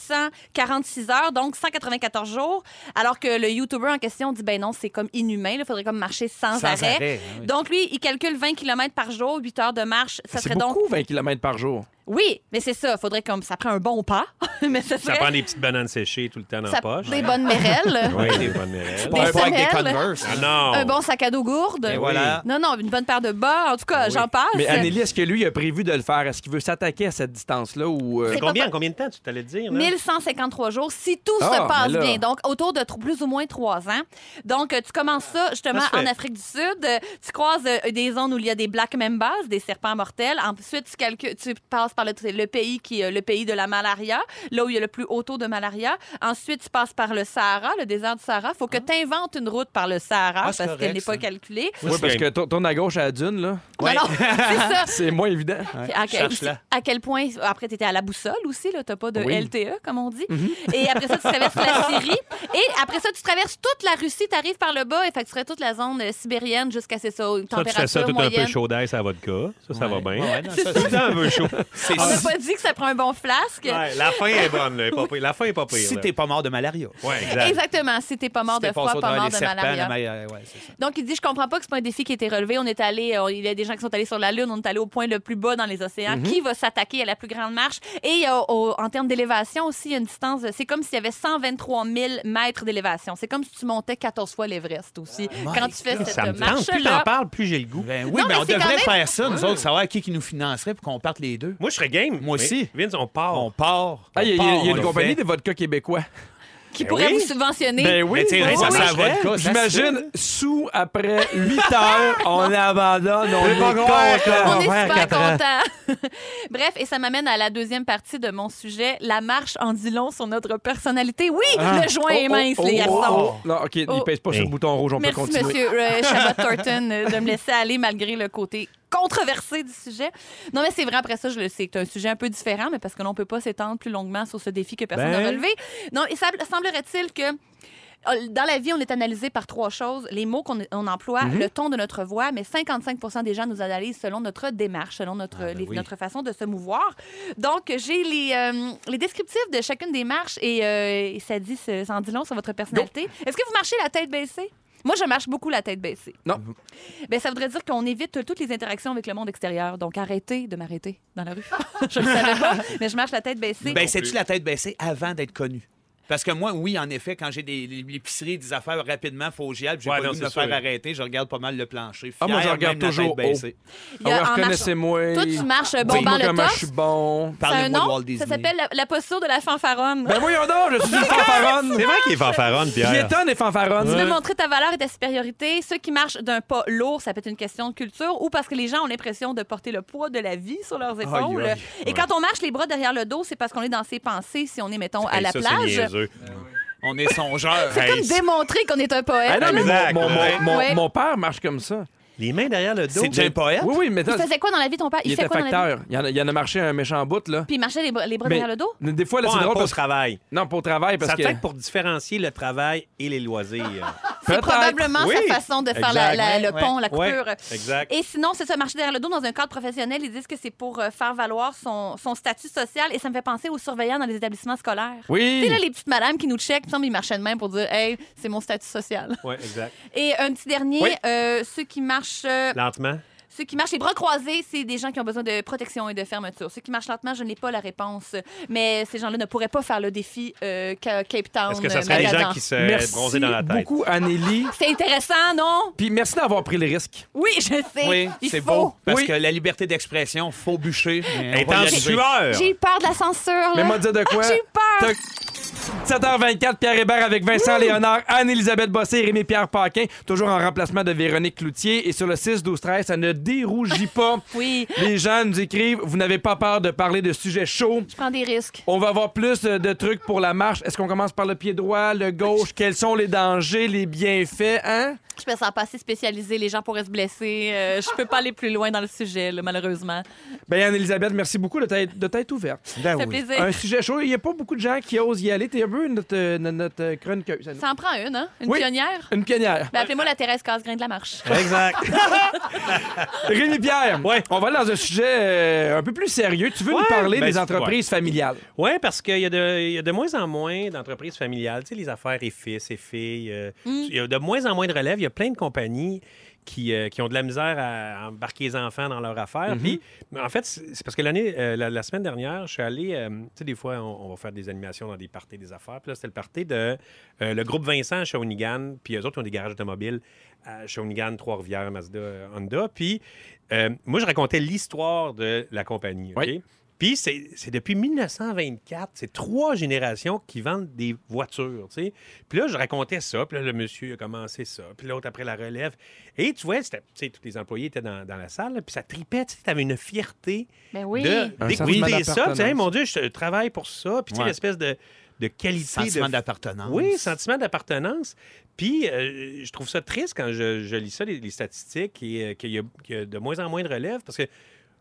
Speaker 3: 4646 heures, donc 194 jours. Alors que le YouTuber en question dit ben non, c'est comme inhumain, il faudrait comme marcher sans,
Speaker 4: Sans
Speaker 3: arrêt.
Speaker 4: arrêt, hein, oui.
Speaker 3: Donc lui, il calcule 20 km par jour, 8 heures de marche. Ça
Speaker 1: C'est
Speaker 3: serait donc.
Speaker 1: beaucoup, 20 km par jour.
Speaker 3: Oui, mais c'est ça. Faudrait comme ça prend un bon pas. *laughs* mais ce
Speaker 2: Ça
Speaker 3: serait-
Speaker 2: prend des petites bananes séchées tout le temps dans
Speaker 3: ça-
Speaker 2: la poche.
Speaker 3: des bonnes mérelles. *laughs*
Speaker 2: Oui, des bonnes mérelles.
Speaker 3: Des
Speaker 4: Pas un pas avec des
Speaker 3: semelles.
Speaker 4: Converse.
Speaker 2: Ah non!
Speaker 3: Un bon sac à dos gourde.
Speaker 4: Et voilà.
Speaker 3: Non, non, une bonne paire de bas. En tout cas, j'en passe.
Speaker 1: Mais Anneli, est-ce que lui a prévu de le faire? Est-ce qu'il veut s'attaquer à cette distance-là ou. euh,
Speaker 3: C'est-
Speaker 2: Combien,
Speaker 3: pas-
Speaker 2: combien de temps tu t'allais dire? Là?
Speaker 3: 1153 jours, si tout
Speaker 1: Ah,
Speaker 3: se passe
Speaker 1: mais là-
Speaker 3: bien. Donc, autour de tr- plus ou moins trois ans. Donc, euh, tu commences ça justement
Speaker 2: Ça se fait.
Speaker 3: en Afrique du Sud. Euh, Tu croises euh, des zones où il y a des black membas, des serpents mortels. Ensuite, tu, calcules- tu passes par le, le pays qui est le pays de la malaria, là où il y a le plus haut taux de malaria. Ensuite, tu passes par le Sahara, le désert du Sahara. faut que tu inventes une route par le Sahara
Speaker 4: Ah, c'est
Speaker 3: parce qu'elle
Speaker 4: correct,
Speaker 3: n'est pas
Speaker 4: ça.
Speaker 3: calculée.
Speaker 1: Oui, parce que tour- tourne à gauche à la dune, là.
Speaker 4: Ouais.
Speaker 3: Non, *laughs* non, c'est ça.
Speaker 1: C'est moins évident.
Speaker 3: Puis à, quel,
Speaker 4: Cherche-la.
Speaker 3: à quel point, après, tu étais à la boussole aussi, là, t'as pas de
Speaker 1: Oui.
Speaker 3: LTE, comme on dit.
Speaker 2: Mm-hmm.
Speaker 3: Et après ça, tu traverses
Speaker 2: *laughs*
Speaker 3: la Syrie. Et après ça, tu traverses toute la Russie, tu arrives par le bas, et fait que tu serais toute la zone euh, sibérienne jusqu'à c'est ça, une
Speaker 2: Ça, tu
Speaker 3: température
Speaker 2: fais ça tout un
Speaker 3: moyenne.
Speaker 2: peu chaud d'air, ça va de cas. Ça, ça va bien.
Speaker 4: Ouais, non, ça,
Speaker 2: Tout le temps un peu
Speaker 3: *laughs*
Speaker 2: chaud.
Speaker 4: c'est-
Speaker 3: on n'a pas dit que ça prend un bon flasque.
Speaker 2: Ouais, la fin est bonne, là, elle est pas pire. La fin est pas pire.
Speaker 4: Si
Speaker 2: là.
Speaker 4: t'es pas mort de malaria.
Speaker 2: Ouais, exact.
Speaker 3: Exactement, si t'es pas mort
Speaker 4: Si t'es
Speaker 3: de
Speaker 4: passé
Speaker 3: froid,
Speaker 4: au
Speaker 3: pas
Speaker 4: travers
Speaker 3: mort
Speaker 4: des
Speaker 3: de
Speaker 4: serpents,
Speaker 3: malaria.
Speaker 4: la malaria, ouais, c'est ça.
Speaker 3: Donc, il dit, je comprends pas que c'est pas un défi qui a été relevé. On est allé, euh, il y a des gens qui sont allés sur la Lune, on est allé au point le plus bas dans les océans.
Speaker 2: Mhm.
Speaker 3: Qui va s'attaquer à la plus grande marche? Et il y a, au- en termes d'élévation aussi, il y a une distance, de- c'est comme s'il y avait 123 000 mètres d'élévation. C'est comme si tu montais 14 fois l'Everest aussi. Quand tu fais
Speaker 2: Ah, Ça me
Speaker 3: cette
Speaker 2: tente. Plus t'en
Speaker 3: marche-là.
Speaker 2: parles, plus j'ai le goût.
Speaker 4: Ben oui,
Speaker 3: Non,
Speaker 4: mais,
Speaker 3: mais
Speaker 4: on
Speaker 3: c'est quand
Speaker 4: devrait
Speaker 3: même-
Speaker 4: faire ça, nous autres, savoir qui, qui nous financerait pour qu'on parte les deux.
Speaker 2: Moi, je serais game.
Speaker 4: Moi
Speaker 2: Mais,
Speaker 4: aussi.
Speaker 2: Vince, on part.
Speaker 4: On part.
Speaker 1: Ah, il y a, il y a- il y a
Speaker 4: on
Speaker 1: une
Speaker 4: le
Speaker 1: compagnie
Speaker 4: fait.
Speaker 1: de vodka québécois.
Speaker 3: Qui pourrait
Speaker 2: Ben oui.
Speaker 3: vous subventionner?
Speaker 1: Ben oui,
Speaker 4: Mais tu sais,
Speaker 1: oui,
Speaker 4: ça
Speaker 1: oui.
Speaker 4: sent la vodka, ça
Speaker 1: J'imagine, sous après 8
Speaker 4: *laughs*
Speaker 1: heures, on abandonne, on est Oh,
Speaker 3: On
Speaker 1: content.
Speaker 3: est super contents. *laughs* Bref, et ça m'amène à la deuxième partie de mon sujet, la marche en dit long sur notre personnalité. Oui,
Speaker 2: Ah.
Speaker 3: le joint
Speaker 2: Oh,
Speaker 3: est Oh, mince, les garçons.
Speaker 1: oh, Non, OK,
Speaker 3: Oh.
Speaker 1: il pèse pas sur
Speaker 2: Hey.
Speaker 1: le bouton rouge, on
Speaker 3: Merci,
Speaker 1: peut continuer. *laughs*
Speaker 3: monsieur euh, Shabbat Thornton, euh, de me laisser aller malgré le côté controversé du sujet. Non, mais c'est vrai, après ça, je le sais, c'est un sujet un peu différent, mais parce que l'on ne peut pas s'étendre plus longuement sur ce défi que personne n'a
Speaker 2: Ben.
Speaker 3: relevé. Non, et sab- semblerait-il que. euh, Dans la vie, on est analysé par trois choses. Les mots qu'on on emploie,
Speaker 4: Mhm.
Speaker 3: le ton de notre voix, mais 55 des gens nous analysent selon notre démarche, selon notre, les-
Speaker 4: Ah, ben oui.
Speaker 3: notre façon de se mouvoir. Donc, j'ai les, euh, les descriptifs de chacune des marches et, euh, et ça dit, ça en dit long sur votre personnalité. Est-ce que vous marchez la tête baissée? Moi, je marche beaucoup la tête baissée.
Speaker 1: Non.
Speaker 3: Ben, ça voudrait dire qu'on évite euh, toutes les interactions avec le monde extérieur. Donc, arrêtez de m'arrêter dans la rue. *laughs* je ne savais pas, mais je marche la tête baissée.
Speaker 4: Ben, c'est-tu la tête baissée avant d'être connu? Parce que moi, oui, en effet, quand j'ai des l'épicerie, des affaires rapidement, faut que j'y aille, puis j'ai
Speaker 2: Ouais,
Speaker 4: pas
Speaker 2: non,
Speaker 4: envie de
Speaker 2: c'est
Speaker 4: me
Speaker 2: sûr.
Speaker 4: faire arrêter, je regarde pas mal le plancher.
Speaker 1: Ah, moi,
Speaker 4: Fier,
Speaker 1: je regarde
Speaker 4: même la
Speaker 1: toujours
Speaker 4: tête baissée.
Speaker 3: Il
Speaker 1: Ah
Speaker 3: y a
Speaker 1: ouais,
Speaker 3: en marche-
Speaker 1: reconnaissez-moi.
Speaker 3: Toi, tu marches euh, bombant
Speaker 1: Dis-moi
Speaker 3: le
Speaker 1: comment je suis
Speaker 3: torse.
Speaker 1: bon.
Speaker 3: Ça a un
Speaker 4: Parlez-moi de Walt
Speaker 3: nom, ça
Speaker 4: Disney.
Speaker 3: s'appelle la, la posture de la fanfaronne.
Speaker 1: Ben voyons donc, je suis une fanfaronne.
Speaker 2: C'est vrai qu'il est fanfaronne, Pierre.
Speaker 1: Piétonne et fanfaronne.
Speaker 3: Tu veux montrer ta valeur et ta supériorité. Ceux qui marchent d'un pas lourd, ça peut être une question de culture ou parce que les gens ont l'impression de porter le poids de la vie sur leurs épaules.
Speaker 2: aïe.
Speaker 3: Et quand on marche les bras derrière le dos, c'est parce qu'on est dans ses pensées si on est, mettons, à
Speaker 2: Hey,
Speaker 3: la
Speaker 2: ça, c'est
Speaker 3: plage.
Speaker 2: niaiseux.
Speaker 4: On est songeurs.
Speaker 3: C'est comme
Speaker 4: Hey,
Speaker 3: démontrer qu'on est un
Speaker 1: Ah
Speaker 3: poète. Hum.
Speaker 1: non, mais
Speaker 2: Exact,
Speaker 1: mon, mon-
Speaker 2: ouais.
Speaker 1: mon-
Speaker 3: Ouais.
Speaker 1: mon père marche comme ça.
Speaker 2: Les mains derrière le dos.
Speaker 4: C'est déjà un poète.
Speaker 1: Oui, oui, mais
Speaker 3: il
Speaker 1: attends,
Speaker 3: faisait quoi dans la vie, ton père?
Speaker 1: il
Speaker 3: fait
Speaker 1: était
Speaker 3: quoi dans la vie?
Speaker 1: facteur. Il en, a, il en a marché un méchant bout, là.
Speaker 3: Puis il marchait les bras, les bras
Speaker 1: Mais-
Speaker 3: derrière le dos?
Speaker 1: Des fois, là,
Speaker 2: Pas
Speaker 1: c'est
Speaker 2: un
Speaker 1: drôle
Speaker 2: pas au
Speaker 1: parce que.
Speaker 2: travail.
Speaker 1: Non, pour au travail, parce
Speaker 2: Ça
Speaker 1: que.
Speaker 2: peut-être pour différencier le travail et les loisirs.
Speaker 3: C'est
Speaker 1: Peut-être.
Speaker 3: probablement
Speaker 2: Oui.
Speaker 3: sa façon de *laughs* faire la-
Speaker 2: Exact.
Speaker 3: la- le
Speaker 4: Ouais,
Speaker 3: pont, la
Speaker 2: ouais.
Speaker 3: coupure.
Speaker 2: Exact.
Speaker 3: Et sinon, c'est ça, marcher derrière le dos dans un cadre professionnel. Ils disent que c'est pour euh, faire valoir son, son statut social et ça me fait penser aux surveillants dans les établissements scolaires. Tu
Speaker 1: Oui.
Speaker 3: sais, là, les petites madames qui nous checkent, il me semble qu'ils marchaient de même pour dire Hey, c'est mon statut social. *laughs*
Speaker 2: Oui, exact.
Speaker 3: Et un petit dernier,
Speaker 2: Oui.
Speaker 3: euh, ceux, qui marchent, euh,
Speaker 2: Lentement.
Speaker 3: ceux qui marchent les bras croisés, c'est des gens qui ont besoin de protection et de fermeture. Ceux qui marchent lentement, je n'ai pas la réponse. Mais ces gens-là ne pourraient pas faire le défi euh, Ca- Cape Town.
Speaker 2: Est-ce que ça
Speaker 3: euh,
Speaker 2: serait les gens
Speaker 3: Magadan.
Speaker 2: qui se
Speaker 1: Merci
Speaker 2: bronzaient dans la tête?
Speaker 1: beaucoup, Anneli.
Speaker 3: C'est intéressant, non?
Speaker 1: Puis merci d'avoir pris les risques.
Speaker 3: Oui, je sais.
Speaker 4: Oui,
Speaker 3: Il
Speaker 4: c'est
Speaker 3: faut.
Speaker 4: beau. Parce
Speaker 1: Oui.
Speaker 4: que la liberté d'expression, faut bûcher. mais on
Speaker 2: Être
Speaker 4: va y
Speaker 2: en
Speaker 4: arriver.
Speaker 2: sueur.
Speaker 3: J'ai eu peur de la censure.
Speaker 1: Mais
Speaker 3: là.
Speaker 1: moi, dire de quoi?
Speaker 3: Ah J'ai eu peur.
Speaker 1: 7h24, Pierre Hébert avec Vincent Léonard, Anne-Elisabeth Bossé et Rémi-Pierre Paquin, toujours en remplacement de Véronique Cloutier. Et sur le 6-12-13, ça ne dérougit pas.
Speaker 3: Oui,
Speaker 1: Les gens nous écrivent, vous n'avez pas peur de parler de sujets chauds.
Speaker 3: je prends des risques.
Speaker 1: On va avoir plus euh, de trucs pour la marche. Est-ce qu'on commence par le pied droit, le gauche? Quels sont les dangers, les bienfaits, hein?
Speaker 3: Je me sens pas assez spécialisée. Les gens pourraient se blesser. Euh, je peux pas aller plus loin dans le sujet, là, malheureusement.
Speaker 1: Ben, Anne-Elisabeth, merci beaucoup de t'être de t'être ouverte.
Speaker 3: Ça fait plaisir.
Speaker 1: Un sujet chaud. Il n'y a pas beaucoup de gens qui osent y aller. T'es un peu notre, euh, notre euh, chroniqueuse. Anne.
Speaker 3: Ça en prend une, hein? Une
Speaker 1: Oui.
Speaker 3: pionnière?
Speaker 1: Une pionnière.
Speaker 3: Ben, appelez-moi la Thérèse Casgrain de la Marche.
Speaker 2: Exact.
Speaker 1: Rémi Pierre,
Speaker 2: Ouais.
Speaker 1: on va aller dans un sujet euh, un peu plus sérieux. Tu veux
Speaker 2: Ouais,
Speaker 1: nous parler
Speaker 2: ben,
Speaker 1: des
Speaker 2: c'est-
Speaker 1: entreprises familiales?
Speaker 2: Oui, parce qu'il y, a de- il y a de moins en moins d'entreprises familiales. Tu sais, les affaires et fils et filles. euh, Il y a de moins en moins de relèves. Il y a plein de compagnies qui, euh, qui ont de la misère à embarquer les enfants dans leur affaire. Puis, mais en fait, c'est c'est parce que l'année, euh, la, la semaine dernière, je suis allé, euh, tu sais, des fois, on, on va faire des animations dans des parties des affaires. Puis là, c'était le party de euh, le groupe Vincent à Shawinigan, puis eux autres, ils ont des garages automobiles à Shawinigan, Trois-Rivières, Mazda, euh, Honda. Puis, euh, moi, je racontais l'histoire de la compagnie. OK?
Speaker 1: Oui.
Speaker 2: Puis c'est c'est depuis 1924, c'est trois générations qui vendent des voitures, tu sais. Puis là, je racontais ça, puis là, le monsieur a commencé ça, puis l'autre après la relève. Et tu vois, c'était- tu sais, tous les employés étaient dans, dans la salle, là, puis ça tripait, tu sais, t'avais une fierté
Speaker 3: Ben oui.
Speaker 2: de
Speaker 1: Un
Speaker 2: d'écouter
Speaker 1: sentiment
Speaker 2: ça. Tu sais, Hey,
Speaker 1: d'appartenance.
Speaker 2: mon Dieu, je travaille pour ça, puis tu sais,
Speaker 4: Ouais.
Speaker 2: l'espèce de, de qualité
Speaker 4: Sentiment
Speaker 2: de
Speaker 4: d'appartenance.
Speaker 2: oui, sentiment d'appartenance. Puis, euh, je trouve ça triste quand je, je lis ça, les, les statistiques, et euh, qu'il y, a- qu'il y a de moins en moins de relève. Parce que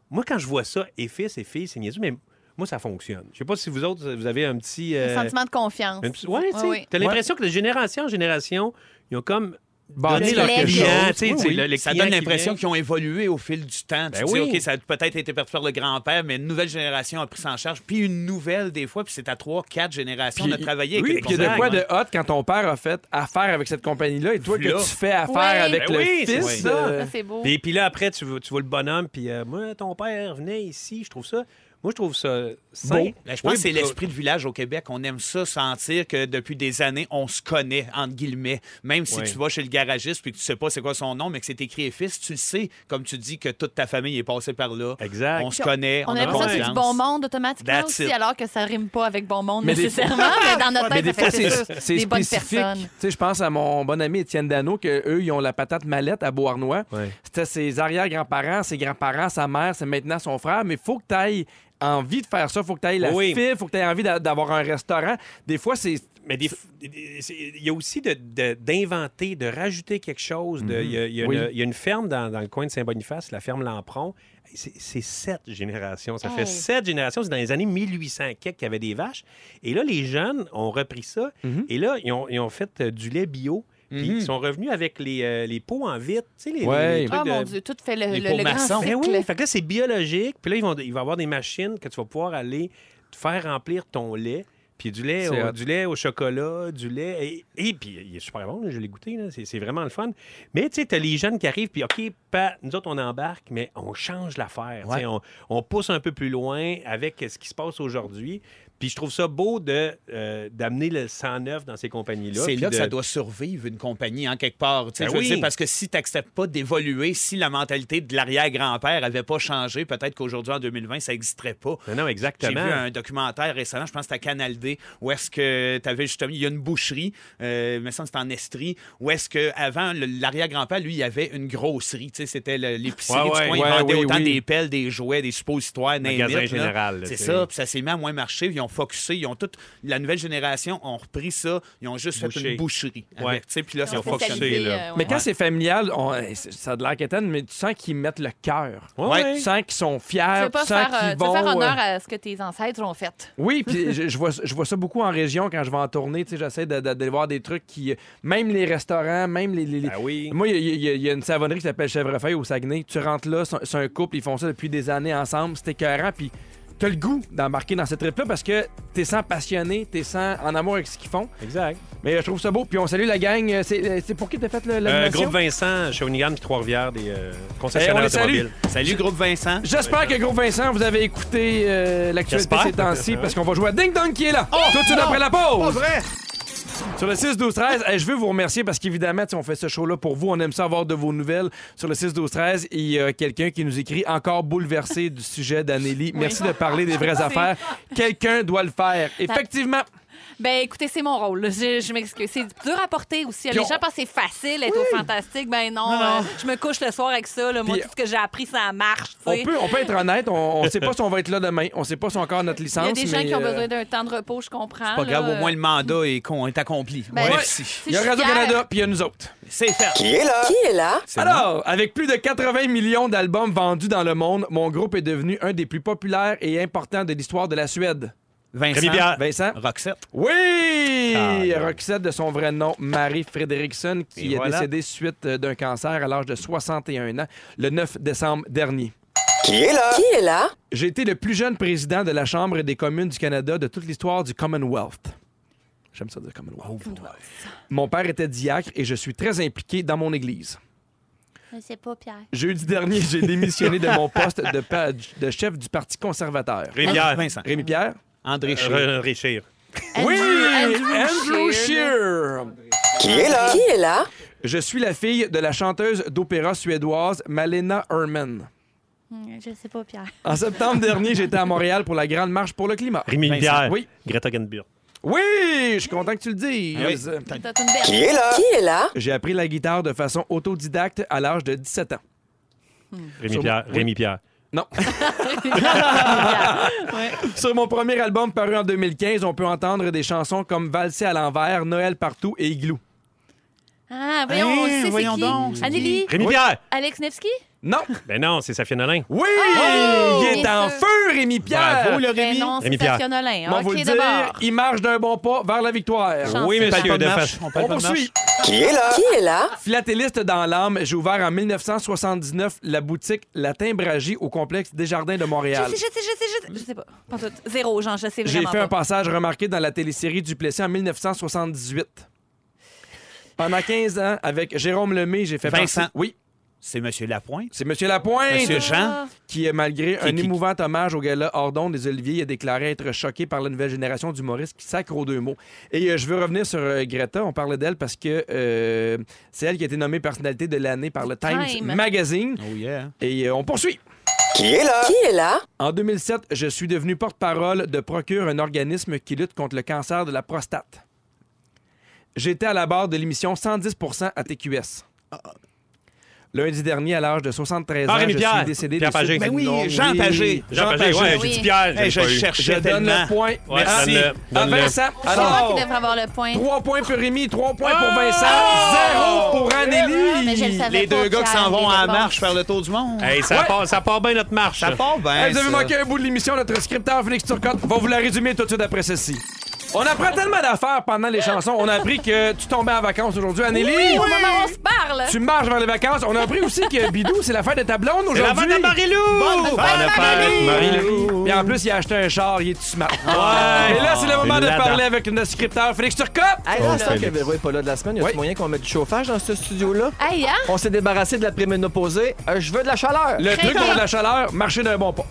Speaker 2: moi, quand je vois ça, et fils, et filles, c'est niaiseux, mais moi, ça fonctionne. Je sais pas si vous autres, vous avez un petit.
Speaker 3: Un
Speaker 2: euh,
Speaker 3: sentiment de confiance.
Speaker 2: un petit- ouais, tu sais,
Speaker 3: oui.
Speaker 2: t'as l'impression que de génération en génération, ils ont comme
Speaker 1: Bâti
Speaker 2: donné leur
Speaker 3: quelque
Speaker 2: client.
Speaker 4: chose.
Speaker 2: tu sais,
Speaker 4: Oui,
Speaker 2: tu sais,
Speaker 4: oui.
Speaker 2: le- le
Speaker 4: ça
Speaker 2: client
Speaker 4: donne
Speaker 2: qui
Speaker 4: l'impression
Speaker 2: vient.
Speaker 4: qu'ils ont évolué au fil du temps. tu
Speaker 2: Ben
Speaker 4: te dis,
Speaker 2: oui.
Speaker 4: OK, ça a peut-être été perdu par le grand-père, mais une nouvelle génération a pris ça en charge, puis une nouvelle des fois, puis c'est à trois, quatre générations de
Speaker 1: Puis-
Speaker 4: travailler
Speaker 2: oui,
Speaker 4: avec
Speaker 1: Puis il y a de quoi de hot quand ton père a fait affaire avec cette compagnie-là et toi
Speaker 4: Là.
Speaker 1: que tu fais affaire
Speaker 3: Ouais.
Speaker 1: avec
Speaker 2: Ben
Speaker 1: le
Speaker 2: oui, c'est
Speaker 1: fils.
Speaker 2: ça.
Speaker 1: euh,
Speaker 3: Ça, c'est beau.
Speaker 2: Et puis là, après, tu vois, tu vois le bonhomme, puis euh, moi, ton père venait ici, je trouve ça. Moi, je trouve ça. sain.
Speaker 4: Bon, Ben, je pense
Speaker 2: Oui,
Speaker 4: que c'est
Speaker 2: parce-
Speaker 4: l'esprit de village au Québec. On aime ça sentir que depuis des années, on se connaît, entre guillemets. Même si
Speaker 2: Ouais.
Speaker 4: tu vas chez le garagiste puis que tu sais pas c'est quoi son nom, mais que c'est écrit et fils, tu le sais, comme tu dis, que toute ta famille est passée par là.
Speaker 2: Exact.
Speaker 4: On se connaît.
Speaker 3: On a l'impression que c'est du bon
Speaker 4: confiance.
Speaker 3: monde automatiquement
Speaker 4: That's
Speaker 3: aussi,
Speaker 4: it.
Speaker 3: alors que ça rime pas avec bon monde
Speaker 1: Mais des-
Speaker 3: nécessairement. mais dans notre
Speaker 1: Mais
Speaker 3: tête,
Speaker 1: des
Speaker 3: ça
Speaker 1: fois,
Speaker 3: fait
Speaker 1: c'est
Speaker 3: c'est sûr,
Speaker 1: c'est
Speaker 3: des bonnes
Speaker 1: spécifique. Tu
Speaker 3: personnes.
Speaker 1: sais, je pense à mon bon ami Étienne Dano, que eux, ils ont la patate mallette à Beauharnois.
Speaker 2: Ouais.
Speaker 1: C'était ses arrière-grands-parents, ses grands-parents, sa mère, c'est maintenant son frère. Mais faut que tu ailles envie de faire ça. Faut que tu ailles la
Speaker 2: Oui.
Speaker 1: fibre, faut que tu aies envie d'a- d'avoir un restaurant. Des fois, c'est.
Speaker 2: Mais des- des- c'est- il y a aussi de- de- d'inventer, de, rajouter quelque chose. de- Il y a- il y, a
Speaker 1: Mm-hmm. Oui.
Speaker 2: une- il y a une ferme dans, dans le coin de Saint-Boniface, la ferme Lampron. C'est c'est sept générations. Ça fait
Speaker 3: Hey.
Speaker 2: sept générations. C'est dans les années 1800 quelques qu'il y avait des vaches. Et là, les jeunes ont repris ça.
Speaker 1: Mm-hmm.
Speaker 2: Et là, ils ont, ils ont fait euh, du lait bio. Puis ils sont revenus avec les, euh, les pots en vitre. Tu sais, les, les-
Speaker 1: Ouais.
Speaker 2: les
Speaker 3: Oh
Speaker 2: trucs de-
Speaker 3: mon Dieu, tout fait le,
Speaker 4: les
Speaker 3: le, le grand
Speaker 4: paumaçons.
Speaker 2: ben
Speaker 3: cycle.
Speaker 2: oui, fait que là, c'est biologique. Puis là, ils vont, il va y avoir des machines que tu vas pouvoir aller te faire remplir ton lait. Puis du lait,
Speaker 1: C'est
Speaker 2: au,
Speaker 1: hot.
Speaker 2: du lait au chocolat, du lait. Et, et puis, il est super bon, là, je l'ai goûté. là. C'est, c'est vraiment le fun. Mais tu sais, t'as les jeunes qui arrivent, puis OK, pa- nous autres, on embarque, mais on change l'affaire. Tu sais, On, on pousse un peu plus loin avec ce qui se passe aujourd'hui. Puis je trouve ça beau de, euh, d'amener le 109 dans ces compagnies-là.
Speaker 4: C'est
Speaker 2: puis
Speaker 4: là que
Speaker 2: de-
Speaker 4: ça doit survivre une compagnie en quelque part. Tu sais,
Speaker 2: Ben
Speaker 4: je veux
Speaker 2: oui.
Speaker 4: dire, parce que si tu n'acceptes pas d'évoluer, si la mentalité de l'arrière-grand-père avait pas changé, peut-être qu'aujourd'hui en 2020 ça n'existerait pas.
Speaker 2: Non, non,
Speaker 4: J'ai vu
Speaker 2: exactement.
Speaker 4: un documentaire récemment, je pense que c'était à Canal D, où est-ce que tu avais justement, il y a une boucherie, euh, il me semble que c'était en Estrie, où est-ce que avant le- l'arrière-grand-père, lui, il y avait une grosserie, tu sais, c'était le- l'épicerie
Speaker 2: Ouais,
Speaker 4: du
Speaker 2: ouais,
Speaker 4: coin, il
Speaker 1: ouais,
Speaker 4: vendait
Speaker 1: oui,
Speaker 4: autant
Speaker 1: oui.
Speaker 4: des pelles, des jouets, des suppositoires, name
Speaker 2: Magasin
Speaker 4: it, là.
Speaker 2: général, là,
Speaker 4: C'est
Speaker 2: tu
Speaker 4: ça,
Speaker 2: sais.
Speaker 4: puis ça s'est mis à moins marcher, ils ont focusé, ils ont toute la nouvelle génération ont repris ça, ils ont juste fait
Speaker 2: Boucher.
Speaker 4: une boucherie. avec,
Speaker 2: Ouais.
Speaker 4: tu sais, puis là,
Speaker 2: Ils
Speaker 4: ça
Speaker 2: ont
Speaker 4: fonctionne.
Speaker 2: focusé.
Speaker 3: spécialisé,
Speaker 2: là.
Speaker 3: euh,
Speaker 1: Mais
Speaker 3: ouais.
Speaker 1: quand c'est familial, on- eh, ça a de l'air quétaine, mais tu sens qu'ils mettent le cœur.
Speaker 2: Ouais,
Speaker 4: Ouais,
Speaker 2: ouais.
Speaker 1: Tu sens qu'ils sont fiers,
Speaker 3: Tu veux pas
Speaker 1: tu sens
Speaker 3: faire, euh,
Speaker 1: qu'ils
Speaker 3: tu veux
Speaker 1: vont.
Speaker 3: faire
Speaker 1: euh,
Speaker 3: honneur à ce que tes ancêtres ont fait.
Speaker 1: Oui, puis je, je vois, je vois ça beaucoup en région quand je vais en tournée. Tu sais, j'essaie de, de- de voir des trucs qui. Même les restaurants, même les. les- les-
Speaker 2: Ben oui.
Speaker 1: Moi, il y, a- il y a- il y a une savonnerie qui s'appelle Chèvrefeuille au Saguenay. Tu rentres là, c'est un- c'est un couple, ils font ça depuis des années ensemble. C'est écœurant, puis t'as le goût d'embarquer dans cette trip-là parce que t'es sans passionné, t'es sans en amour avec ce qu'ils font.
Speaker 2: Exact.
Speaker 1: Mais euh, je trouve ça beau. Puis on salue la gang. Euh, C'est euh, c'est pour qui t'as fait le-
Speaker 2: Euh,
Speaker 1: l'animation?
Speaker 2: groupe Vincent, Shawinigan, puis Trois-Rivières, des euh, concessionnaires
Speaker 1: Eh, on les salue.
Speaker 2: automobiles.
Speaker 4: Salut, groupe Vincent.
Speaker 1: J'espère que Groupe Vincent, vous avez écouté euh, l'actualité
Speaker 2: J'espère.
Speaker 1: ces temps-ci parce qu'on va jouer à Ding Dong qui est là. tout de suite après la pause. Sur le 6-12-13, eh, je veux vous remercier parce qu'évidemment, tu sais, on fait ce show-là pour vous. On aime ça avoir de vos nouvelles. Sur le 6-12-13, il y a quelqu'un qui nous écrit encore bouleversé du sujet d'Anélie. Merci de parler des vraies affaires. Quelqu'un doit le faire. Effectivement.
Speaker 3: Ben écoutez, c'est mon rôle. là. Je, je m'excuse. C'est dur à porter aussi.
Speaker 1: Puis
Speaker 3: Les
Speaker 1: on-
Speaker 3: gens pensent que c'est facile, être au fantastique. Ben non, euh, je me couche le soir avec ça. là. Moi,
Speaker 1: Puis-
Speaker 3: tout ce que j'ai appris, ça marche. tu
Speaker 1: On
Speaker 3: sais.
Speaker 1: peut, on peut être honnête. On ne sait pas si on va être là demain. On ne sait pas si on a encore notre
Speaker 3: Il
Speaker 1: licence.
Speaker 3: y a des gens
Speaker 1: mais,
Speaker 3: qui ont
Speaker 1: euh,
Speaker 3: besoin d'un temps de repos, je comprends.
Speaker 4: Pas grave,
Speaker 3: là.
Speaker 4: au moins le mandat est, con- est accompli.
Speaker 3: Ben, ouais.
Speaker 4: Merci.
Speaker 1: Il y a
Speaker 3: Je suis
Speaker 1: Radio-Canada,
Speaker 3: *laughs* fière.
Speaker 1: puis il y a nous autres.
Speaker 4: C'est fait.
Speaker 7: Qui est là?
Speaker 1: Alors, avec plus de 80 millions d'albums vendus dans le monde, mon groupe est devenu un des plus populaires et importants de l'histoire de la Suède.
Speaker 2: Rémi
Speaker 4: Vincent.
Speaker 2: Pierre.
Speaker 1: Vincent?
Speaker 4: Roxette.
Speaker 1: Oui!
Speaker 2: Ah, là.
Speaker 1: Roxette, de son vrai nom, Marie Fredrickson, qui
Speaker 2: Et
Speaker 1: est
Speaker 2: voilà.
Speaker 1: décédée suite euh, d'un cancer à l'âge de 61 ans le 9 décembre dernier.
Speaker 7: Qui est là?
Speaker 1: J'ai été le plus jeune président de la Chambre des communes du Canada de toute l'histoire du Commonwealth. J'aime ça dire Commonwealth. Mon père était diacre et je suis très impliqué dans mon église.
Speaker 3: Je sais pas, Pierre.
Speaker 1: Jeudi dernier, j'ai démissionné de
Speaker 2: *laughs*
Speaker 1: mon poste de, pa- de chef du Parti conservateur.
Speaker 2: Rivière.
Speaker 4: Vincent.
Speaker 1: Rémi Pierre?
Speaker 2: Euh,
Speaker 4: André Scheer.
Speaker 2: Ré- Réchir.
Speaker 1: Oui!
Speaker 3: Andrew-
Speaker 1: Andrew
Speaker 3: Andrew Scheer.
Speaker 1: Shear!
Speaker 5: Qui est là?
Speaker 1: Je suis la fille de la chanteuse d'opéra suédoise Malena Herman.
Speaker 3: Hmm, Je sais pas, Pierre.
Speaker 1: En septembre dernier, j'étais à Montréal pour la Grande Marche pour le climat. Ben,
Speaker 2: Rémi Pierre.
Speaker 1: Oui.
Speaker 2: Greta Thunberg.
Speaker 1: Oui, je suis content que tu le dises.
Speaker 3: T'as une belle.
Speaker 5: Qui est là? Qui est là?
Speaker 1: J'ai appris la guitare de façon autodidacte à l'âge de 17 ans.
Speaker 2: Rémi
Speaker 1: Sur-
Speaker 2: Pierre.
Speaker 1: oui.
Speaker 2: Rémi Pierre.
Speaker 1: Non. *laughs*
Speaker 3: Pierre. Ouais.
Speaker 1: Sur mon premier album paru en 2015, on peut entendre des chansons comme Valser à l'envers, Noël partout et Igloo.
Speaker 3: Ah, voyons, on le
Speaker 4: Hein,
Speaker 3: sait, c'est
Speaker 4: voyons
Speaker 3: qui?
Speaker 4: donc, c'est
Speaker 3: Anneli?
Speaker 2: Rémi Pierre.
Speaker 3: Alex Nevsky?
Speaker 1: Non.
Speaker 2: Ben non, c'est Safia Nolin.
Speaker 1: Oui,
Speaker 3: Oh!
Speaker 1: il est
Speaker 3: Bien
Speaker 1: en
Speaker 3: sûr.
Speaker 1: feu, Rémi Pierre.
Speaker 4: Bravo, le
Speaker 3: Ben
Speaker 4: Rémi.
Speaker 3: non, c'est
Speaker 2: Rémi Pierre.
Speaker 3: Safia Nolin.
Speaker 1: Mais on
Speaker 3: OK,
Speaker 1: vous le
Speaker 3: de
Speaker 1: dire,
Speaker 3: bord.
Speaker 1: il marche d'un bon pas vers la victoire.
Speaker 3: Chance.
Speaker 2: Oui,
Speaker 4: On parle
Speaker 2: monsieur,
Speaker 4: pas
Speaker 2: de
Speaker 4: de
Speaker 2: fa-
Speaker 4: marche. On parle
Speaker 1: On
Speaker 4: pas de marche.
Speaker 1: poursuit.
Speaker 5: Qui est là? Qui est là?
Speaker 1: Philatéliste dans l'âme, j'ai ouvert en 1979 la boutique La Timbragie au complexe Desjardins de
Speaker 3: Je
Speaker 1: Montréal.
Speaker 3: sais, je sais, je sais, je sais. Je sais pas. Pas tout. Zéro, genre, je sais
Speaker 1: J'ai
Speaker 3: vraiment
Speaker 1: fait un
Speaker 3: pas.
Speaker 1: passage remarqué dans la télésérie Duplessis en 1978. Pendant 15 ans, avec Jérôme Lemay, j'ai fait
Speaker 4: Vincent.
Speaker 1: partie- Oui,
Speaker 4: C'est Monsieur Lapointe.
Speaker 1: c'est Monsieur Lapointe
Speaker 4: Monsieur Jean.
Speaker 1: qui, euh, malgré un
Speaker 4: qui-
Speaker 1: émouvant hommage au gala Ordon des Oliviers, a déclaré être choqué par la nouvelle génération d'humoristes qui sacre aux deux mots. Et euh, je veux revenir sur euh, Greta. On parlait d'elle parce que euh, c'est elle qui a été nommée personnalité de l'année par le Times
Speaker 3: Time.
Speaker 1: Magazine.
Speaker 4: Oh yeah.
Speaker 1: Et euh, on poursuit.
Speaker 5: Qui est là? Qui est là?
Speaker 1: En 2007, je suis devenu porte-parole de Procure, un organisme qui lutte contre le cancer de la prostate. J'étais à la barre de l'émission 110% à TQS. Lundi dernier, à l'âge de 73
Speaker 2: Ah,
Speaker 1: ans,
Speaker 2: Rémi
Speaker 1: je
Speaker 2: Pierre.
Speaker 1: suis décédé
Speaker 2: Pierre
Speaker 1: de ce
Speaker 2: Pagé. Ben
Speaker 4: oui,
Speaker 1: Non,
Speaker 4: Jean Pagé.
Speaker 2: Jean
Speaker 4: Jean
Speaker 2: Pagé, ouais,
Speaker 3: Pagé.
Speaker 2: j'ai dit Pierre.
Speaker 4: Hey, je
Speaker 2: j'avais pas eu.
Speaker 1: Je
Speaker 4: cherchais
Speaker 1: donne
Speaker 4: tellement.
Speaker 1: le point.
Speaker 2: Ouais,
Speaker 1: Merci.
Speaker 2: donne-le,
Speaker 1: À
Speaker 2: donne-le.
Speaker 1: Vincent.
Speaker 3: C'est moi
Speaker 2: Ah!
Speaker 3: qui
Speaker 1: Alors,
Speaker 3: devrais avoir le point.
Speaker 1: 3 points pour Rémi, 3 points pour
Speaker 2: Oh!
Speaker 1: Vincent, 0 pour Anneli.
Speaker 3: Ah! Mais je le savais
Speaker 4: Les
Speaker 3: pas,
Speaker 4: deux gars qui
Speaker 3: Pierre,
Speaker 4: s'en vont
Speaker 3: les
Speaker 4: à la
Speaker 3: réponses.
Speaker 4: marche faire le tour du monde.
Speaker 2: Hey, ça,
Speaker 1: Ouais.
Speaker 2: part, ça part bien notre marche.
Speaker 4: Ça part bien.
Speaker 1: Hey, vous avez
Speaker 4: ça.
Speaker 1: manqué un bout de l'émission. Notre scripteur Félix Turcotte va vous la résumer tout de suite après ceci. On apprend tellement d'affaires pendant les chansons. On a appris que tu tombais en vacances aujourd'hui, Anneli.
Speaker 3: Au moment où on se parle.
Speaker 1: Tu marches vers les vacances. On a appris aussi que Bidou, c'est la fête de ta blonde
Speaker 2: C'est la
Speaker 1: aujourd'hui.
Speaker 2: vanne à Marilou!
Speaker 4: Bonne
Speaker 2: Bonne
Speaker 4: fête,
Speaker 2: fête,
Speaker 1: Marie-Lou. Et en plus, il a acheté un char, il est tout smart.
Speaker 2: Ouais.
Speaker 1: Et là, c'est le moment
Speaker 2: C'est
Speaker 1: de
Speaker 2: là-dedans.
Speaker 1: parler avec notre scripteur Félix Turcotte.
Speaker 10: Hey, là,
Speaker 2: Oh,
Speaker 10: sans que
Speaker 2: Félix.
Speaker 10: Véro est pas là de la semaine, y a
Speaker 1: Oui.
Speaker 10: moyen qu'on mette du chauffage dans ce studio-là?
Speaker 3: Hey, hein?
Speaker 10: On s'est débarrassé de la préménoposée. Euh, je veux de la chaleur!
Speaker 1: Le
Speaker 3: Très
Speaker 1: truc pour
Speaker 3: bien.
Speaker 1: la chaleur, marcher d'un bon pas.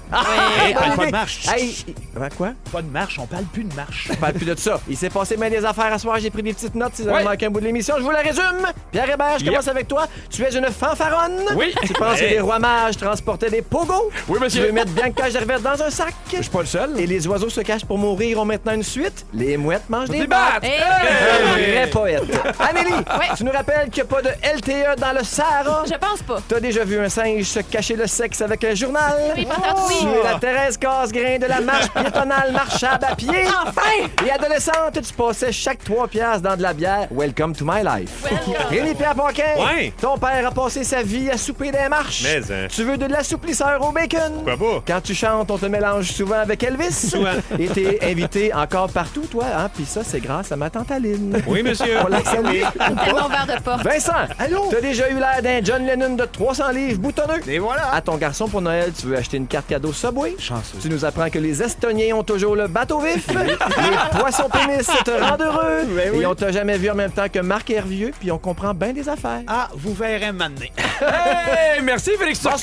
Speaker 4: Hey, parle
Speaker 10: Bonne
Speaker 4: pas de
Speaker 10: idée.
Speaker 4: marche.
Speaker 10: Hey, ben quoi?
Speaker 4: Pas de marche, on parle plus de marche.
Speaker 10: Je parle plus de ça. Il s'est passé bien des affaires à soir. J'ai pris des petites notes si vous
Speaker 1: Ouais.
Speaker 10: avez manqué un bout de l'émission. Je vous la résume. Pierre Hébert, je
Speaker 1: Yep.
Speaker 10: commence avec toi. Tu es une fanfaronne.
Speaker 1: Oui.
Speaker 10: Tu penses que
Speaker 2: Hey.
Speaker 10: les rois mages transportaient des pogos.
Speaker 1: Oui,
Speaker 10: Tu
Speaker 1: monsieur.
Speaker 10: veux mettre Bianca Gervais dans un sac.
Speaker 1: Je suis pas le seul.
Speaker 10: Et les oiseaux se cachent pour mourir ont maintenant une suite. Les mouettes mangent des,
Speaker 1: Des battes.
Speaker 3: Hey.
Speaker 10: Un
Speaker 1: Hey.
Speaker 10: vrai poète. Amélie, tu nous rappelles qu'il n'y a pas de LTE dans le Sahara.
Speaker 3: Je pense pas.
Speaker 10: T'as déjà vu un singe se cacher le sexe avec un journal?
Speaker 3: Oui, patate, oui.
Speaker 10: Tu es
Speaker 2: Ah.
Speaker 10: la Thérèse Casgrain de la marche piétonale marchable à pied. Enfin! Et adolescente, tu passais chaque 3 piastres dans de la bière. Welcome to my life. Rémi Pierre Paquin,
Speaker 2: Ouais.
Speaker 10: ton père a passé sa vie à souper des marches.
Speaker 2: Mais, hein.
Speaker 10: Tu veux de l'assouplisseur au bacon?
Speaker 2: Pourquoi
Speaker 10: Quand tu chantes, on te mélange souvent avec Elvis.
Speaker 2: Souvent.
Speaker 10: Et t'es invité encore partout, toi. Hein? Puis ça, c'est grâce à ma tante Aline.
Speaker 2: Oui, monsieur.
Speaker 10: On la
Speaker 2: *laughs*
Speaker 10: salue.
Speaker 3: Tellement ouvert de porte.
Speaker 10: Vincent, allô? T'as déjà eu l'air d'un John Lennon de 300 livres boutonneux?
Speaker 4: Et
Speaker 2: Ah.
Speaker 4: voilà.
Speaker 10: À ton garçon pour Noël, tu veux acheter une carte cadeau Subway?
Speaker 4: Chanceux.
Speaker 10: Tu nous apprends que les Estoniens ont toujours le bateau vif. les poissons pénis te rendent heureux. Et on t'a jamais vu en même temps que Marc Hervieux, puis on comprend bien des affaires.
Speaker 4: Ah, vous verrez m'amener.
Speaker 1: Hey, merci Félix Turcotte.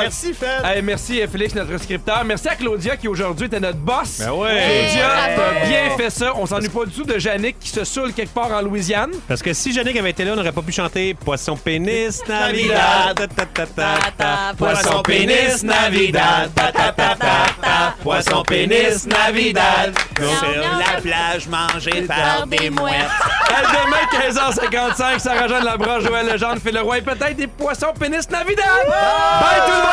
Speaker 4: Merci, Fred.
Speaker 1: Hey, merci euh, Félix, notre scripteur. Merci à Claudia qui aujourd'hui était notre boss.
Speaker 2: Ben ouais.
Speaker 1: Claudia, t'as
Speaker 3: Hey, bravo.
Speaker 1: bien fait ça. On s'ennuie pas du tout de Yannick qui se saoule quelque part en Louisiane.
Speaker 2: Parce que si Jannick avait été là, on n'aurait pas pu chanter Poisson pénis, Navidad. ta, ta, ta, ta, ta. Poisson pénis, Navidad. ta, ta, ta, ta, ta. Poisson pénis, Navidad. Non,
Speaker 3: Non,
Speaker 2: c'est-
Speaker 3: non.
Speaker 4: La plage mangée
Speaker 3: Par
Speaker 4: par
Speaker 3: des
Speaker 4: des mouettes.
Speaker 1: Elle demain 15h55, Sarah-Jeanne Labrosse, Joël Legendre, Phil Leroy et peut-être des poissons pénis Navidad. Bye tout le monde!